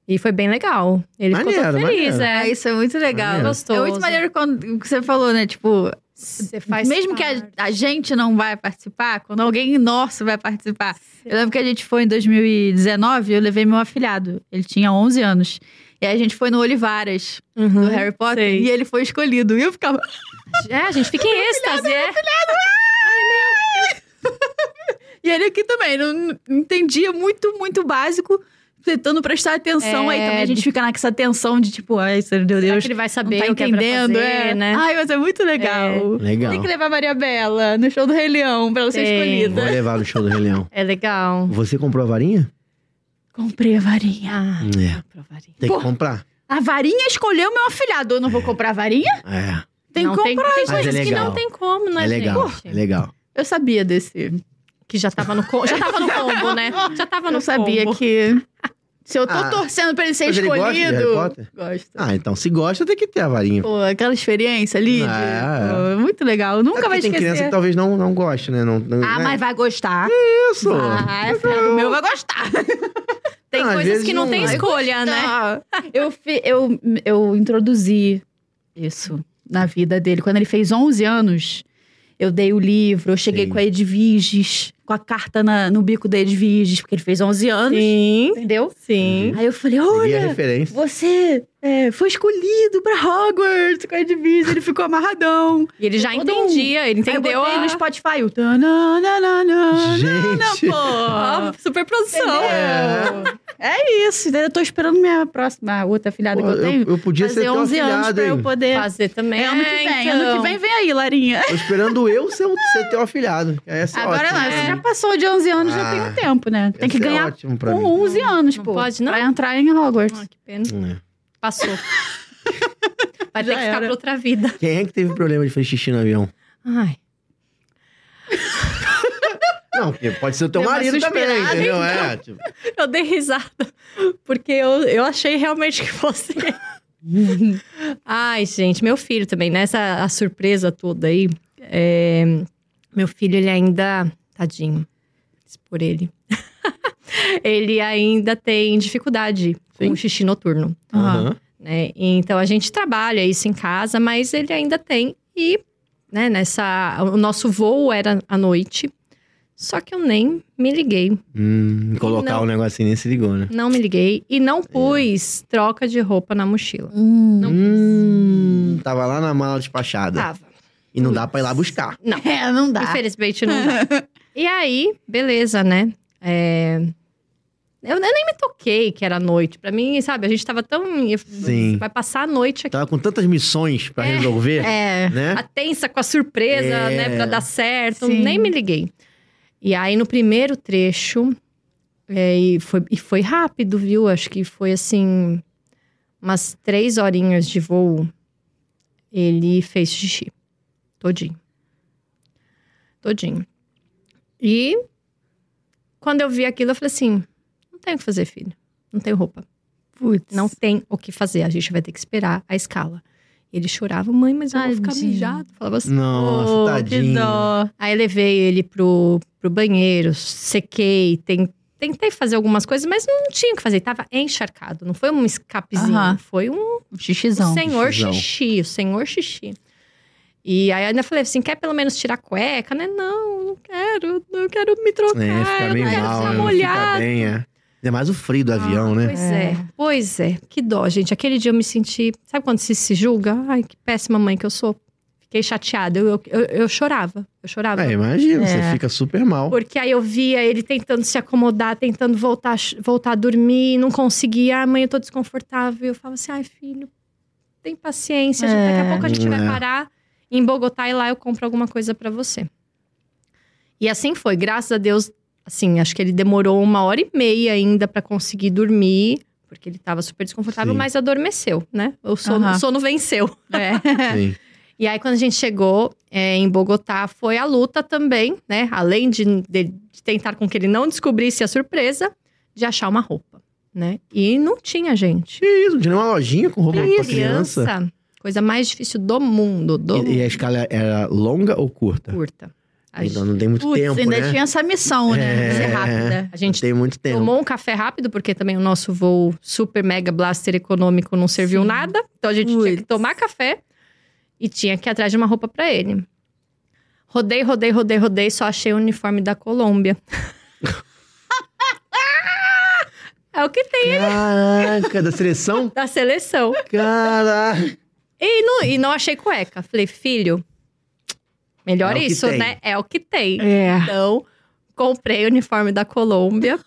[SPEAKER 3] E foi bem legal. Ele ficou todo
[SPEAKER 2] Maneiro,
[SPEAKER 3] feliz,
[SPEAKER 2] maneiro.
[SPEAKER 1] Ah,
[SPEAKER 3] é.
[SPEAKER 1] isso é muito legal.
[SPEAKER 2] Maneiro.
[SPEAKER 1] É muito
[SPEAKER 3] Gostoso.
[SPEAKER 1] maneiro quando o que você falou, né? Tipo,
[SPEAKER 3] Você faz
[SPEAKER 1] mesmo
[SPEAKER 3] parte.
[SPEAKER 1] que a, a gente não vai participar, quando alguém nosso vai participar. Eu lembro que a gente foi em 2019, eu levei meu afilhado. Ele tinha 11 anos. E aí a gente foi no Olivaras,
[SPEAKER 3] Uhum.
[SPEAKER 1] do Harry Potter,
[SPEAKER 3] sei.
[SPEAKER 1] e ele foi escolhido. E eu ficava...
[SPEAKER 3] É, a gente fica em êxtase, é.
[SPEAKER 1] E ele aqui também, não não entendia muito, muito básico. tentando prestar atenção.
[SPEAKER 3] É.
[SPEAKER 1] Aí também a gente fica naquela tensão de tipo, ai, meu
[SPEAKER 3] Será
[SPEAKER 1] Deus.
[SPEAKER 3] que ele vai
[SPEAKER 1] não
[SPEAKER 3] saber
[SPEAKER 1] tá
[SPEAKER 3] o que é pra
[SPEAKER 1] entendendo,
[SPEAKER 3] fazer,
[SPEAKER 1] é.
[SPEAKER 3] né?
[SPEAKER 1] Ai, mas é muito legal.
[SPEAKER 2] Legal.
[SPEAKER 1] Tem que levar a Maria Bela no show do Rei Leão pra ela ser
[SPEAKER 3] Tem.
[SPEAKER 1] escolhida.
[SPEAKER 2] Vou levar no show do Rei Leão.
[SPEAKER 3] É legal.
[SPEAKER 2] Você comprou a varinha?
[SPEAKER 1] Comprei a varinha.
[SPEAKER 3] Ah,
[SPEAKER 2] É.
[SPEAKER 3] provaria.
[SPEAKER 2] Tem que
[SPEAKER 1] Pô.
[SPEAKER 2] comprar.
[SPEAKER 1] A varinha escolheu meu afilhado. Eu não vou comprar a varinha?
[SPEAKER 2] É.
[SPEAKER 1] Tem
[SPEAKER 3] não
[SPEAKER 1] que comprar.
[SPEAKER 3] Tem, tem
[SPEAKER 2] Mas
[SPEAKER 3] coisas
[SPEAKER 2] é
[SPEAKER 3] que
[SPEAKER 2] legal.
[SPEAKER 3] não tem como, né,
[SPEAKER 2] é legal.
[SPEAKER 3] gente?
[SPEAKER 2] É legal.
[SPEAKER 1] Eu sabia desse.
[SPEAKER 3] Que já tava no combo. Já tava no combo, né? Já tava
[SPEAKER 1] Eu
[SPEAKER 3] no
[SPEAKER 1] não sabia
[SPEAKER 3] combo.
[SPEAKER 1] que. Se eu tô
[SPEAKER 2] Ah.
[SPEAKER 1] torcendo pra ele ser
[SPEAKER 2] Mas ele
[SPEAKER 1] escolhido.
[SPEAKER 2] gosta de Harry Potter?
[SPEAKER 1] Gosto.
[SPEAKER 2] Ah, então se gosta, tem que ter a varinha.
[SPEAKER 1] Pô, aquela experiência ali. de-
[SPEAKER 2] Ah, é.
[SPEAKER 1] pô, é muito legal. Eu Nunca
[SPEAKER 2] É
[SPEAKER 1] vai
[SPEAKER 2] porque tem
[SPEAKER 1] esquecer.
[SPEAKER 2] criança que talvez não, não goste, né? Não, não,
[SPEAKER 1] Ah,
[SPEAKER 2] né?
[SPEAKER 1] mas ah, vai gostar.
[SPEAKER 2] isso.
[SPEAKER 1] Vai, filho meu vai gostar.
[SPEAKER 3] Tem
[SPEAKER 2] Ah, às
[SPEAKER 3] coisas
[SPEAKER 2] vezes
[SPEAKER 3] que não
[SPEAKER 2] não
[SPEAKER 3] tem
[SPEAKER 2] vai
[SPEAKER 3] escolha, né?
[SPEAKER 1] Eu, fi- eu, eu introduzi isso na vida dele. Quando ele fez 11 anos, eu dei o livro, eu cheguei
[SPEAKER 2] Sim.
[SPEAKER 1] com a Edviges, com a carta na- no bico da Edviges, porque ele fez 11 anos,
[SPEAKER 3] Sim,
[SPEAKER 1] entendeu?
[SPEAKER 3] sim.
[SPEAKER 1] Aí eu falei,
[SPEAKER 2] Peguei a
[SPEAKER 1] olha,
[SPEAKER 2] referência.
[SPEAKER 1] você é, foi escolhido pra Hogwarts com a Edviges. Ele ficou amarradão.
[SPEAKER 3] E ele já
[SPEAKER 1] Todo um-
[SPEAKER 3] entendia, ele entendeu
[SPEAKER 1] Aí eu botei
[SPEAKER 3] a...
[SPEAKER 1] no Spotify. o tananana,
[SPEAKER 2] Gente.
[SPEAKER 3] Ó, super produção.
[SPEAKER 1] Entendeu? É isso, entendeu? Eu tô esperando minha próxima, a outra filhada
[SPEAKER 2] Pô,
[SPEAKER 1] que eu
[SPEAKER 2] eu,
[SPEAKER 1] tenho.
[SPEAKER 2] eu podia ser
[SPEAKER 1] fazer
[SPEAKER 2] teu
[SPEAKER 1] 11 anos
[SPEAKER 2] afilhado,
[SPEAKER 1] pra eu
[SPEAKER 2] hein?
[SPEAKER 1] poder.
[SPEAKER 3] Fazer também.
[SPEAKER 1] É ano que vem,
[SPEAKER 3] então.
[SPEAKER 1] ano que vem vem aí, Larinha.
[SPEAKER 2] Tô esperando eu ser, o- ser teu afilhado. Essa é
[SPEAKER 1] Agora
[SPEAKER 2] ótima
[SPEAKER 1] não,
[SPEAKER 2] pra
[SPEAKER 1] você já
[SPEAKER 2] mim.
[SPEAKER 1] passou de 11 anos, já
[SPEAKER 2] Ah,
[SPEAKER 1] tem um tempo, né? Tem que
[SPEAKER 2] Essa é
[SPEAKER 1] ganhar
[SPEAKER 2] ótimo pra
[SPEAKER 1] com 11 anos,
[SPEAKER 3] Não
[SPEAKER 1] pô.
[SPEAKER 3] pode, não?
[SPEAKER 1] Pra entrar em Hogwarts.
[SPEAKER 3] Ah, que pena.
[SPEAKER 2] mim. É.
[SPEAKER 3] Passou. Vai ter
[SPEAKER 1] Já
[SPEAKER 3] que ficar
[SPEAKER 1] era.
[SPEAKER 3] pra outra vida.
[SPEAKER 2] Quem é que teve problema de fazer xixi no avião?
[SPEAKER 3] Ai.
[SPEAKER 2] Não, porque pode ser o teu
[SPEAKER 3] Deu uma
[SPEAKER 2] marido também,
[SPEAKER 3] suspirada,
[SPEAKER 1] então.
[SPEAKER 2] entendeu? É, tipo,
[SPEAKER 3] Eu dei risada, porque eu, eu achei realmente que fosse. ele. Ai, gente, meu filho também, nessa a surpresa toda aí. é, meu filho, ele ainda. Tadinho, diz por ele. ele ainda tem dificuldade com
[SPEAKER 2] Sim.
[SPEAKER 3] o xixi noturno,
[SPEAKER 1] Aham.
[SPEAKER 2] aham.
[SPEAKER 3] né? Então a gente trabalha isso em casa, mas ele ainda tem. E, né, nessa. O nosso voo era à noite. Só que eu nem me liguei
[SPEAKER 2] Hum, colocar
[SPEAKER 3] Não.
[SPEAKER 2] o negocinho nem se ligou, né?
[SPEAKER 3] Não me liguei e não pus troca de roupa na mochila. Não Ah,
[SPEAKER 2] Hum, tava lá na mala despachada.
[SPEAKER 3] Tava.
[SPEAKER 2] E não dá pra ir lá buscar.
[SPEAKER 3] Não.
[SPEAKER 1] É, não dá.
[SPEAKER 3] Infelizmente não dá. e aí, beleza, né? É, Eu eu nem me toquei que era noite. Pra mim, sabe, a gente tava tão.
[SPEAKER 2] Sim.
[SPEAKER 3] Vai passar a noite aqui.
[SPEAKER 2] Tava com tantas missões pra resolver,
[SPEAKER 1] É.
[SPEAKER 2] né?
[SPEAKER 3] A tensa com a surpresa,
[SPEAKER 2] É.
[SPEAKER 3] né? Pra dar certo.
[SPEAKER 1] Sim.
[SPEAKER 3] Nem me liguei. E aí, no primeiro trecho, é, e, foi, e foi rápido, viu? Acho que foi assim. Umas três horinhas de voo, ele fez xixi. Todinho. Todinho. E quando eu vi aquilo, eu falei assim: não tem o que fazer, filho. Não tenho roupa.
[SPEAKER 1] Putz.
[SPEAKER 3] Não tem o que fazer. A gente vai ter que esperar a escala. Ele chorava, mãe, mas eu vou ficar
[SPEAKER 1] Tadinho.
[SPEAKER 3] mijado. Falava assim.
[SPEAKER 2] Nossa,
[SPEAKER 1] Pô, Que
[SPEAKER 2] tadinho.
[SPEAKER 1] dó.
[SPEAKER 3] Aí levei ele pro, pro banheiro, sequei, ten- tentei fazer algumas coisas, mas não tinha o que fazer. Tava encharcado. Não foi um escapezinho,
[SPEAKER 1] Aham.
[SPEAKER 3] foi um
[SPEAKER 1] Um
[SPEAKER 3] o
[SPEAKER 1] xixizão.
[SPEAKER 3] senhor
[SPEAKER 2] Xixizão.
[SPEAKER 3] xixi, o senhor xixi. E aí eu ainda falei assim, quer pelo menos tirar a cueca, né? Não, não quero, não quero me trocar,
[SPEAKER 2] É, fica
[SPEAKER 3] eu não
[SPEAKER 2] meio
[SPEAKER 3] quero
[SPEAKER 2] mal,
[SPEAKER 3] ficar
[SPEAKER 2] né? Não fica
[SPEAKER 3] molhado.
[SPEAKER 2] bem, é. Ainda mais o frio do avião, né?
[SPEAKER 3] Pois é. pois é. Que dó, gente. Aquele dia eu me senti. Sabe quando se, se julga? Ai, que péssima mãe que eu sou. Fiquei chateada. Eu, eu, eu, eu chorava. Eu chorava.
[SPEAKER 2] É, imagina,
[SPEAKER 1] É.
[SPEAKER 2] você fica super mal.
[SPEAKER 3] Porque aí eu via ele tentando se acomodar, tentando voltar, voltar a dormir, não conseguia. Ah, mãe, eu tô desconfortável. Eu falava assim, ai, filho, tem paciência. gente, daqui
[SPEAKER 1] É.
[SPEAKER 3] a pouco a gente vai
[SPEAKER 2] É.
[SPEAKER 3] parar em Bogotá e lá eu compro alguma coisa pra você. E assim foi. Graças a Deus, assim, acho que ele demorou uma hora e meia ainda pra conseguir dormir. Porque ele tava super desconfortável,
[SPEAKER 2] Sim.
[SPEAKER 3] mas adormeceu, né? O sono,
[SPEAKER 1] Aham.
[SPEAKER 3] o sono venceu.
[SPEAKER 1] É.
[SPEAKER 2] Sim.
[SPEAKER 3] E aí, quando a gente chegou é, em Bogotá, foi a luta também, né? Além de, de- de tentar com que ele não descobrisse a surpresa, de achar uma roupa, né? E não tinha, gente.
[SPEAKER 2] Que isso, não tinha nenhuma lojinha com roupa pra criança.
[SPEAKER 3] Coisa mais difícil do mundo, do
[SPEAKER 2] E, e a escala era longa ou curta?
[SPEAKER 3] curta. A,
[SPEAKER 2] Então
[SPEAKER 3] gente,
[SPEAKER 2] não tem muito
[SPEAKER 1] Putz,
[SPEAKER 2] tempo,
[SPEAKER 1] ainda
[SPEAKER 2] né?
[SPEAKER 1] tinha essa missão, né?
[SPEAKER 2] É.
[SPEAKER 1] Ser rápida.
[SPEAKER 2] Não
[SPEAKER 3] a gente
[SPEAKER 2] tem muito tempo.
[SPEAKER 3] tomou um café rápido, porque também o nosso voo super mega blaster econômico não serviu
[SPEAKER 1] Sim.
[SPEAKER 3] nada. Então a gente tinha que
[SPEAKER 1] Putz.
[SPEAKER 3] tomar café e tinha que ir atrás de uma roupa pra ele. Rodei, rodei, rodei, rodei, só achei o uniforme da Colômbia. é o que tem
[SPEAKER 2] Caraca, da seleção?
[SPEAKER 3] da seleção.
[SPEAKER 2] Caraca.
[SPEAKER 3] E não, e não achei cueca. Falei, filho, melhor
[SPEAKER 2] É o que
[SPEAKER 3] isso,
[SPEAKER 2] tem.
[SPEAKER 3] né? É o que tem.
[SPEAKER 1] É.
[SPEAKER 3] Então, comprei o uniforme da Colômbia.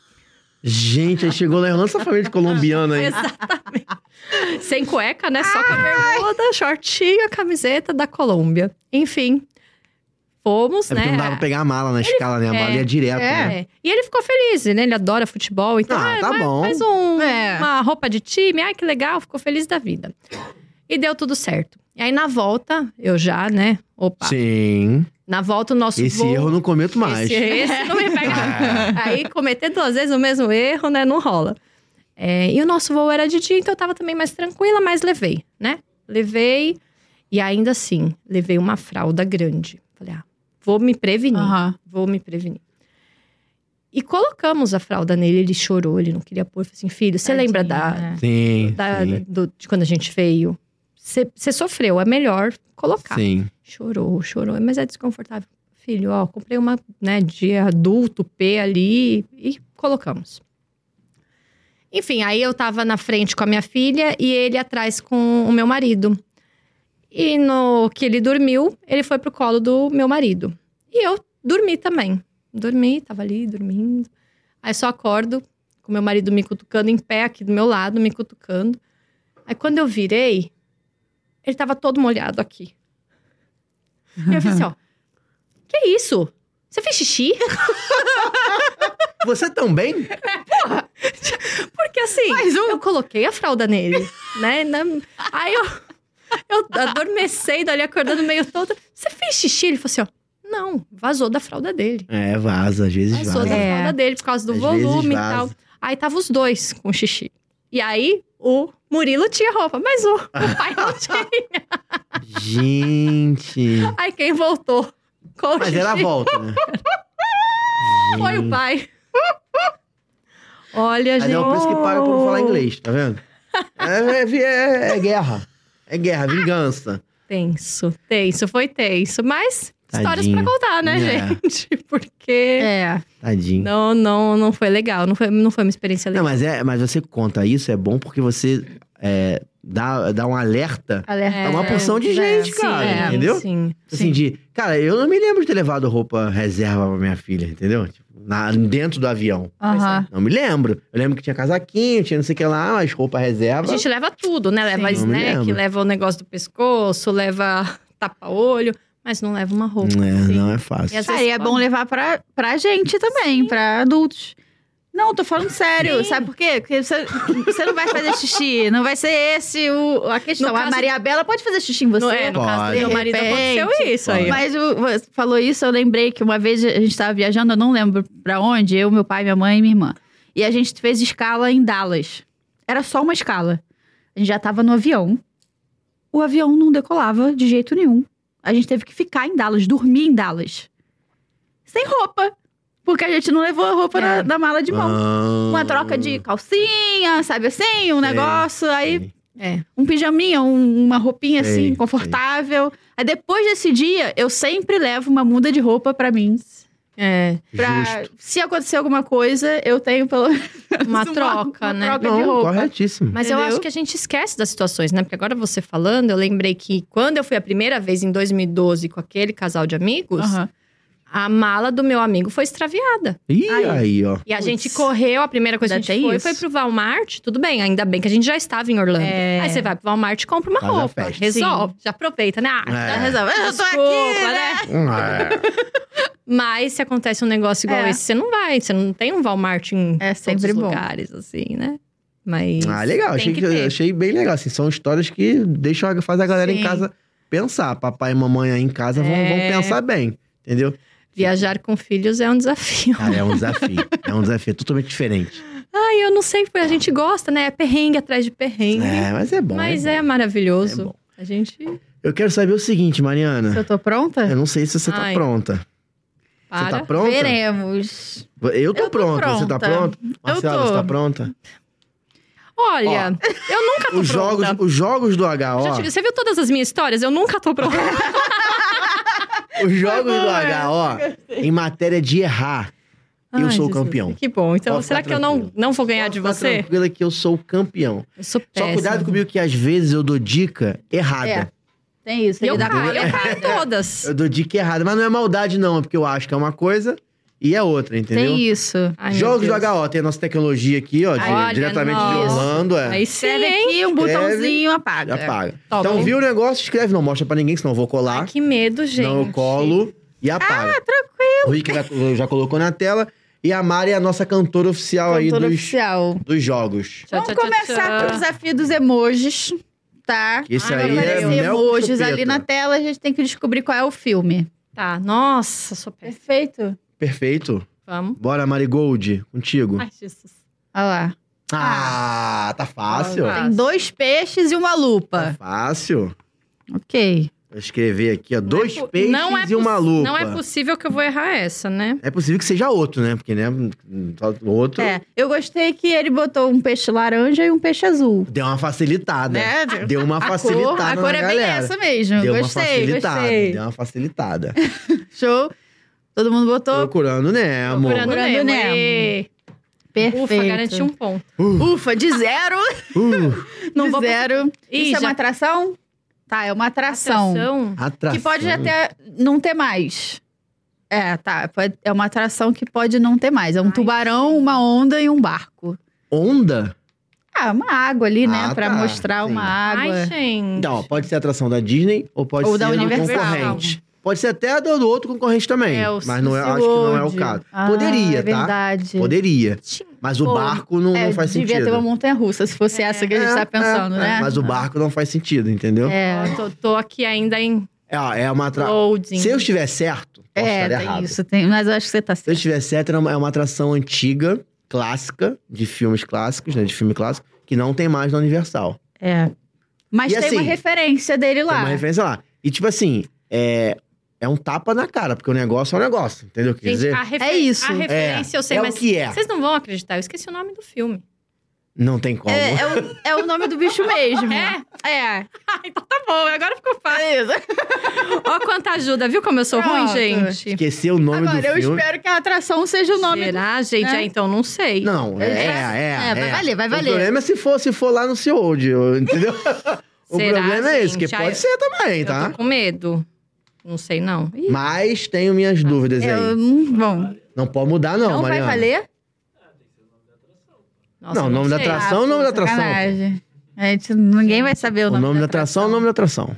[SPEAKER 2] Gente, aí chegou lá em Orlando, essa família colombiana aí.
[SPEAKER 3] Exatamente. Sem cueca, né? Só com a bermuda, shortinho, camiseta da Colômbia. Enfim, fomos,
[SPEAKER 2] É
[SPEAKER 3] né?
[SPEAKER 2] porque não dava pra pegar a mala na escala, né? A mala
[SPEAKER 3] é,
[SPEAKER 2] ia direto, né?
[SPEAKER 3] É. E ele ficou feliz, né? Ele adora futebol, então
[SPEAKER 2] Ah,
[SPEAKER 3] ah,
[SPEAKER 2] tá
[SPEAKER 3] vai-
[SPEAKER 2] bom.
[SPEAKER 3] faz um-
[SPEAKER 1] É.
[SPEAKER 3] uma roupa de time, ai que legal, ficou feliz da vida. E deu tudo certo. E aí na volta, eu já, né? Opa,
[SPEAKER 2] Sim.
[SPEAKER 3] na volta o nosso
[SPEAKER 2] Esse
[SPEAKER 3] voo-
[SPEAKER 2] erro eu não cometo mais.
[SPEAKER 3] Esse, esse não me pega.
[SPEAKER 2] Ah.
[SPEAKER 3] aí cometer duas vezes o mesmo erro, né? Não rola. É, e o nosso voo era de dia, então eu tava também mais tranquila, mas levei, né? Levei e ainda assim, levei uma fralda grande. Falei, ah, vou me prevenir
[SPEAKER 1] Aham.
[SPEAKER 3] vou me prevenir. E colocamos a fralda nele, ele chorou, ele não queria pôr. Eu Falei assim, filho, você lembra da,
[SPEAKER 1] Tadinho, né?
[SPEAKER 2] Sim,
[SPEAKER 3] da-
[SPEAKER 2] sim,
[SPEAKER 3] do- de quando a gente veio? Você você sofreu, é melhor colocar.
[SPEAKER 2] sim.
[SPEAKER 3] Chorou, chorou, mas é desconfortável. Filho, ó, comprei uma né, de adulto P ali e colocamos. Enfim, aí eu tava na frente com a minha filha e ele atrás com o meu marido. E no que ele dormiu, ele foi pro colo do meu marido. E eu dormi também. Dormi, tava ali dormindo. Aí só acordo com meu marido me cutucando em pé aqui do meu lado, me cutucando. Aí quando eu virei, ele tava todo molhado aqui. Aí eu falei assim, ó. Que isso? Você fez xixi?
[SPEAKER 2] Você também?
[SPEAKER 3] Porque assim, eu coloquei a fralda nele, né? Na- Aí eu, eu adormecendo ali, acordando meio toda. Você fez xixi? Ele falou assim, ó. Não, vazou da fralda dele.
[SPEAKER 2] É, vaza, às vezes
[SPEAKER 3] Vazou
[SPEAKER 2] vaza.
[SPEAKER 3] da
[SPEAKER 1] É.
[SPEAKER 3] fralda dele por causa do
[SPEAKER 2] Às vezes
[SPEAKER 3] volume e tal.
[SPEAKER 2] vaza.
[SPEAKER 3] Aí tava os dois com xixi. E aí o Murilo tinha roupa, mas o, o pai não tinha.
[SPEAKER 2] Gente.
[SPEAKER 3] Aí quem voltou com o
[SPEAKER 2] Mas é
[SPEAKER 3] xixi
[SPEAKER 2] era a volta, né?
[SPEAKER 3] foi o
[SPEAKER 2] Gente.
[SPEAKER 3] pai. Olha,
[SPEAKER 2] Mas
[SPEAKER 3] gente.
[SPEAKER 2] é o preço que paga por não falar inglês, tá vendo? É, é- é- é guerra. É guerra, vingança.
[SPEAKER 3] Tenso, tenso, foi tenso. Mas histórias
[SPEAKER 2] Tadinho.
[SPEAKER 3] pra contar, né,
[SPEAKER 2] É.
[SPEAKER 3] gente? Porque
[SPEAKER 1] É.
[SPEAKER 2] Tadinho. Não,
[SPEAKER 3] não, não, não foi legal, não foi, não foi uma experiência legal.
[SPEAKER 2] mas, é, mas você conta isso, é bom porque você é, dá, dá um alerta
[SPEAKER 1] Alerta.
[SPEAKER 2] a uma porção de
[SPEAKER 1] é,
[SPEAKER 2] gente,
[SPEAKER 1] sim,
[SPEAKER 2] cara,
[SPEAKER 1] é,
[SPEAKER 2] entendeu?
[SPEAKER 3] Sim.
[SPEAKER 2] Assim, de, cara, eu não me lembro de ter levado roupa reserva pra minha filha, entendeu? Tipo, na- dentro do avião.
[SPEAKER 3] é.
[SPEAKER 1] Aham.
[SPEAKER 2] Não me lembro. Eu lembro que tinha casaquinho, tinha não sei o que lá, mas roupa
[SPEAKER 3] A
[SPEAKER 2] reserva.
[SPEAKER 3] gente leva tudo, né? Leva
[SPEAKER 1] Sim.
[SPEAKER 2] Não me
[SPEAKER 3] snack,
[SPEAKER 2] lembro.
[SPEAKER 3] leva o negócio do pescoço, leva tapa-olho, mas não leva uma roupa.
[SPEAKER 2] não, é,
[SPEAKER 3] assim.
[SPEAKER 2] não é fácil.
[SPEAKER 3] E às
[SPEAKER 1] Cara, e é bom levar pra, pra gente também, pra adultos. Não, tô falando sério. Sabe por quê? Porque você, você não vai fazer xixi. Não vai ser esse o, a questão.
[SPEAKER 3] No
[SPEAKER 1] A
[SPEAKER 3] caso-
[SPEAKER 1] Maria Bela pode fazer xixi em você.
[SPEAKER 3] Não é, no caso do
[SPEAKER 2] Pode.
[SPEAKER 3] meu marido
[SPEAKER 1] De repente.
[SPEAKER 3] aconteceu isso aí.
[SPEAKER 1] Mas o- você falou isso, eu lembrei que uma vez a gente tava viajando, eu não lembro pra onde, eu, meu pai, minha mãe e minha irmã. E a gente fez escala em Dallas. Era só uma escala. A gente já tava no avião. O avião não decolava de jeito nenhum. A gente teve que ficar em Dallas, dormir em Dallas. Sem roupa. Porque a gente não levou a roupa
[SPEAKER 3] É.
[SPEAKER 1] na, na mala de mão.
[SPEAKER 2] Ah,
[SPEAKER 1] Uma troca de calcinha, sabe assim? Um
[SPEAKER 2] Sei,
[SPEAKER 1] negócio. Aí
[SPEAKER 2] sim.
[SPEAKER 3] É.
[SPEAKER 1] um pijaminha, um- uma roupinha
[SPEAKER 2] Sei,
[SPEAKER 1] assim, confortável. Aí depois desse dia, eu sempre levo uma muda de roupa pra mim.
[SPEAKER 3] É,
[SPEAKER 1] Pra,
[SPEAKER 2] Justo.
[SPEAKER 1] se acontecer alguma coisa, eu tenho pelo menos
[SPEAKER 3] uma troca,
[SPEAKER 1] uma
[SPEAKER 3] né?
[SPEAKER 1] troca de
[SPEAKER 2] Não,
[SPEAKER 1] roupa.
[SPEAKER 2] corretíssimo.
[SPEAKER 3] Mas eu
[SPEAKER 1] Entendeu?
[SPEAKER 3] acho que a gente esquece das situações, né? Porque agora você falando, eu lembrei que quando eu fui a primeira vez em 2012 com aquele casal de amigos,
[SPEAKER 1] Aham.
[SPEAKER 3] a mala do meu amigo foi extraviada.
[SPEAKER 2] Ih, aí,
[SPEAKER 1] Aí.
[SPEAKER 2] ó.
[SPEAKER 3] E a
[SPEAKER 1] Puts.
[SPEAKER 3] gente correu, a primeira coisa que
[SPEAKER 1] Ainda
[SPEAKER 3] a gente
[SPEAKER 1] tem
[SPEAKER 3] foi
[SPEAKER 1] isso?
[SPEAKER 3] foi pro Walmart. Tudo bem, ainda bem que a gente já estava em Orlando.
[SPEAKER 1] É.
[SPEAKER 3] Aí você vai pro Walmart e compra uma
[SPEAKER 2] Faz a
[SPEAKER 3] roupa.
[SPEAKER 2] festa.
[SPEAKER 3] Resolve, já aproveita, né? Ah,
[SPEAKER 2] É.
[SPEAKER 3] já
[SPEAKER 1] Tá resolvido. Eu tô aqui,
[SPEAKER 3] desculpa,
[SPEAKER 1] né?
[SPEAKER 2] Ah,
[SPEAKER 3] Mas se acontece um negócio igual
[SPEAKER 1] É.
[SPEAKER 3] esse, você não vai. Você não tem um Walmart em
[SPEAKER 1] É
[SPEAKER 3] todos
[SPEAKER 1] sempre
[SPEAKER 3] os
[SPEAKER 1] bom.
[SPEAKER 3] lugares, assim, né? Mas.
[SPEAKER 2] ah, legal.
[SPEAKER 3] tem
[SPEAKER 2] Achei, que-
[SPEAKER 3] ter.
[SPEAKER 2] achei bem legal. Assim, são histórias que deixam, a- faz a galera em
[SPEAKER 1] Sim.
[SPEAKER 2] casa pensar. Papai e mamãe aí em casa vão,
[SPEAKER 3] É.
[SPEAKER 2] vão pensar bem. Entendeu?
[SPEAKER 3] Viajar com filhos é um desafio.
[SPEAKER 2] Cara, é um desafio. é um desafio totalmente diferente.
[SPEAKER 3] Ai, eu não sei, porque a gente gosta, né? É perrengue atrás de perrengue.
[SPEAKER 2] É, mas é bom.
[SPEAKER 3] mas
[SPEAKER 2] é,
[SPEAKER 3] é,
[SPEAKER 2] bom.
[SPEAKER 3] maravilhoso.
[SPEAKER 2] É bom.
[SPEAKER 3] A gente
[SPEAKER 2] Eu quero saber o seguinte,
[SPEAKER 1] Se
[SPEAKER 2] Mariana.
[SPEAKER 1] eu tô pronta?
[SPEAKER 2] Eu não sei se você tá
[SPEAKER 3] Ai.
[SPEAKER 2] pronta. Você
[SPEAKER 3] para.
[SPEAKER 2] tá pronta?
[SPEAKER 1] Veremos.
[SPEAKER 2] Eu tô,
[SPEAKER 1] Eu tô
[SPEAKER 2] pronta. Você tá
[SPEAKER 1] pronta.
[SPEAKER 2] pronta? Marcela, você
[SPEAKER 1] tô.
[SPEAKER 2] tá pronta?
[SPEAKER 3] Olha, eu nunca tô
[SPEAKER 2] Os jogos,
[SPEAKER 3] pronta.
[SPEAKER 2] os jogos do HO.
[SPEAKER 3] Gente, você viu todas as minhas histórias? Eu nunca tô pronta.
[SPEAKER 2] Os jogos do HO, em matéria de errar, eu
[SPEAKER 3] Ai,
[SPEAKER 2] sou o
[SPEAKER 3] Jesus,
[SPEAKER 2] campeão.
[SPEAKER 3] Que bom. Então,
[SPEAKER 2] Pode
[SPEAKER 3] será
[SPEAKER 2] ficar
[SPEAKER 3] que eu não,
[SPEAKER 2] tranquila.
[SPEAKER 3] não vou ganhar
[SPEAKER 2] Pode
[SPEAKER 3] de
[SPEAKER 2] ficar
[SPEAKER 3] você?
[SPEAKER 2] Tranquila que eu sou o campeão.
[SPEAKER 3] Eu sou péssima.
[SPEAKER 2] Só cuidado comigo que às vezes eu dou dica errada.
[SPEAKER 1] Tem isso.
[SPEAKER 3] E
[SPEAKER 1] Ele
[SPEAKER 3] eu
[SPEAKER 1] dá
[SPEAKER 2] né?
[SPEAKER 3] caio, eu
[SPEAKER 2] É.
[SPEAKER 1] errada.
[SPEAKER 3] caio em todas.
[SPEAKER 2] Eu dou dica errada, mas não é maldade não, é porque eu acho que é uma coisa e a outra, entendeu?
[SPEAKER 1] Tem isso.
[SPEAKER 3] Ai, meu
[SPEAKER 2] Jogos do
[SPEAKER 3] Deus.
[SPEAKER 2] HO, tem a nossa tecnologia aqui, ó, de-
[SPEAKER 3] Olha,
[SPEAKER 2] diretamente de
[SPEAKER 3] nossa.
[SPEAKER 2] Orlando, é.
[SPEAKER 3] Aí sim,
[SPEAKER 1] Escreve
[SPEAKER 3] hein?
[SPEAKER 1] aqui, um botãozinho, apaga.
[SPEAKER 2] Já paga.
[SPEAKER 3] Tá
[SPEAKER 2] então,
[SPEAKER 3] bom.
[SPEAKER 2] viu o negócio, escreve. Não mostra pra ninguém, senão eu vou colar.
[SPEAKER 3] Ai, que medo, gente.
[SPEAKER 2] tá? não, eu colo e apaga. Ah, tranquilo. O Rick já, já colocou na tela. E a Mari é a nossa cantora oficial aí
[SPEAKER 1] Cantor
[SPEAKER 2] dos,
[SPEAKER 1] oficial.
[SPEAKER 2] dos jogos.
[SPEAKER 3] Então, Tchau,
[SPEAKER 1] Vamos
[SPEAKER 3] tchau, tchau,
[SPEAKER 1] começar
[SPEAKER 3] tchau.
[SPEAKER 1] com o desafio dos emojis, tá?
[SPEAKER 2] Esse
[SPEAKER 3] Ai,
[SPEAKER 2] aí
[SPEAKER 3] meu
[SPEAKER 2] é
[SPEAKER 3] Deus.
[SPEAKER 1] Aparecer
[SPEAKER 2] mel com
[SPEAKER 1] emojis
[SPEAKER 2] chupeta.
[SPEAKER 1] ali na tela, a gente tem que descobrir qual é o filme.
[SPEAKER 3] Tá, nossa, sou péssima.
[SPEAKER 1] Perfeito?
[SPEAKER 2] Perfeito.
[SPEAKER 3] Vamos.
[SPEAKER 2] Bora, Mari Gold, contigo.
[SPEAKER 3] Ai, Jesus.
[SPEAKER 1] Olha lá.
[SPEAKER 2] Ah, tá fácil.
[SPEAKER 3] Ah,
[SPEAKER 1] Tem dois peixes e uma
[SPEAKER 2] Tá
[SPEAKER 1] lupa.
[SPEAKER 2] fácil.
[SPEAKER 1] É. Ok.
[SPEAKER 2] Vou escrever aqui, ó. Dois
[SPEAKER 3] Não é po-
[SPEAKER 2] peixes
[SPEAKER 3] não é
[SPEAKER 2] e uma
[SPEAKER 3] poss-
[SPEAKER 2] lupa.
[SPEAKER 3] Não é possível que eu vou errar essa, né?
[SPEAKER 2] É possível que seja outro, né? Porque, né? só Outro
[SPEAKER 1] É, eu gostei que ele botou um peixe laranja e um peixe azul.
[SPEAKER 2] deu uma facilitada.
[SPEAKER 1] Né?
[SPEAKER 2] Deu uma
[SPEAKER 1] A
[SPEAKER 2] facilitada
[SPEAKER 1] cor, a
[SPEAKER 2] na
[SPEAKER 1] cor é bem
[SPEAKER 2] galera.
[SPEAKER 1] essa mesmo.
[SPEAKER 2] Deu uma
[SPEAKER 1] gostei,
[SPEAKER 2] facilitada.
[SPEAKER 1] gostei.
[SPEAKER 2] Deu uma facilitada.
[SPEAKER 1] Show. Todo mundo botou?
[SPEAKER 2] Procurando né, Nemo.
[SPEAKER 3] Procurando
[SPEAKER 1] Procurando
[SPEAKER 3] Nemo.
[SPEAKER 1] Nemo.
[SPEAKER 3] ê.
[SPEAKER 1] Perfeito. Ah,
[SPEAKER 3] Ufa, garanti um ponto.
[SPEAKER 1] Ufa, de zero.
[SPEAKER 2] Uh,
[SPEAKER 1] de
[SPEAKER 3] Não vou
[SPEAKER 1] zero.
[SPEAKER 3] Ih,
[SPEAKER 1] Isso é
[SPEAKER 3] já-
[SPEAKER 1] uma atração? Tá, é uma atração.
[SPEAKER 3] Atração.
[SPEAKER 2] atração.
[SPEAKER 1] Que pode até não ter mais. É, tá. pode- É uma atração que pode não ter mais. É um
[SPEAKER 3] Ai,
[SPEAKER 1] tubarão,
[SPEAKER 3] sim.
[SPEAKER 1] uma onda e um barco.
[SPEAKER 2] Onda?
[SPEAKER 1] Ah, uma água ali, né?
[SPEAKER 2] Ah,
[SPEAKER 1] pra
[SPEAKER 2] tá,
[SPEAKER 1] mostrar
[SPEAKER 2] sim.
[SPEAKER 1] uma água.
[SPEAKER 3] Ai, gente.
[SPEAKER 2] Então, ó, pode ser atração da Disney ou pode
[SPEAKER 1] Ou
[SPEAKER 2] ser
[SPEAKER 1] da
[SPEAKER 2] do
[SPEAKER 1] Universal.
[SPEAKER 2] concorrente. Pode ser até do, do outro concorrente também.
[SPEAKER 3] É, o
[SPEAKER 2] mas não é, acho que não é o
[SPEAKER 1] Gold.
[SPEAKER 2] caso.
[SPEAKER 1] Ah,
[SPEAKER 2] Poderia,
[SPEAKER 1] é
[SPEAKER 2] tá?
[SPEAKER 1] verdade.
[SPEAKER 2] Poderia. Mas o
[SPEAKER 3] Pô,
[SPEAKER 2] barco não,
[SPEAKER 1] É,
[SPEAKER 2] não faz
[SPEAKER 1] devia
[SPEAKER 2] sentido.
[SPEAKER 1] ter uma montanha russa, se fosse
[SPEAKER 3] É.
[SPEAKER 1] essa que a gente
[SPEAKER 2] É,
[SPEAKER 1] tá pensando,
[SPEAKER 2] é,
[SPEAKER 1] né?
[SPEAKER 2] Mas o barco não faz sentido, entendeu? É,
[SPEAKER 1] É,
[SPEAKER 3] Ó, tô, tô aqui ainda em
[SPEAKER 2] ó, é uma atração.
[SPEAKER 3] loading.
[SPEAKER 2] Se eu estiver certo, posso
[SPEAKER 1] é
[SPEAKER 2] estar
[SPEAKER 1] tem
[SPEAKER 2] errado.
[SPEAKER 1] isso, tem, mas eu acho que você tá
[SPEAKER 2] Se eu
[SPEAKER 1] certo.
[SPEAKER 2] estiver certo, era uma- é uma atração antiga, clássica, de filmes clássicos, né? De filme clássico, que não tem mais na Universal.
[SPEAKER 1] É. Mas
[SPEAKER 2] E
[SPEAKER 1] tem uma
[SPEAKER 2] assim,
[SPEAKER 1] referência dele
[SPEAKER 2] Tem
[SPEAKER 1] lá.
[SPEAKER 2] uma referência lá. E tipo assim, é, é um tapa na cara, porque o negócio é um negócio, entendeu? Quer
[SPEAKER 3] Gente,
[SPEAKER 2] dizer,
[SPEAKER 3] a refer-
[SPEAKER 1] É isso.
[SPEAKER 3] A referência eu sei,
[SPEAKER 2] é
[SPEAKER 3] mas
[SPEAKER 2] o que é.
[SPEAKER 3] vocês não vão acreditar. Eu esqueci o nome do filme.
[SPEAKER 2] Não tem como.
[SPEAKER 1] É, é o, é o nome do bicho mesmo.
[SPEAKER 3] É?
[SPEAKER 1] É.
[SPEAKER 3] Ah, então tá bom. Agora ficou fácil.
[SPEAKER 1] é isso.
[SPEAKER 3] Ó quanta ajuda. Viu como eu sou ruim,
[SPEAKER 1] Pronto.
[SPEAKER 3] gente?
[SPEAKER 2] Esquecer o nome
[SPEAKER 1] Agora,
[SPEAKER 2] do
[SPEAKER 1] eu
[SPEAKER 2] filme.
[SPEAKER 1] espero que a atração seja o nome do...
[SPEAKER 3] Será, gente?
[SPEAKER 1] né?
[SPEAKER 3] Ah, então não sei.
[SPEAKER 2] Não, é,
[SPEAKER 1] É,
[SPEAKER 2] é,
[SPEAKER 1] é,
[SPEAKER 2] é,
[SPEAKER 1] vai valer, vai
[SPEAKER 2] O
[SPEAKER 1] valer.
[SPEAKER 2] problema é se for, se for lá no seu old, entendeu? o
[SPEAKER 3] Será,
[SPEAKER 2] problema é esse,
[SPEAKER 3] gente?
[SPEAKER 2] que
[SPEAKER 3] Ah,
[SPEAKER 2] pode
[SPEAKER 3] eu-
[SPEAKER 2] ser também,
[SPEAKER 3] eu
[SPEAKER 2] tá?
[SPEAKER 3] tô com medo. Não sei, não. Ih,
[SPEAKER 2] Mas tenho minhas dúvidas aí.
[SPEAKER 1] É, hum, bom,
[SPEAKER 2] Não pode mudar, não,
[SPEAKER 1] não vai
[SPEAKER 2] Mariana.
[SPEAKER 1] valer?
[SPEAKER 3] nossa,
[SPEAKER 2] não, o nome da
[SPEAKER 3] sei.
[SPEAKER 2] atração- Ação, o nome da atração.
[SPEAKER 1] Ah, Sacanagem. A gente, ninguém vai saber o
[SPEAKER 2] O
[SPEAKER 1] nome,
[SPEAKER 2] nome da atração é o nome da atração.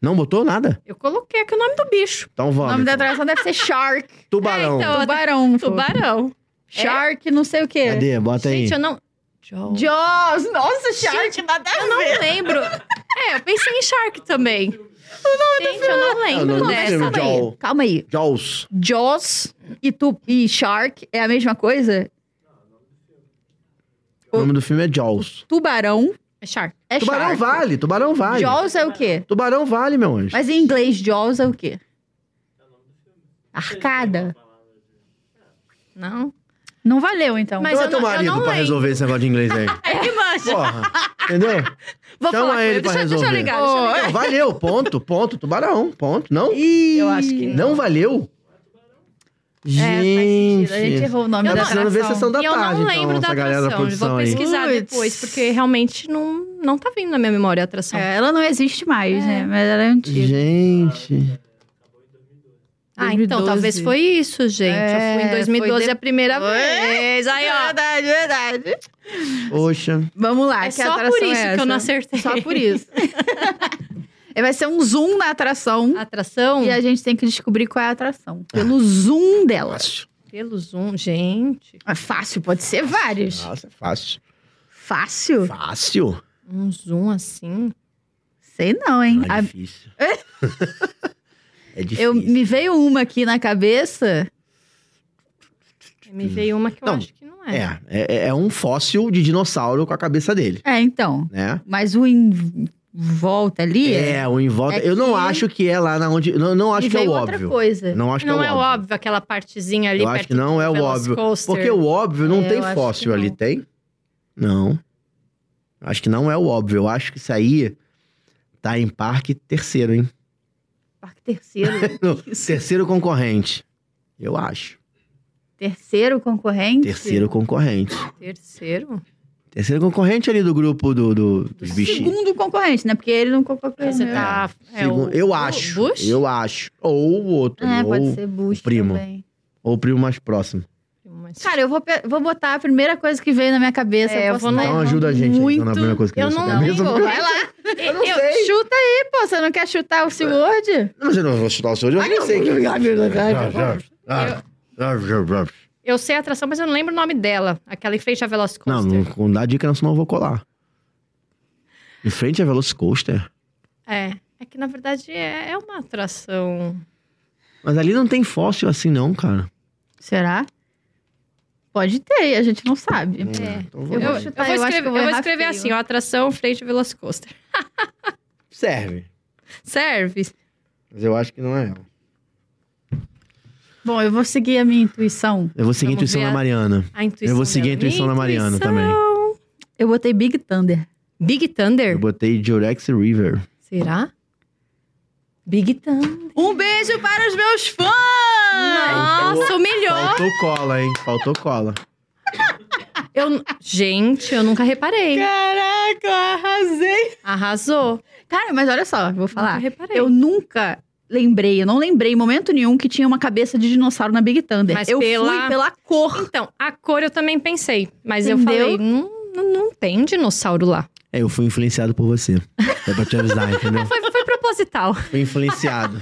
[SPEAKER 2] Não botou nada?
[SPEAKER 3] Eu coloquei aqui o nome do bicho.
[SPEAKER 2] Então
[SPEAKER 1] O
[SPEAKER 2] vamos.
[SPEAKER 1] nome da
[SPEAKER 2] então.
[SPEAKER 1] atração deve ser Shark.
[SPEAKER 2] Tubarão.
[SPEAKER 3] É, então.
[SPEAKER 1] Tubarão. fofo.
[SPEAKER 3] Tubarão.
[SPEAKER 1] Shark, não sei o quê.
[SPEAKER 2] Cadê? Bota aí.
[SPEAKER 3] Gente, eu não... Joe.
[SPEAKER 1] Jaws. Nossa, Shark, nada a
[SPEAKER 3] Eu não lembro. É, eu pensei em Shark também. Gente, eu não
[SPEAKER 2] É o nome
[SPEAKER 3] lembro
[SPEAKER 2] do
[SPEAKER 3] dessa.
[SPEAKER 1] né?
[SPEAKER 2] filme.
[SPEAKER 1] Calma aí,
[SPEAKER 2] Jaws.
[SPEAKER 1] Calma aí.
[SPEAKER 2] Jaws.
[SPEAKER 1] Jaws e, tu, e Shark é a mesma coisa?
[SPEAKER 2] O nome do filme é Jaws.
[SPEAKER 1] Tubarão
[SPEAKER 3] É Shark.
[SPEAKER 1] é Shark.
[SPEAKER 2] Tubarão vale, tubarão vale.
[SPEAKER 1] Jaws é o quê?
[SPEAKER 2] Tubarão vale, meu anjo.
[SPEAKER 1] Mas em inglês, Jaws é o quê? Arcada.
[SPEAKER 3] Não.
[SPEAKER 1] Não valeu, então.
[SPEAKER 3] Mas-
[SPEAKER 2] Mas
[SPEAKER 3] eu
[SPEAKER 2] é teu
[SPEAKER 3] não- eu
[SPEAKER 2] marido
[SPEAKER 3] não
[SPEAKER 2] pra
[SPEAKER 3] lembro.
[SPEAKER 2] resolver esse negócio de inglês aí.
[SPEAKER 3] É que manja.
[SPEAKER 2] Porra. Entendeu?
[SPEAKER 3] Vou
[SPEAKER 2] Chama
[SPEAKER 3] falar com
[SPEAKER 2] ele
[SPEAKER 3] ele.
[SPEAKER 2] pra
[SPEAKER 3] Deixa, deixa eu
[SPEAKER 2] resolver.
[SPEAKER 3] ligar, deixa eu ligar.
[SPEAKER 2] Não, valeu, ponto, ponto. Tubarão, ponto. Não?
[SPEAKER 1] eu acho que não.
[SPEAKER 2] Não valeu?
[SPEAKER 1] É, faz
[SPEAKER 2] Gente.
[SPEAKER 1] sentido. A gente errou o nome
[SPEAKER 2] tá
[SPEAKER 1] da
[SPEAKER 2] precisando ver
[SPEAKER 1] atração.
[SPEAKER 2] sessão da
[SPEAKER 3] E eu
[SPEAKER 2] tarde,
[SPEAKER 3] não
[SPEAKER 2] então,
[SPEAKER 3] lembro da
[SPEAKER 2] essa galera da
[SPEAKER 3] atração. Eu
[SPEAKER 2] produção
[SPEAKER 3] vou
[SPEAKER 2] aí.
[SPEAKER 3] pesquisar
[SPEAKER 1] Puts.
[SPEAKER 3] depois, porque realmente não, não tá vindo na minha memória a atração.
[SPEAKER 1] É, ela não existe mais, né? Mas ela é antiga.
[SPEAKER 2] Gente.
[SPEAKER 3] Ah, então
[SPEAKER 1] 2012.
[SPEAKER 3] talvez foi isso, gente. eu fui
[SPEAKER 1] É,
[SPEAKER 3] em 2012
[SPEAKER 1] foi
[SPEAKER 3] a primeira
[SPEAKER 1] Foi.
[SPEAKER 3] vez. Aí, ó.
[SPEAKER 1] Verdade, verdade.
[SPEAKER 2] Poxa.
[SPEAKER 1] Vamos lá,
[SPEAKER 3] É
[SPEAKER 1] que
[SPEAKER 3] só
[SPEAKER 1] atração
[SPEAKER 3] por isso
[SPEAKER 1] é
[SPEAKER 3] que eu não
[SPEAKER 1] essa?
[SPEAKER 3] acertei.
[SPEAKER 1] Só por isso. É, Vai ser um zoom na atração.
[SPEAKER 3] Atração?
[SPEAKER 1] E a gente tem que descobrir qual é a atração. Pelo zoom dela.
[SPEAKER 2] Fácil.
[SPEAKER 3] Pelo Zoom, gente.
[SPEAKER 1] É fácil, pode ser vários.
[SPEAKER 2] Nossa, fácil.
[SPEAKER 1] Fácil?
[SPEAKER 2] Ah. Fácil?
[SPEAKER 3] Um Zoom assim.
[SPEAKER 1] Sei não, hein?
[SPEAKER 2] Não,
[SPEAKER 1] A-
[SPEAKER 2] é difícil. é difícil.
[SPEAKER 1] eu me veio uma aqui na cabeça.
[SPEAKER 3] Me veio uma que eu
[SPEAKER 2] Não.
[SPEAKER 3] acho que não é.
[SPEAKER 2] É, é, é um fóssil de dinossauro com a cabeça dele,
[SPEAKER 1] É, então.
[SPEAKER 2] né?
[SPEAKER 1] Mas o em volta ali.
[SPEAKER 2] É, o em volta.
[SPEAKER 1] É
[SPEAKER 2] eu não
[SPEAKER 1] que-
[SPEAKER 2] acho que é lá na onde. Não, não acho
[SPEAKER 1] me
[SPEAKER 2] que é
[SPEAKER 1] veio
[SPEAKER 2] o
[SPEAKER 1] outra
[SPEAKER 2] óbvio.
[SPEAKER 1] coisa.
[SPEAKER 2] Não acho que
[SPEAKER 3] Não é
[SPEAKER 2] é o óbvio.
[SPEAKER 3] aquela partezinha ali
[SPEAKER 2] Eu
[SPEAKER 3] perto
[SPEAKER 2] acho que não é o
[SPEAKER 3] do
[SPEAKER 2] óbvio.
[SPEAKER 3] Velocicoaster.
[SPEAKER 2] Porque o óbvio não
[SPEAKER 1] É,
[SPEAKER 2] tem
[SPEAKER 1] eu acho
[SPEAKER 2] fóssil
[SPEAKER 1] que
[SPEAKER 2] ali,
[SPEAKER 1] não.
[SPEAKER 2] tem? Não. Acho que não é o óbvio. Eu acho que isso aí tá em parque terceiro, hein?
[SPEAKER 3] Ah,
[SPEAKER 1] Parque terceiro.
[SPEAKER 2] No
[SPEAKER 1] Isso.
[SPEAKER 2] terceiro concorrente. Eu acho.
[SPEAKER 1] terceiro concorrente.
[SPEAKER 2] Terceiro concorrente.
[SPEAKER 3] Terceiro?
[SPEAKER 2] Terceiro concorrente ali do grupo do, do- dos bichinhos.
[SPEAKER 1] Segundo concorrente, né? Porque ele não concorreu.
[SPEAKER 3] Aí Você
[SPEAKER 1] né?
[SPEAKER 3] tá... é
[SPEAKER 2] Segu-
[SPEAKER 3] o-
[SPEAKER 2] eu
[SPEAKER 3] o
[SPEAKER 2] acho.
[SPEAKER 3] Bush?
[SPEAKER 2] Eu acho. Ou o outro.
[SPEAKER 1] É,
[SPEAKER 2] ou
[SPEAKER 1] pode ser Bush
[SPEAKER 2] primo.
[SPEAKER 1] também.
[SPEAKER 2] Ou o primo mais próximo?
[SPEAKER 3] Mas-
[SPEAKER 1] Cara, eu vou, pe- vou botar a primeira coisa que veio na minha cabeça.
[SPEAKER 3] É, eu
[SPEAKER 1] posso
[SPEAKER 3] vou
[SPEAKER 1] tá
[SPEAKER 3] na-
[SPEAKER 2] Então
[SPEAKER 1] errando
[SPEAKER 2] ajuda a gente aí, então, na
[SPEAKER 1] muito.
[SPEAKER 2] primeira coisa que
[SPEAKER 3] Eu
[SPEAKER 2] veio na
[SPEAKER 3] não
[SPEAKER 1] É
[SPEAKER 2] sua cabeça.
[SPEAKER 3] lembro.
[SPEAKER 1] Vai lá.
[SPEAKER 2] Eu não sei.
[SPEAKER 1] Chuta aí, pô. Você não quer chutar o SeaWorld?
[SPEAKER 2] Não, mas eu não vou chutar o seu, eu nem sei que lugar veio na cara.
[SPEAKER 3] Eu sei a atração, mas eu não lembro o nome dela. Aquela em frente à
[SPEAKER 2] Não,
[SPEAKER 3] Velocicoaster.
[SPEAKER 2] não, não dá dica não, senão eu vou colar. Em frente à Velocicoaster?
[SPEAKER 3] É. É que, na verdade, é, é uma atração.
[SPEAKER 2] Mas ali não tem fóssil assim não, cara.
[SPEAKER 1] Será? Pode ter, a gente não sabe.
[SPEAKER 3] É.
[SPEAKER 2] Então
[SPEAKER 1] Eu
[SPEAKER 3] Eu,
[SPEAKER 1] vou
[SPEAKER 3] eu
[SPEAKER 1] chutar,
[SPEAKER 3] vou
[SPEAKER 1] eu acho que
[SPEAKER 3] escrever,
[SPEAKER 1] eu vou
[SPEAKER 3] eu vou
[SPEAKER 1] errar
[SPEAKER 3] escrever
[SPEAKER 1] feio.
[SPEAKER 3] assim, ó, atração frente à Velocicoaster.
[SPEAKER 2] Serve.
[SPEAKER 3] Serve?
[SPEAKER 2] Mas eu acho que não é ela.
[SPEAKER 1] Bom, eu vou seguir a minha intuição.
[SPEAKER 2] Eu vou seguir a
[SPEAKER 3] Vamos
[SPEAKER 2] intuição
[SPEAKER 3] ver
[SPEAKER 2] da
[SPEAKER 3] a-
[SPEAKER 2] Mariana.
[SPEAKER 3] A intuição
[SPEAKER 2] Eu vou seguir a
[SPEAKER 3] dela.
[SPEAKER 2] intuição da Mariana também.
[SPEAKER 1] Eu botei Big Thunder.
[SPEAKER 3] Big Thunder?
[SPEAKER 2] Eu botei Jurex River.
[SPEAKER 3] Será? Big Thunder.
[SPEAKER 1] Um beijo para os meus fãs!
[SPEAKER 3] Nossa, o melhor!
[SPEAKER 2] Faltou cola, hein? Faltou cola.
[SPEAKER 3] Eu, gente, eu nunca reparei.
[SPEAKER 1] Caraca, eu arrasei!
[SPEAKER 3] Arrasou.
[SPEAKER 1] Cara, mas olha só, vou
[SPEAKER 3] Nunca
[SPEAKER 1] falar.
[SPEAKER 3] reparei.
[SPEAKER 1] Eu nunca lembrei, eu não lembrei em momento nenhum que tinha uma cabeça de dinossauro na Big Thunder.
[SPEAKER 3] Mas
[SPEAKER 1] eu
[SPEAKER 3] pela-
[SPEAKER 1] fui pela cor.
[SPEAKER 3] Então, a cor eu também pensei. Mas eu
[SPEAKER 1] Entendeu?
[SPEAKER 3] falei, não, não, não tem dinossauro lá.
[SPEAKER 2] É, eu fui influenciado por você. É pra te avisar, entendeu?
[SPEAKER 3] Foi, foi proposital.
[SPEAKER 2] Fui influenciado.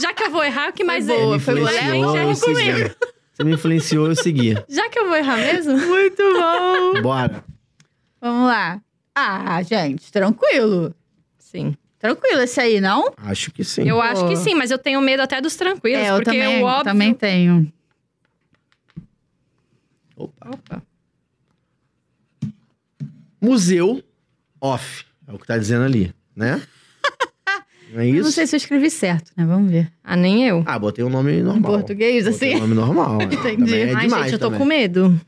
[SPEAKER 3] Já que eu vou errar, o que mais
[SPEAKER 1] boa,
[SPEAKER 3] eu-
[SPEAKER 2] me
[SPEAKER 1] foi um
[SPEAKER 3] eu
[SPEAKER 1] boa.
[SPEAKER 2] influenciou, eu
[SPEAKER 3] erro comigo.
[SPEAKER 2] segui. Você me influenciou, eu segui.
[SPEAKER 3] Já que eu vou errar mesmo?
[SPEAKER 1] Muito bom!
[SPEAKER 2] Bora.
[SPEAKER 1] Vamos lá. Ah, gente, tranquilo.
[SPEAKER 3] Sim.
[SPEAKER 1] Tranquilo esse aí, não?
[SPEAKER 2] Acho que sim.
[SPEAKER 3] Eu acho que sim, mas eu tenho medo até dos tranquilos.
[SPEAKER 1] é, eu
[SPEAKER 3] porque
[SPEAKER 1] também,
[SPEAKER 3] o óbvio...
[SPEAKER 1] também tenho.
[SPEAKER 2] Opa.
[SPEAKER 3] Opa.
[SPEAKER 2] Museu off. É o que tá dizendo ali, né? Não é
[SPEAKER 1] Eu
[SPEAKER 2] isso?
[SPEAKER 1] Não sei se eu escrevi certo, né? Vamos ver.
[SPEAKER 3] Ah, nem eu.
[SPEAKER 2] Ah, botei um nome
[SPEAKER 1] Em
[SPEAKER 2] normal.
[SPEAKER 1] português,
[SPEAKER 2] Botei
[SPEAKER 1] assim.
[SPEAKER 2] um nome normal. é.
[SPEAKER 1] Entendi.
[SPEAKER 2] Também É
[SPEAKER 3] Ai,
[SPEAKER 2] demais
[SPEAKER 3] gente, eu tô
[SPEAKER 2] também.
[SPEAKER 3] com medo.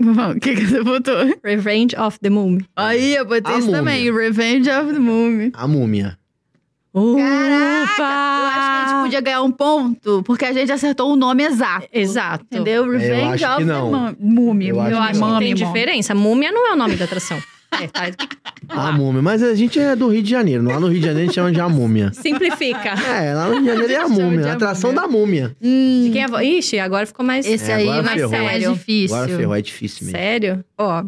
[SPEAKER 1] Vamos, o que, que você botou?
[SPEAKER 3] Revenge of the Mummy.
[SPEAKER 1] Aí, eu botei
[SPEAKER 2] A
[SPEAKER 1] isso
[SPEAKER 2] múmia.
[SPEAKER 1] também. Revenge of the Mummy.
[SPEAKER 2] A múmia.
[SPEAKER 1] Caraca! Eu acho que a gente podia ganhar um ponto, porque a gente acertou o nome exato.
[SPEAKER 3] Exato.
[SPEAKER 1] Entendeu? Revenge
[SPEAKER 2] acho
[SPEAKER 1] of
[SPEAKER 2] que
[SPEAKER 1] the
[SPEAKER 2] não.
[SPEAKER 1] Mum- Mummy.
[SPEAKER 2] Eu acho
[SPEAKER 3] Eu acho que
[SPEAKER 1] Mummy,
[SPEAKER 3] tem
[SPEAKER 1] Mummy.
[SPEAKER 3] diferença. Múmia não é o nome da atração. É, tá.
[SPEAKER 2] A múmia. Mas a gente é do Rio de Janeiro. Lá no Rio de Janeiro a gente chama de a múmia.
[SPEAKER 3] Simplifica.
[SPEAKER 2] É, lá no Rio de Janeiro é a
[SPEAKER 1] chama de
[SPEAKER 2] múmia.
[SPEAKER 1] a
[SPEAKER 2] A atração
[SPEAKER 1] múmia.
[SPEAKER 2] da múmia.
[SPEAKER 3] De quem é a vo- Ixi, agora ficou mais
[SPEAKER 1] Hum. Esse
[SPEAKER 2] É,
[SPEAKER 1] aí
[SPEAKER 2] agora
[SPEAKER 1] é mais
[SPEAKER 2] ferrou.
[SPEAKER 1] sério.
[SPEAKER 3] Agora
[SPEAKER 1] difícil.
[SPEAKER 2] Agora ferrou, é difícil mesmo.
[SPEAKER 3] sério.
[SPEAKER 1] Ó,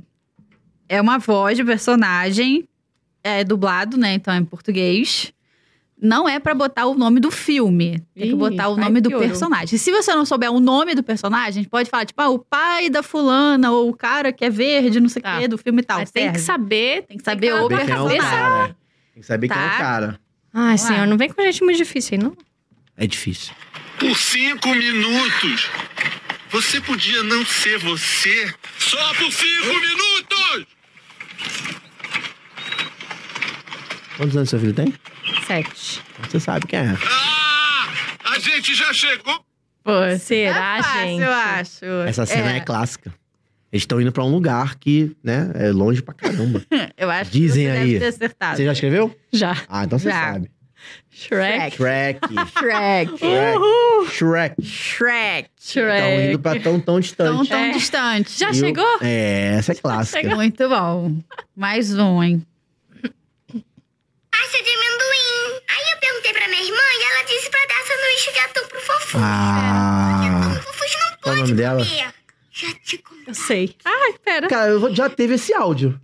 [SPEAKER 1] é uma voz de personagem, é dublado, né? Então é em português. Não é pra botar o nome do filme. Tem
[SPEAKER 3] Ih,
[SPEAKER 1] que botar o
[SPEAKER 3] ai,
[SPEAKER 1] nome do
[SPEAKER 3] piorou.
[SPEAKER 1] personagem. Se você não souber o nome do personagem, pode falar, tipo, ah, o pai da fulana, ou o cara que é verde, não sei o
[SPEAKER 3] Tá.
[SPEAKER 1] quê, do filme e tal.
[SPEAKER 3] Mas tem que
[SPEAKER 1] Serve.
[SPEAKER 3] saber.
[SPEAKER 1] Ah, Tem que saber o
[SPEAKER 3] saber
[SPEAKER 2] Saber quem é o
[SPEAKER 1] personagem.
[SPEAKER 2] cara. Tem que saber quem é
[SPEAKER 1] né? Tá.
[SPEAKER 2] o cara.
[SPEAKER 3] Ai,
[SPEAKER 1] Vamos lá.
[SPEAKER 3] senhor, não vem com gente muito difícil aí, não.
[SPEAKER 2] É difícil.
[SPEAKER 5] Por cinco minutos. Você podia não ser você. Só por cinco minutos!
[SPEAKER 2] Quantos anos seu filho tem?
[SPEAKER 3] Sete.
[SPEAKER 2] Você sabe quem é.
[SPEAKER 5] Ah! A gente já chegou.
[SPEAKER 3] Pô, será,
[SPEAKER 1] É fácil,
[SPEAKER 3] gente?
[SPEAKER 1] eu acho.
[SPEAKER 5] Ah,
[SPEAKER 2] Essa cena é, clássica. Eles estão indo pra um lugar que, né, é longe pra caramba.
[SPEAKER 1] Eu acho
[SPEAKER 2] Dizem
[SPEAKER 1] que você
[SPEAKER 2] aí.
[SPEAKER 1] deve ter acertado.
[SPEAKER 2] Você já escreveu?
[SPEAKER 3] Já.
[SPEAKER 2] Ah, então você
[SPEAKER 1] Já.
[SPEAKER 2] sabe.
[SPEAKER 3] Shrek.
[SPEAKER 2] Shrek.
[SPEAKER 1] Shrek.
[SPEAKER 2] Shrek. Shrek.
[SPEAKER 1] Shrek. Tá
[SPEAKER 2] Estão
[SPEAKER 3] Shrek.
[SPEAKER 2] indo pra tão, tão
[SPEAKER 1] Tão,
[SPEAKER 2] distante.
[SPEAKER 1] tão
[SPEAKER 3] É.
[SPEAKER 1] distante.
[SPEAKER 3] Já
[SPEAKER 2] E o-
[SPEAKER 3] chegou?
[SPEAKER 2] É, essa é clássica.
[SPEAKER 1] Muito bom. Mais um, hein?
[SPEAKER 6] Pasta de amendoim. Aí eu perguntei pra minha irmã e ela disse pra dar sanduíche de atum pro Fofuxo.
[SPEAKER 2] Ah.
[SPEAKER 6] Fofuxo não
[SPEAKER 2] Qual o nome dela?
[SPEAKER 6] podia. Já te contei.
[SPEAKER 3] Eu sei. Ai, pera.
[SPEAKER 2] Cara, eu vou- já teve esse áudio.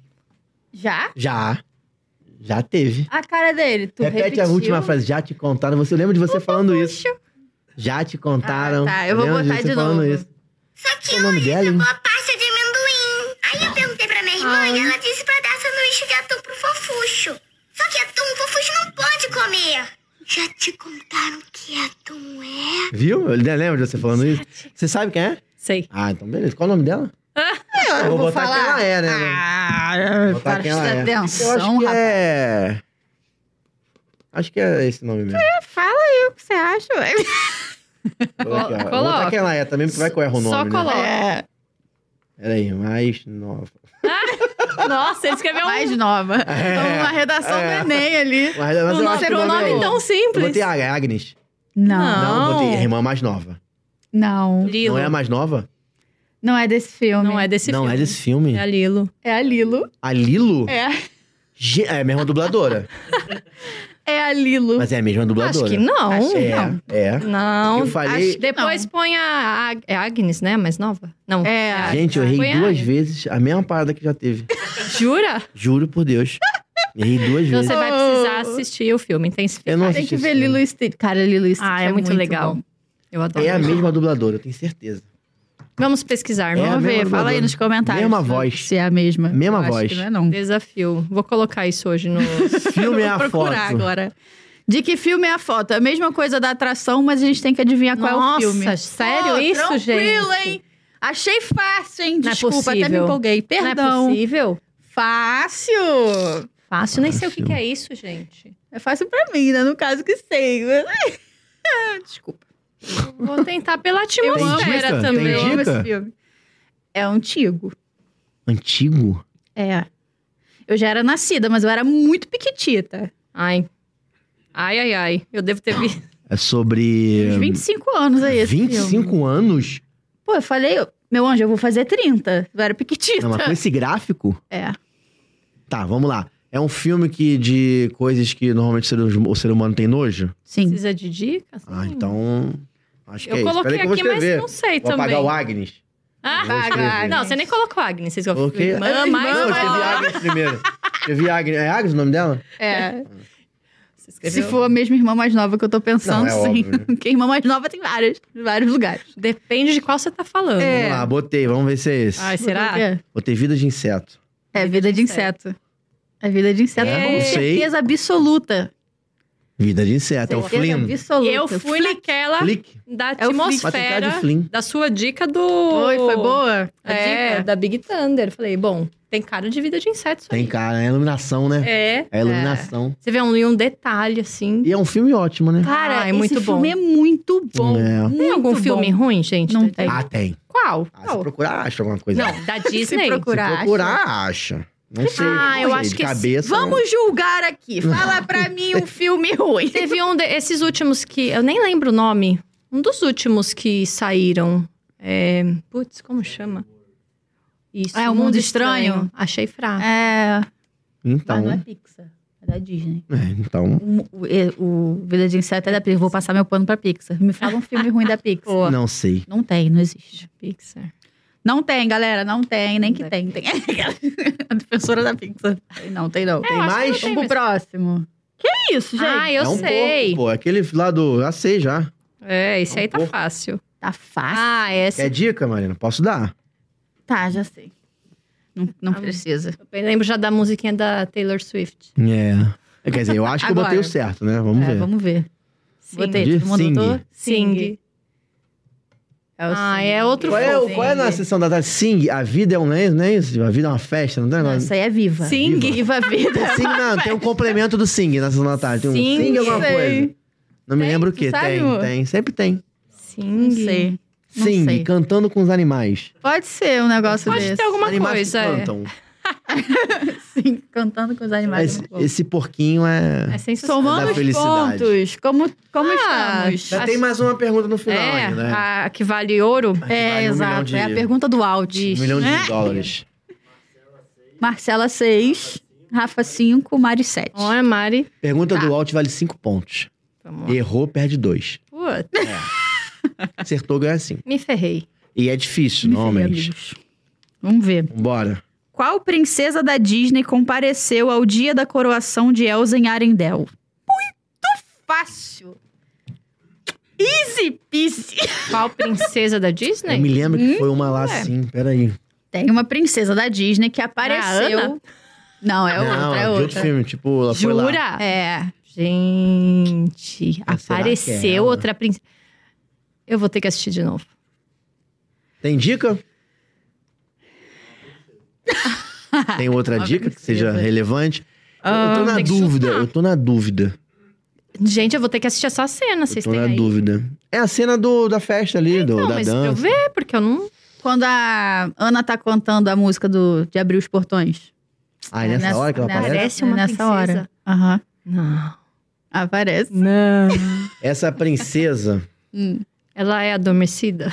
[SPEAKER 1] Já?
[SPEAKER 2] Já. Já teve.
[SPEAKER 1] A cara dele, tu
[SPEAKER 2] Repete a
[SPEAKER 1] repetiu?
[SPEAKER 2] última frase. Já te contaram. Você lembra de você falando isso? Já te contaram.
[SPEAKER 1] Ah, tá, eu vou
[SPEAKER 2] lembro
[SPEAKER 1] botar
[SPEAKER 2] você
[SPEAKER 1] de
[SPEAKER 2] falando
[SPEAKER 1] novo.
[SPEAKER 2] Isso.
[SPEAKER 6] Só que
[SPEAKER 2] Qual é o nome dela, hein?
[SPEAKER 6] acabou a pasta de amendoim. Aí eu perguntei pra minha irmã e ela disse pra dar sanduíche de atum pro Fofuxo. Só que atum o Fofuxo não pode comer. Já te contaram que atum é?
[SPEAKER 2] Viu? Eu lembro de você falando isso. Você sabe quem é?
[SPEAKER 3] Sei.
[SPEAKER 2] Ah, então beleza. Qual o nome dela? É, eu vou botar quem ela é, né?
[SPEAKER 1] Ah,
[SPEAKER 2] Vou botar quem ela
[SPEAKER 1] presta
[SPEAKER 2] é.
[SPEAKER 1] atenção,
[SPEAKER 2] Eu acho que
[SPEAKER 1] rapaz.
[SPEAKER 2] é... Acho que é esse nome mesmo.
[SPEAKER 1] Fala aí o que você acha.
[SPEAKER 2] Vou aqui, ó. Vou
[SPEAKER 3] Coloca.
[SPEAKER 2] botar quem ela é também, porque vai que eu erro o
[SPEAKER 3] Só
[SPEAKER 2] nome, né?
[SPEAKER 3] coloca.
[SPEAKER 2] Peraí, mais nova.
[SPEAKER 3] Nossa, ele escreveu um,
[SPEAKER 1] Mais nova. Então, uma redação
[SPEAKER 2] É.
[SPEAKER 1] do Enem ali.
[SPEAKER 2] Mas, mas
[SPEAKER 3] um
[SPEAKER 2] eu acho
[SPEAKER 3] nome,
[SPEAKER 2] que o
[SPEAKER 3] um nome
[SPEAKER 2] é-
[SPEAKER 3] tão
[SPEAKER 2] Eu
[SPEAKER 3] simples.
[SPEAKER 2] botei a Agnes.
[SPEAKER 1] Não.
[SPEAKER 2] Não,
[SPEAKER 3] Não.
[SPEAKER 2] botei a irmã mais nova.
[SPEAKER 1] Não.
[SPEAKER 3] Lilo.
[SPEAKER 2] Não é a mais nova?
[SPEAKER 1] Não é desse filme.
[SPEAKER 3] Não é desse
[SPEAKER 2] não,
[SPEAKER 3] filme.
[SPEAKER 2] é desse filme.
[SPEAKER 3] É a Lilo.
[SPEAKER 1] É a Lilo.
[SPEAKER 2] A Lilo?
[SPEAKER 1] É.
[SPEAKER 2] Ge- É. a mesma dubladora.
[SPEAKER 1] é a Lilo.
[SPEAKER 2] Mas é a mesma dubladora.
[SPEAKER 3] Acho que não.
[SPEAKER 1] Acho que
[SPEAKER 2] É,
[SPEAKER 1] não.
[SPEAKER 2] é.
[SPEAKER 3] Não.
[SPEAKER 2] Eu falei-
[SPEAKER 3] acho- Depois põe a Ag- é Agnes, né? A Mais nova? Não.
[SPEAKER 1] É,
[SPEAKER 3] a-
[SPEAKER 2] Gente, eu
[SPEAKER 3] põe
[SPEAKER 2] errei
[SPEAKER 3] a
[SPEAKER 2] duas
[SPEAKER 3] Agnes.
[SPEAKER 2] vezes a mesma parada que já teve.
[SPEAKER 3] Jura?
[SPEAKER 2] Juro por Deus. Errei duas
[SPEAKER 3] Então
[SPEAKER 2] vezes.
[SPEAKER 3] você vai precisar assistir o filme,
[SPEAKER 2] Eu não
[SPEAKER 3] intensificar.
[SPEAKER 1] Tem que ver
[SPEAKER 2] assisti esse filme.
[SPEAKER 1] Lilo e Stitch. Cara, Lilo e Stitch
[SPEAKER 3] Ah, é, muito, legal.
[SPEAKER 1] bom.
[SPEAKER 3] Eu adoro.
[SPEAKER 2] É a mesma dubladora, eu tenho certeza.
[SPEAKER 3] Vamos pesquisar,
[SPEAKER 2] É a
[SPEAKER 3] vamos
[SPEAKER 1] Vamos
[SPEAKER 2] mesma
[SPEAKER 3] ver.
[SPEAKER 1] ver, fala aí
[SPEAKER 2] dubladora.
[SPEAKER 1] nos comentários.
[SPEAKER 2] Mesma voz.
[SPEAKER 1] Se é a mesma.
[SPEAKER 2] Mesma
[SPEAKER 1] Eu acho
[SPEAKER 2] voz.
[SPEAKER 1] que não é, não.
[SPEAKER 3] Desafio. Vou colocar isso hoje no.
[SPEAKER 2] Filme é
[SPEAKER 1] Vou
[SPEAKER 2] a foto.
[SPEAKER 1] procurar agora. De que filme é a foto? É a mesma coisa da atração, mas a gente tem que adivinhar qual é o
[SPEAKER 3] Nossa,
[SPEAKER 1] filme.
[SPEAKER 3] sério
[SPEAKER 1] Pô,
[SPEAKER 3] isso,
[SPEAKER 1] tranquilo,
[SPEAKER 3] gente?
[SPEAKER 1] hein? Achei fácil, hein?
[SPEAKER 3] Não é
[SPEAKER 1] Desculpa, até me
[SPEAKER 3] possível.
[SPEAKER 1] empolguei.
[SPEAKER 3] Não é
[SPEAKER 1] Perdão.
[SPEAKER 3] possível?
[SPEAKER 1] fácil!
[SPEAKER 3] Fácil, nem sei o que, que é isso, gente.
[SPEAKER 1] É fácil pra mim, né? No caso que sei. é. Desculpa.
[SPEAKER 3] Vou tentar pela
[SPEAKER 1] Eu amo
[SPEAKER 2] dica?
[SPEAKER 3] atmosfera
[SPEAKER 2] Tem
[SPEAKER 1] Eu
[SPEAKER 3] também.
[SPEAKER 2] dica?
[SPEAKER 1] amo esse filme. É antigo.
[SPEAKER 2] Antigo?
[SPEAKER 1] É. Eu já era nascida, mas eu era muito piquitita.
[SPEAKER 3] Ai. Ai, ai, ai. Eu devo ter visto.
[SPEAKER 2] É sobre.
[SPEAKER 1] Uns 25 anos
[SPEAKER 3] é
[SPEAKER 1] aí, esse filme.
[SPEAKER 2] 25 anos?
[SPEAKER 1] Pô, eu falei, meu anjo, eu vou fazer 30. Eu era piquitita.
[SPEAKER 2] Não, mas com esse gráfico?
[SPEAKER 1] É.
[SPEAKER 2] Tá, vamos lá. É um filme que de coisas que normalmente o ser, hum, o ser humano tem nojo?
[SPEAKER 1] Sim.
[SPEAKER 3] Precisa de dicas? Hum.
[SPEAKER 2] Ah, então. Acho que
[SPEAKER 3] Eu
[SPEAKER 2] é isso.
[SPEAKER 3] coloquei
[SPEAKER 2] Peraí que eu vou
[SPEAKER 3] aqui, mas
[SPEAKER 2] escrever.
[SPEAKER 3] não sei
[SPEAKER 2] Vou
[SPEAKER 3] também.
[SPEAKER 2] apagar o Agnes.
[SPEAKER 3] Ah,
[SPEAKER 2] Vou escrever.
[SPEAKER 3] não, você nem colocou Agnes. Vocês gostam
[SPEAKER 2] Coloquei.
[SPEAKER 3] de
[SPEAKER 1] É
[SPEAKER 3] irmã,
[SPEAKER 1] irmã,
[SPEAKER 3] mais
[SPEAKER 2] Não, eu escrevi
[SPEAKER 3] nova.
[SPEAKER 2] Agnes primeiro. Escrevi Agnes. É Agnes o nome dela?
[SPEAKER 1] É. Se
[SPEAKER 3] Você escreveu?
[SPEAKER 1] for a mesma irmã mais nova que eu tô pensando,
[SPEAKER 2] Não, é
[SPEAKER 1] sim.
[SPEAKER 2] óbvio, né?
[SPEAKER 1] Porque irmã mais nova tem várias, em vários lugares.
[SPEAKER 3] Depende de qual você tá falando.
[SPEAKER 1] É.
[SPEAKER 2] Vamos lá, botei. Vamos ver se é esse.
[SPEAKER 3] Ai, será?
[SPEAKER 1] É,
[SPEAKER 2] Botei Vida de Inseto.
[SPEAKER 1] é vida de inseto. É vida de inseto,
[SPEAKER 2] É,
[SPEAKER 1] com
[SPEAKER 2] não sei.
[SPEAKER 1] certeza absoluta.
[SPEAKER 2] Vida de Inseto. É o
[SPEAKER 1] certeza
[SPEAKER 2] Flynn.
[SPEAKER 1] absoluta.
[SPEAKER 3] Eu fui
[SPEAKER 1] Flynn.
[SPEAKER 3] naquela
[SPEAKER 2] Flick?
[SPEAKER 3] da
[SPEAKER 1] É o Flynn.
[SPEAKER 2] Mas tem cara de
[SPEAKER 3] atmosfera
[SPEAKER 2] Flynn.
[SPEAKER 3] da sua dica do.
[SPEAKER 1] Foi, foi boa? A
[SPEAKER 3] É,
[SPEAKER 1] dica?
[SPEAKER 3] da Big Thunder. Falei, bom, tem cara de vida de insetos
[SPEAKER 2] Tem cara. É a iluminação, né?
[SPEAKER 3] É.
[SPEAKER 2] É a iluminação.
[SPEAKER 3] Você vê um, e um detalhe, assim.
[SPEAKER 2] E é um filme ótimo, né?
[SPEAKER 1] Cara,
[SPEAKER 3] Ah, é
[SPEAKER 1] esse
[SPEAKER 3] muito bom.
[SPEAKER 1] filme é muito bom.
[SPEAKER 2] É.
[SPEAKER 3] Tem algum
[SPEAKER 1] Muito
[SPEAKER 3] filme
[SPEAKER 1] bom.
[SPEAKER 3] ruim, gente?
[SPEAKER 1] Não
[SPEAKER 3] da-
[SPEAKER 1] tem.
[SPEAKER 2] Ah, tem.
[SPEAKER 3] Qual?
[SPEAKER 2] Ah, se procurar, acha alguma coisa.
[SPEAKER 3] Não, da Disney.
[SPEAKER 1] Se procurar,
[SPEAKER 2] Se
[SPEAKER 1] acha.
[SPEAKER 2] procurar, acha. Não sei.
[SPEAKER 3] Ah,
[SPEAKER 2] não
[SPEAKER 3] eu
[SPEAKER 2] sei,
[SPEAKER 3] acho
[SPEAKER 2] de
[SPEAKER 3] que esse-
[SPEAKER 2] cabeça.
[SPEAKER 1] Vamos julgar aqui. Fala pra mim um filme ruim.
[SPEAKER 3] Teve um desses últimos que. Eu nem lembro o nome. Um dos últimos que saíram. É, putz, como chama? Isso.
[SPEAKER 1] Ah, é O Mundo Estranho?
[SPEAKER 3] Achei fraco.
[SPEAKER 1] É.
[SPEAKER 2] Então,
[SPEAKER 1] Mas não é Pixar. É da Disney.
[SPEAKER 2] é, então.
[SPEAKER 1] O, o, e- o Vida de Inseto é da Pixar. Vou passar meu pano pra Pixar. Me fala um filme ruim da Pixar.
[SPEAKER 2] Não sei.
[SPEAKER 1] Não tem, não existe.
[SPEAKER 3] Pixar.
[SPEAKER 1] Não tem, galera. Não tem, nem que
[SPEAKER 3] Da
[SPEAKER 1] tem. tem. a defensora da Pixar. Tem Não, tem não.
[SPEAKER 2] Tem
[SPEAKER 3] acho que
[SPEAKER 2] mais?
[SPEAKER 3] não tem
[SPEAKER 1] Vamos pro próximo. Que isso, gente?
[SPEAKER 3] Ah, eu
[SPEAKER 2] é um
[SPEAKER 3] sei.
[SPEAKER 2] Pouco, pô, aquele lá do. Já sei já.
[SPEAKER 3] É,
[SPEAKER 2] É
[SPEAKER 3] esse
[SPEAKER 2] um
[SPEAKER 3] aí tá
[SPEAKER 2] porco.
[SPEAKER 3] fácil.
[SPEAKER 1] Tá fácil.
[SPEAKER 3] Ah, esse.
[SPEAKER 2] Quer dica, Marina? Posso dar?
[SPEAKER 1] Tá, já sei. Não, não
[SPEAKER 3] Ah,
[SPEAKER 1] precisa.
[SPEAKER 3] Eu lembro já da musiquinha da Taylor Swift.
[SPEAKER 2] É. Quer dizer, eu acho que eu
[SPEAKER 1] Agora.
[SPEAKER 2] botei o certo, né? Vamos
[SPEAKER 1] É,
[SPEAKER 2] ver.
[SPEAKER 1] vamos ver.
[SPEAKER 3] Sim.
[SPEAKER 1] Botei,
[SPEAKER 2] De
[SPEAKER 1] todo mundo
[SPEAKER 2] Sing.
[SPEAKER 1] botou?
[SPEAKER 3] Sing.
[SPEAKER 1] É o
[SPEAKER 3] Ah,
[SPEAKER 1] Sing.
[SPEAKER 3] é outro
[SPEAKER 2] Qual é, o- qual é na sessão da tarde? Sing, a vida é um. Não é isso? Não é isso? A vida é uma festa, não tem
[SPEAKER 1] Não,
[SPEAKER 2] negócio?
[SPEAKER 1] isso aí é viva.
[SPEAKER 2] Sing.
[SPEAKER 1] Viva a vida.
[SPEAKER 2] Tem Sing, não, tem um complemento do Sing na sessão da tarde. Tem um
[SPEAKER 3] Sing,
[SPEAKER 2] Sing, alguma
[SPEAKER 1] sei.
[SPEAKER 2] coisa. Não me
[SPEAKER 1] Tem,
[SPEAKER 2] lembro o
[SPEAKER 1] tu
[SPEAKER 2] que.
[SPEAKER 1] sabe,
[SPEAKER 2] Tem,
[SPEAKER 1] amor?
[SPEAKER 2] tem. Sempre tem.
[SPEAKER 1] Não
[SPEAKER 3] Sing.
[SPEAKER 1] sei. Não
[SPEAKER 2] Sing,
[SPEAKER 1] sei.
[SPEAKER 2] cantando com os animais.
[SPEAKER 1] Pode ser um negócio
[SPEAKER 3] Pode
[SPEAKER 1] desse.
[SPEAKER 3] ter alguma
[SPEAKER 2] animais
[SPEAKER 3] coisa.
[SPEAKER 2] que
[SPEAKER 3] é.
[SPEAKER 2] cantam.
[SPEAKER 1] Sim, cantando com os animais.
[SPEAKER 2] Mas esse porquinho
[SPEAKER 3] É
[SPEAKER 2] é.
[SPEAKER 3] sensacional.
[SPEAKER 1] Somando
[SPEAKER 2] da
[SPEAKER 1] os
[SPEAKER 2] felicidade.
[SPEAKER 1] pontos. Como, como
[SPEAKER 3] Ah,
[SPEAKER 1] estamos?
[SPEAKER 2] Ainda tem mais uma pergunta no final
[SPEAKER 3] É,
[SPEAKER 2] ainda, né?
[SPEAKER 3] a que vale ouro.
[SPEAKER 1] É,
[SPEAKER 2] vale um milhão
[SPEAKER 1] exato.
[SPEAKER 2] de-
[SPEAKER 1] É a pergunta do Aldi.
[SPEAKER 2] Um milhão de
[SPEAKER 1] É.
[SPEAKER 2] dólares.
[SPEAKER 1] Marcela 6, Rafa 5, Mari 7.
[SPEAKER 3] Olha, Mari.
[SPEAKER 2] Pergunta
[SPEAKER 1] Tá.
[SPEAKER 2] do Alt vale 5 pontos.
[SPEAKER 3] Vamos lá.
[SPEAKER 2] Errou, perde 2.
[SPEAKER 3] Puta,
[SPEAKER 2] Acertou, ganha 5.
[SPEAKER 3] me ferrei.
[SPEAKER 2] E é difícil, normalmente.
[SPEAKER 1] Vamos ver.
[SPEAKER 2] Vambora.
[SPEAKER 1] Qual princesa da Disney compareceu ao dia da coroação de Elsa em Arendelle? Muito fácil. Easy peasy.
[SPEAKER 3] Qual princesa da Disney?
[SPEAKER 1] É.
[SPEAKER 2] Eu me lembro que foi uma lá
[SPEAKER 1] Hum?
[SPEAKER 2] assim, peraí.
[SPEAKER 1] Tem uma princesa da Disney que apareceu.
[SPEAKER 3] Ana?
[SPEAKER 1] Não, é outra,
[SPEAKER 2] Não,
[SPEAKER 1] é
[SPEAKER 2] de
[SPEAKER 1] outra.
[SPEAKER 2] outro filme, tipo, ela foi lá.
[SPEAKER 3] Jura?
[SPEAKER 1] É.
[SPEAKER 3] Gente,
[SPEAKER 2] Ah, será que é
[SPEAKER 3] apareceu
[SPEAKER 2] ela?
[SPEAKER 3] outra princesa. Eu vou ter que assistir de novo.
[SPEAKER 2] Tem dica? Tem outra
[SPEAKER 1] Uma
[SPEAKER 2] dica que seja
[SPEAKER 1] princesa.
[SPEAKER 2] relevante? Eu- eu tô na
[SPEAKER 3] Ah, tem que
[SPEAKER 2] dúvida,
[SPEAKER 3] chutar.
[SPEAKER 2] eu tô na dúvida.
[SPEAKER 3] Gente, eu vou ter que assistir essa cena,
[SPEAKER 2] Eu
[SPEAKER 3] vocês
[SPEAKER 2] tô
[SPEAKER 3] têm
[SPEAKER 2] na
[SPEAKER 3] aí.
[SPEAKER 2] dúvida. É a cena do, da festa ali, do,
[SPEAKER 3] Não,
[SPEAKER 2] da
[SPEAKER 3] mas pra eu
[SPEAKER 2] dança.
[SPEAKER 3] ver, porque eu não.
[SPEAKER 1] Quando a Ana tá cantando a música do, de Abrir os Portões.
[SPEAKER 2] Aí Ah, é nessa, hora que ela
[SPEAKER 1] nessa-
[SPEAKER 2] aparece.
[SPEAKER 3] Parece uma
[SPEAKER 1] nessa
[SPEAKER 3] princesa.
[SPEAKER 1] hora. Aham.
[SPEAKER 3] Não.
[SPEAKER 1] Aparece.
[SPEAKER 3] Não.
[SPEAKER 2] Essa princesa.
[SPEAKER 3] Ela é adormecida?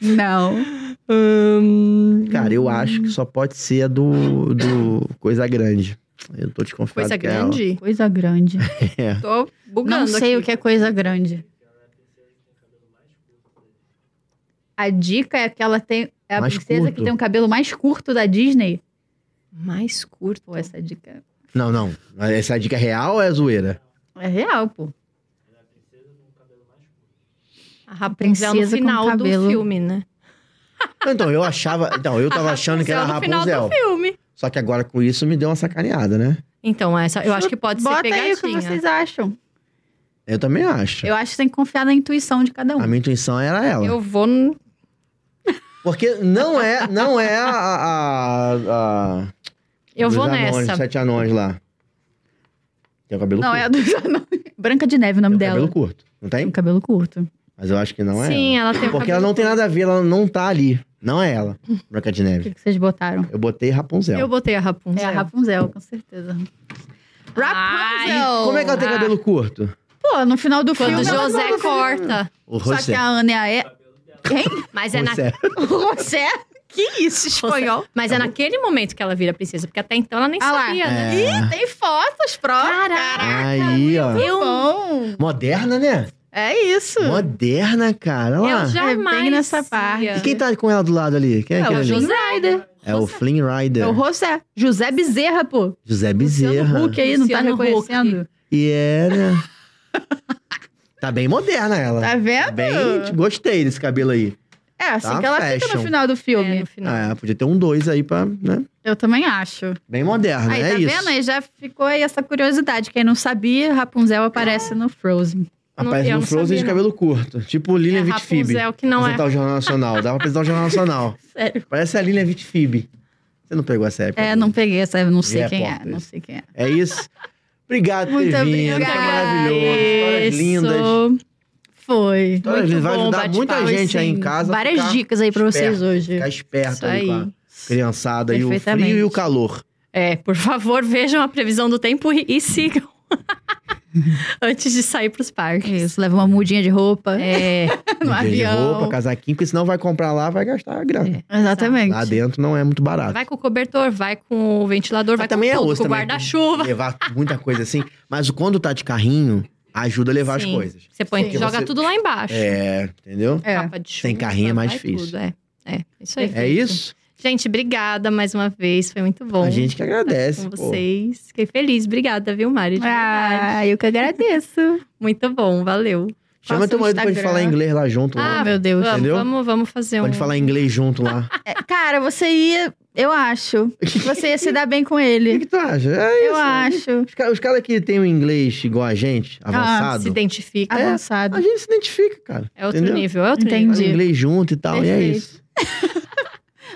[SPEAKER 1] Não.
[SPEAKER 3] Hum,
[SPEAKER 2] Cara, eu acho que só pode ser a do, do Coisa Grande. Eu tô desconfiado.
[SPEAKER 3] Coisa
[SPEAKER 2] que é ela.
[SPEAKER 3] grande.
[SPEAKER 1] Coisa grande.
[SPEAKER 2] É.
[SPEAKER 3] Tô bugando
[SPEAKER 1] Não sei o
[SPEAKER 3] aqui.
[SPEAKER 1] que é coisa grande. A dica é que ela tem. É a
[SPEAKER 2] Mais
[SPEAKER 1] princesa
[SPEAKER 2] curto.
[SPEAKER 1] que tem o cabelo mais curto da Disney.
[SPEAKER 3] Mais curto.
[SPEAKER 1] Pô, essa dica
[SPEAKER 2] Não, não. Mas Essa é a dica real ou é zoeira?
[SPEAKER 1] é real, pô.
[SPEAKER 3] A Rapunzel no
[SPEAKER 1] princesa com
[SPEAKER 3] final do
[SPEAKER 1] cabelo.
[SPEAKER 3] filme, né?
[SPEAKER 2] Então, eu achava. Então, eu tava achando que era a
[SPEAKER 3] Rapunzel no final
[SPEAKER 2] Rapunzel.
[SPEAKER 3] do filme.
[SPEAKER 2] Só que agora com isso me deu uma sacaneada, né?
[SPEAKER 3] Então, essa eu acho que pode ser
[SPEAKER 1] Bota aí
[SPEAKER 3] pegadinha.
[SPEAKER 1] o que vocês acham.
[SPEAKER 2] Eu também acho.
[SPEAKER 1] Eu acho que tem que confiar na intuição de cada um.
[SPEAKER 2] A minha intuição era ela.
[SPEAKER 3] Eu vou. n-
[SPEAKER 2] Porque não é, não é a. a, a- a-
[SPEAKER 3] Eu
[SPEAKER 2] dos
[SPEAKER 3] vou
[SPEAKER 2] anões,
[SPEAKER 3] nessa.
[SPEAKER 2] Sete anões lá. Tem o cabelo
[SPEAKER 1] Não,
[SPEAKER 2] curto.
[SPEAKER 1] é a do... não. Branca de Neve é o
[SPEAKER 2] Tem
[SPEAKER 1] nome
[SPEAKER 2] o
[SPEAKER 1] dela.
[SPEAKER 2] cabelo curto. Não tem?
[SPEAKER 1] Tem um cabelo curto.
[SPEAKER 2] Mas eu acho que não é.
[SPEAKER 3] Sim,
[SPEAKER 2] ela.
[SPEAKER 3] ela, tem o
[SPEAKER 2] Porque ela
[SPEAKER 3] cabelo
[SPEAKER 2] não tem nada a ver, ela não tá ali. Não é ela, Branca de
[SPEAKER 1] O que
[SPEAKER 2] Neve.
[SPEAKER 1] que vocês botaram?
[SPEAKER 2] Eu botei Rapunzel.
[SPEAKER 3] Eu botei a Rapunzel.
[SPEAKER 1] É a Rapunzel, com certeza. Rapunzel!
[SPEAKER 2] Como é que ela tem cabelo curto?
[SPEAKER 1] Pô, no final do
[SPEAKER 3] Quando
[SPEAKER 1] filme... ela
[SPEAKER 3] José
[SPEAKER 1] manda-
[SPEAKER 3] corta.
[SPEAKER 2] O
[SPEAKER 1] Só que
[SPEAKER 2] José.
[SPEAKER 1] a Ana é a... E- Quem?
[SPEAKER 3] Mas é, na...
[SPEAKER 2] José.
[SPEAKER 1] José?
[SPEAKER 3] é?
[SPEAKER 1] Que isso, espanhol?
[SPEAKER 3] Mas é naquele momento que ela vira princesa, porque até então ela nem
[SPEAKER 1] Ah lá.
[SPEAKER 3] sabia, né?
[SPEAKER 2] É.
[SPEAKER 1] Ih, tem fotos, prova. Caraca,
[SPEAKER 2] Aí, ó.
[SPEAKER 1] eu... bom.
[SPEAKER 2] Moderna, né?
[SPEAKER 1] É isso.
[SPEAKER 2] Moderna, cara. Olha lá.
[SPEAKER 3] Eu jamais.
[SPEAKER 1] bem nessa
[SPEAKER 3] ia.
[SPEAKER 1] parte.
[SPEAKER 2] E quem tá com ela do lado ali? Quem é,
[SPEAKER 3] É
[SPEAKER 2] aquele
[SPEAKER 3] o
[SPEAKER 2] ali?
[SPEAKER 3] José.
[SPEAKER 1] né?
[SPEAKER 2] É o Flynn Rider.
[SPEAKER 1] É o José. José Bezerra, pô.
[SPEAKER 2] José
[SPEAKER 1] Luciano
[SPEAKER 2] Bezerra.
[SPEAKER 1] Huck aí, não
[SPEAKER 3] Luciano
[SPEAKER 1] tá
[SPEAKER 3] Huck.
[SPEAKER 1] reconhecendo?
[SPEAKER 2] E era. tá bem moderna ela.
[SPEAKER 1] Tá vendo?
[SPEAKER 2] Bem, tipo, gostei desse cabelo aí.
[SPEAKER 1] É, assim
[SPEAKER 2] Tá
[SPEAKER 1] que ela fica
[SPEAKER 2] fashion.
[SPEAKER 1] no final do filme.
[SPEAKER 3] É, no final.
[SPEAKER 2] Ah, podia ter um dois aí pra, né?
[SPEAKER 3] É.
[SPEAKER 1] Eu também acho.
[SPEAKER 2] Bem moderna,
[SPEAKER 1] Aí,
[SPEAKER 2] é
[SPEAKER 1] tá
[SPEAKER 2] isso.
[SPEAKER 1] vendo? Aí já ficou aí essa curiosidade. Quem não sabia, Rapunzel aparece no Frozen.
[SPEAKER 2] Aparece
[SPEAKER 3] Eu
[SPEAKER 2] no
[SPEAKER 3] não
[SPEAKER 2] Frozen
[SPEAKER 3] sabia,
[SPEAKER 2] de
[SPEAKER 3] não.
[SPEAKER 2] cabelo curto. Tipo Lilian
[SPEAKER 3] É a
[SPEAKER 2] Vitfib.
[SPEAKER 3] Rapunzel que não é.
[SPEAKER 2] Apresentar tá o Jornal Nacional. Dá pra apresentar o Jornal Nacional.
[SPEAKER 1] Sério?
[SPEAKER 2] Parece a Lilian Vitfib. Você não pegou essa época?
[SPEAKER 1] É, não peguei essa, eu não sei
[SPEAKER 2] Mulher
[SPEAKER 1] quem é,
[SPEAKER 2] porta.
[SPEAKER 1] não sei quem é.
[SPEAKER 2] É isso? Obrigado por
[SPEAKER 1] Muito
[SPEAKER 2] ter vindo. Foi
[SPEAKER 1] obrigada.
[SPEAKER 2] maravilhoso. Histórias
[SPEAKER 3] Isso.
[SPEAKER 2] lindas.
[SPEAKER 1] Foi.
[SPEAKER 2] Histórias lindas. Vai
[SPEAKER 3] bom
[SPEAKER 2] ajudar
[SPEAKER 3] bate-papo,
[SPEAKER 2] muita gente aí em
[SPEAKER 3] sim.
[SPEAKER 2] casa. a
[SPEAKER 1] Várias
[SPEAKER 2] ficar
[SPEAKER 1] dicas aí pra vocês
[SPEAKER 2] esperto,
[SPEAKER 1] hoje.
[SPEAKER 2] Ficar esperto
[SPEAKER 3] Isso
[SPEAKER 2] aí com a
[SPEAKER 3] aí.
[SPEAKER 2] criançada aí, o
[SPEAKER 1] Perfeitamente.
[SPEAKER 2] frio e o calor.
[SPEAKER 3] É, por favor, vejam a previsão do tempo e, e sigam. Antes de sair pros parques.
[SPEAKER 1] É Isso, leva uma mudinha de roupa
[SPEAKER 3] É,
[SPEAKER 1] no
[SPEAKER 2] Mudei de
[SPEAKER 1] avião.
[SPEAKER 2] roupa, casaquinho, porque senão vai comprar lá, vai gastar a grana.
[SPEAKER 1] Exatamente.
[SPEAKER 2] Lá dentro não é muito barato.
[SPEAKER 3] vai com o cobertor, vai com o ventilador,
[SPEAKER 2] Mas
[SPEAKER 3] vai
[SPEAKER 2] também
[SPEAKER 3] com,
[SPEAKER 2] é
[SPEAKER 3] tudo,
[SPEAKER 2] osso
[SPEAKER 3] com o
[SPEAKER 2] também.
[SPEAKER 3] guarda-chuva.
[SPEAKER 2] Levar muita coisa assim. Mas quando tá de carrinho, ajuda a levar
[SPEAKER 3] Sim.
[SPEAKER 2] as coisas.
[SPEAKER 3] Você põe,
[SPEAKER 1] Sim.
[SPEAKER 3] joga
[SPEAKER 2] Você-
[SPEAKER 3] tudo lá embaixo.
[SPEAKER 2] É, entendeu?
[SPEAKER 1] É.
[SPEAKER 3] Capa de chuva,
[SPEAKER 2] Sem carrinho é mais
[SPEAKER 3] vai
[SPEAKER 2] difícil.
[SPEAKER 3] tudo, é. é, isso aí.
[SPEAKER 2] É isso?
[SPEAKER 3] Gente, obrigada mais uma vez. Foi muito bom. É
[SPEAKER 2] A gente que agradece.
[SPEAKER 3] com
[SPEAKER 2] pô.
[SPEAKER 3] vocês. Fiquei feliz. Obrigada, viu, Mari? De verdade.
[SPEAKER 1] Ah, eu que agradeço.
[SPEAKER 3] Muito bom, valeu.
[SPEAKER 2] Chama
[SPEAKER 1] Passa
[SPEAKER 2] teu
[SPEAKER 1] no
[SPEAKER 2] marido pra gente
[SPEAKER 1] Instagram.
[SPEAKER 2] falar inglês lá junto.
[SPEAKER 1] Ah,
[SPEAKER 2] lá.
[SPEAKER 1] meu Deus.
[SPEAKER 3] Vamos,
[SPEAKER 2] Entendeu?
[SPEAKER 3] vamos, vamos fazer
[SPEAKER 2] Pode
[SPEAKER 3] um.
[SPEAKER 2] falar inglês junto lá.
[SPEAKER 1] É, cara, você ia. Eu acho. que Você ia se dar bem com ele.
[SPEAKER 2] O que tu acha? É
[SPEAKER 1] Eu
[SPEAKER 2] isso.
[SPEAKER 1] acho.
[SPEAKER 2] Os caras que têm o inglês igual a gente, avançado,
[SPEAKER 3] Ah, Se identifica.
[SPEAKER 2] É.
[SPEAKER 1] Avançado.
[SPEAKER 2] a gente se identifica, cara.
[SPEAKER 3] É outro
[SPEAKER 2] Entendeu?
[SPEAKER 3] nível, é outro
[SPEAKER 1] Ah, Entendi.
[SPEAKER 2] Fala
[SPEAKER 3] nível.
[SPEAKER 2] inglês junto e tal, e é
[SPEAKER 1] Perfeito.
[SPEAKER 2] isso.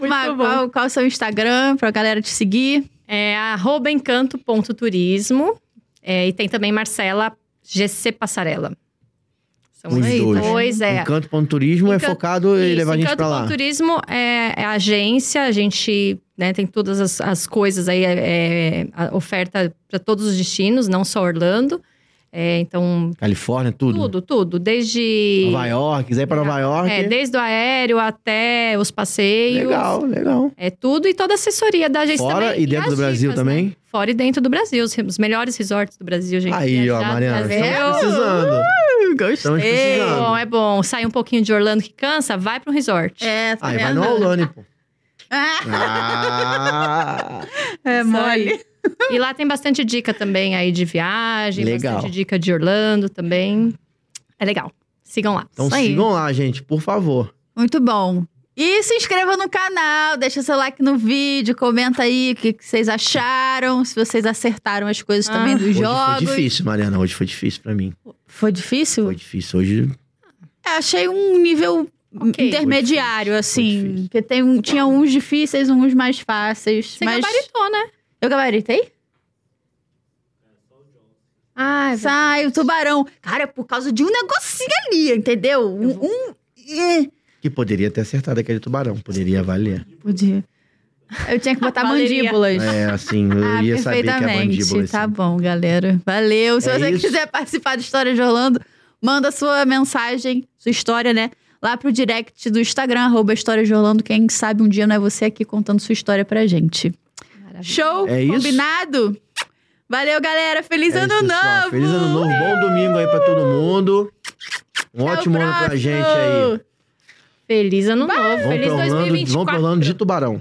[SPEAKER 3] Muito
[SPEAKER 1] Mas
[SPEAKER 3] bom.
[SPEAKER 1] qual, qual o seu Instagram pra galera te seguir?
[SPEAKER 3] É arroba encanto.turismo. É, e tem também Marcela GC Passarela. São
[SPEAKER 2] Os dois.
[SPEAKER 3] Então, dois, é.
[SPEAKER 2] Encanto.turismo é
[SPEAKER 3] Encanto-
[SPEAKER 2] focado em
[SPEAKER 3] Isso,
[SPEAKER 2] levar a gente
[SPEAKER 3] Encanto
[SPEAKER 2] pra
[SPEAKER 3] com
[SPEAKER 2] lá.
[SPEAKER 3] Turismo é, é a agência, a gente né, tem todas as, as coisas aí, é, é, a oferta para todos os destinos, não só Orlando. É, então,
[SPEAKER 2] Califórnia, tudo.
[SPEAKER 3] tudo, tudo, desde.
[SPEAKER 2] Nova York, quiser ir pra Nova York.
[SPEAKER 3] É, desde o aéreo até os passeios.
[SPEAKER 2] legal, legal.
[SPEAKER 3] É tudo e toda a assessoria da agência
[SPEAKER 2] Fora
[SPEAKER 3] também.
[SPEAKER 2] e dentro
[SPEAKER 3] as
[SPEAKER 2] do Brasil
[SPEAKER 3] dicas,
[SPEAKER 2] também?
[SPEAKER 3] né? Fora e dentro do Brasil, os, os melhores resorts do Brasil, gente.
[SPEAKER 2] Aí, ó,
[SPEAKER 3] Viajar
[SPEAKER 1] tá
[SPEAKER 3] no
[SPEAKER 2] Mariana,
[SPEAKER 3] Brasil.
[SPEAKER 2] estamos precisando. Estamos
[SPEAKER 3] É
[SPEAKER 2] precisando.
[SPEAKER 3] bom, é bom. Sai um pouquinho de Orlando que cansa, vai para um resort.
[SPEAKER 1] É, tá
[SPEAKER 2] Aí vai
[SPEAKER 1] vendo?
[SPEAKER 2] no Aulane, pô.
[SPEAKER 1] Ah,
[SPEAKER 2] Ah,
[SPEAKER 1] é mole.
[SPEAKER 3] E lá tem bastante dica também aí de viagem,
[SPEAKER 2] Legal.
[SPEAKER 3] bastante dica de Orlando também. É legal. Sigam lá.
[SPEAKER 2] então
[SPEAKER 1] Isso aí.
[SPEAKER 2] sigam lá, gente, por favor.
[SPEAKER 1] Muito bom. E se inscreva no canal, deixa seu like no vídeo, comenta aí o que, que vocês acharam, se vocês acertaram as coisas
[SPEAKER 3] Ah.
[SPEAKER 1] também dos
[SPEAKER 2] Hoje
[SPEAKER 1] jogos.
[SPEAKER 2] foi difícil, Mariana. Hoje foi difícil pra mim.
[SPEAKER 1] Foi difícil?
[SPEAKER 2] Foi difícil. Hoje
[SPEAKER 1] É, achei um nível
[SPEAKER 3] Ok.
[SPEAKER 1] intermediário,
[SPEAKER 2] Foi difícil, foi
[SPEAKER 1] assim.
[SPEAKER 2] difícil.
[SPEAKER 1] Porque tem um, tinha uns difíceis, uns mais fáceis.
[SPEAKER 3] Você
[SPEAKER 1] mas
[SPEAKER 3] gabaritou, né?
[SPEAKER 1] eu gabaritei?
[SPEAKER 3] Ah,
[SPEAKER 1] Sai, o tubarão. Cara, é por causa de um negocinho ali, entendeu? Um. um- é.
[SPEAKER 2] que poderia ter acertado aquele tubarão. Poderia valer.
[SPEAKER 1] Podia. Eu tinha que botar
[SPEAKER 3] Valeria.
[SPEAKER 1] mandíbulas.
[SPEAKER 2] É, assim, eu
[SPEAKER 1] Ah,
[SPEAKER 2] ia saber que é mandíbula.
[SPEAKER 1] Tá
[SPEAKER 2] assim.
[SPEAKER 1] bom, galera. Valeu. Se
[SPEAKER 2] É
[SPEAKER 1] você
[SPEAKER 2] isso.
[SPEAKER 1] quiser participar do História de Orlando, manda sua mensagem, sua história, né? Lá pro direct do Instagram, arroba História de Orlando. Quem sabe um dia não é você aqui contando sua história pra gente. Show?
[SPEAKER 2] É isso?
[SPEAKER 1] Combinado? Valeu, galera. Feliz
[SPEAKER 2] É isso,
[SPEAKER 1] ano
[SPEAKER 2] pessoal.
[SPEAKER 1] novo!
[SPEAKER 2] Feliz ano novo, bom domingo aí pra todo mundo. Um
[SPEAKER 1] Até o
[SPEAKER 2] ótimo ano pra
[SPEAKER 1] próximo!
[SPEAKER 2] gente aí.
[SPEAKER 3] Feliz ano novo,
[SPEAKER 2] Vamos
[SPEAKER 3] feliz
[SPEAKER 2] pra Orlando, vamos pra
[SPEAKER 3] 2024.
[SPEAKER 2] Orlando de Tubarão.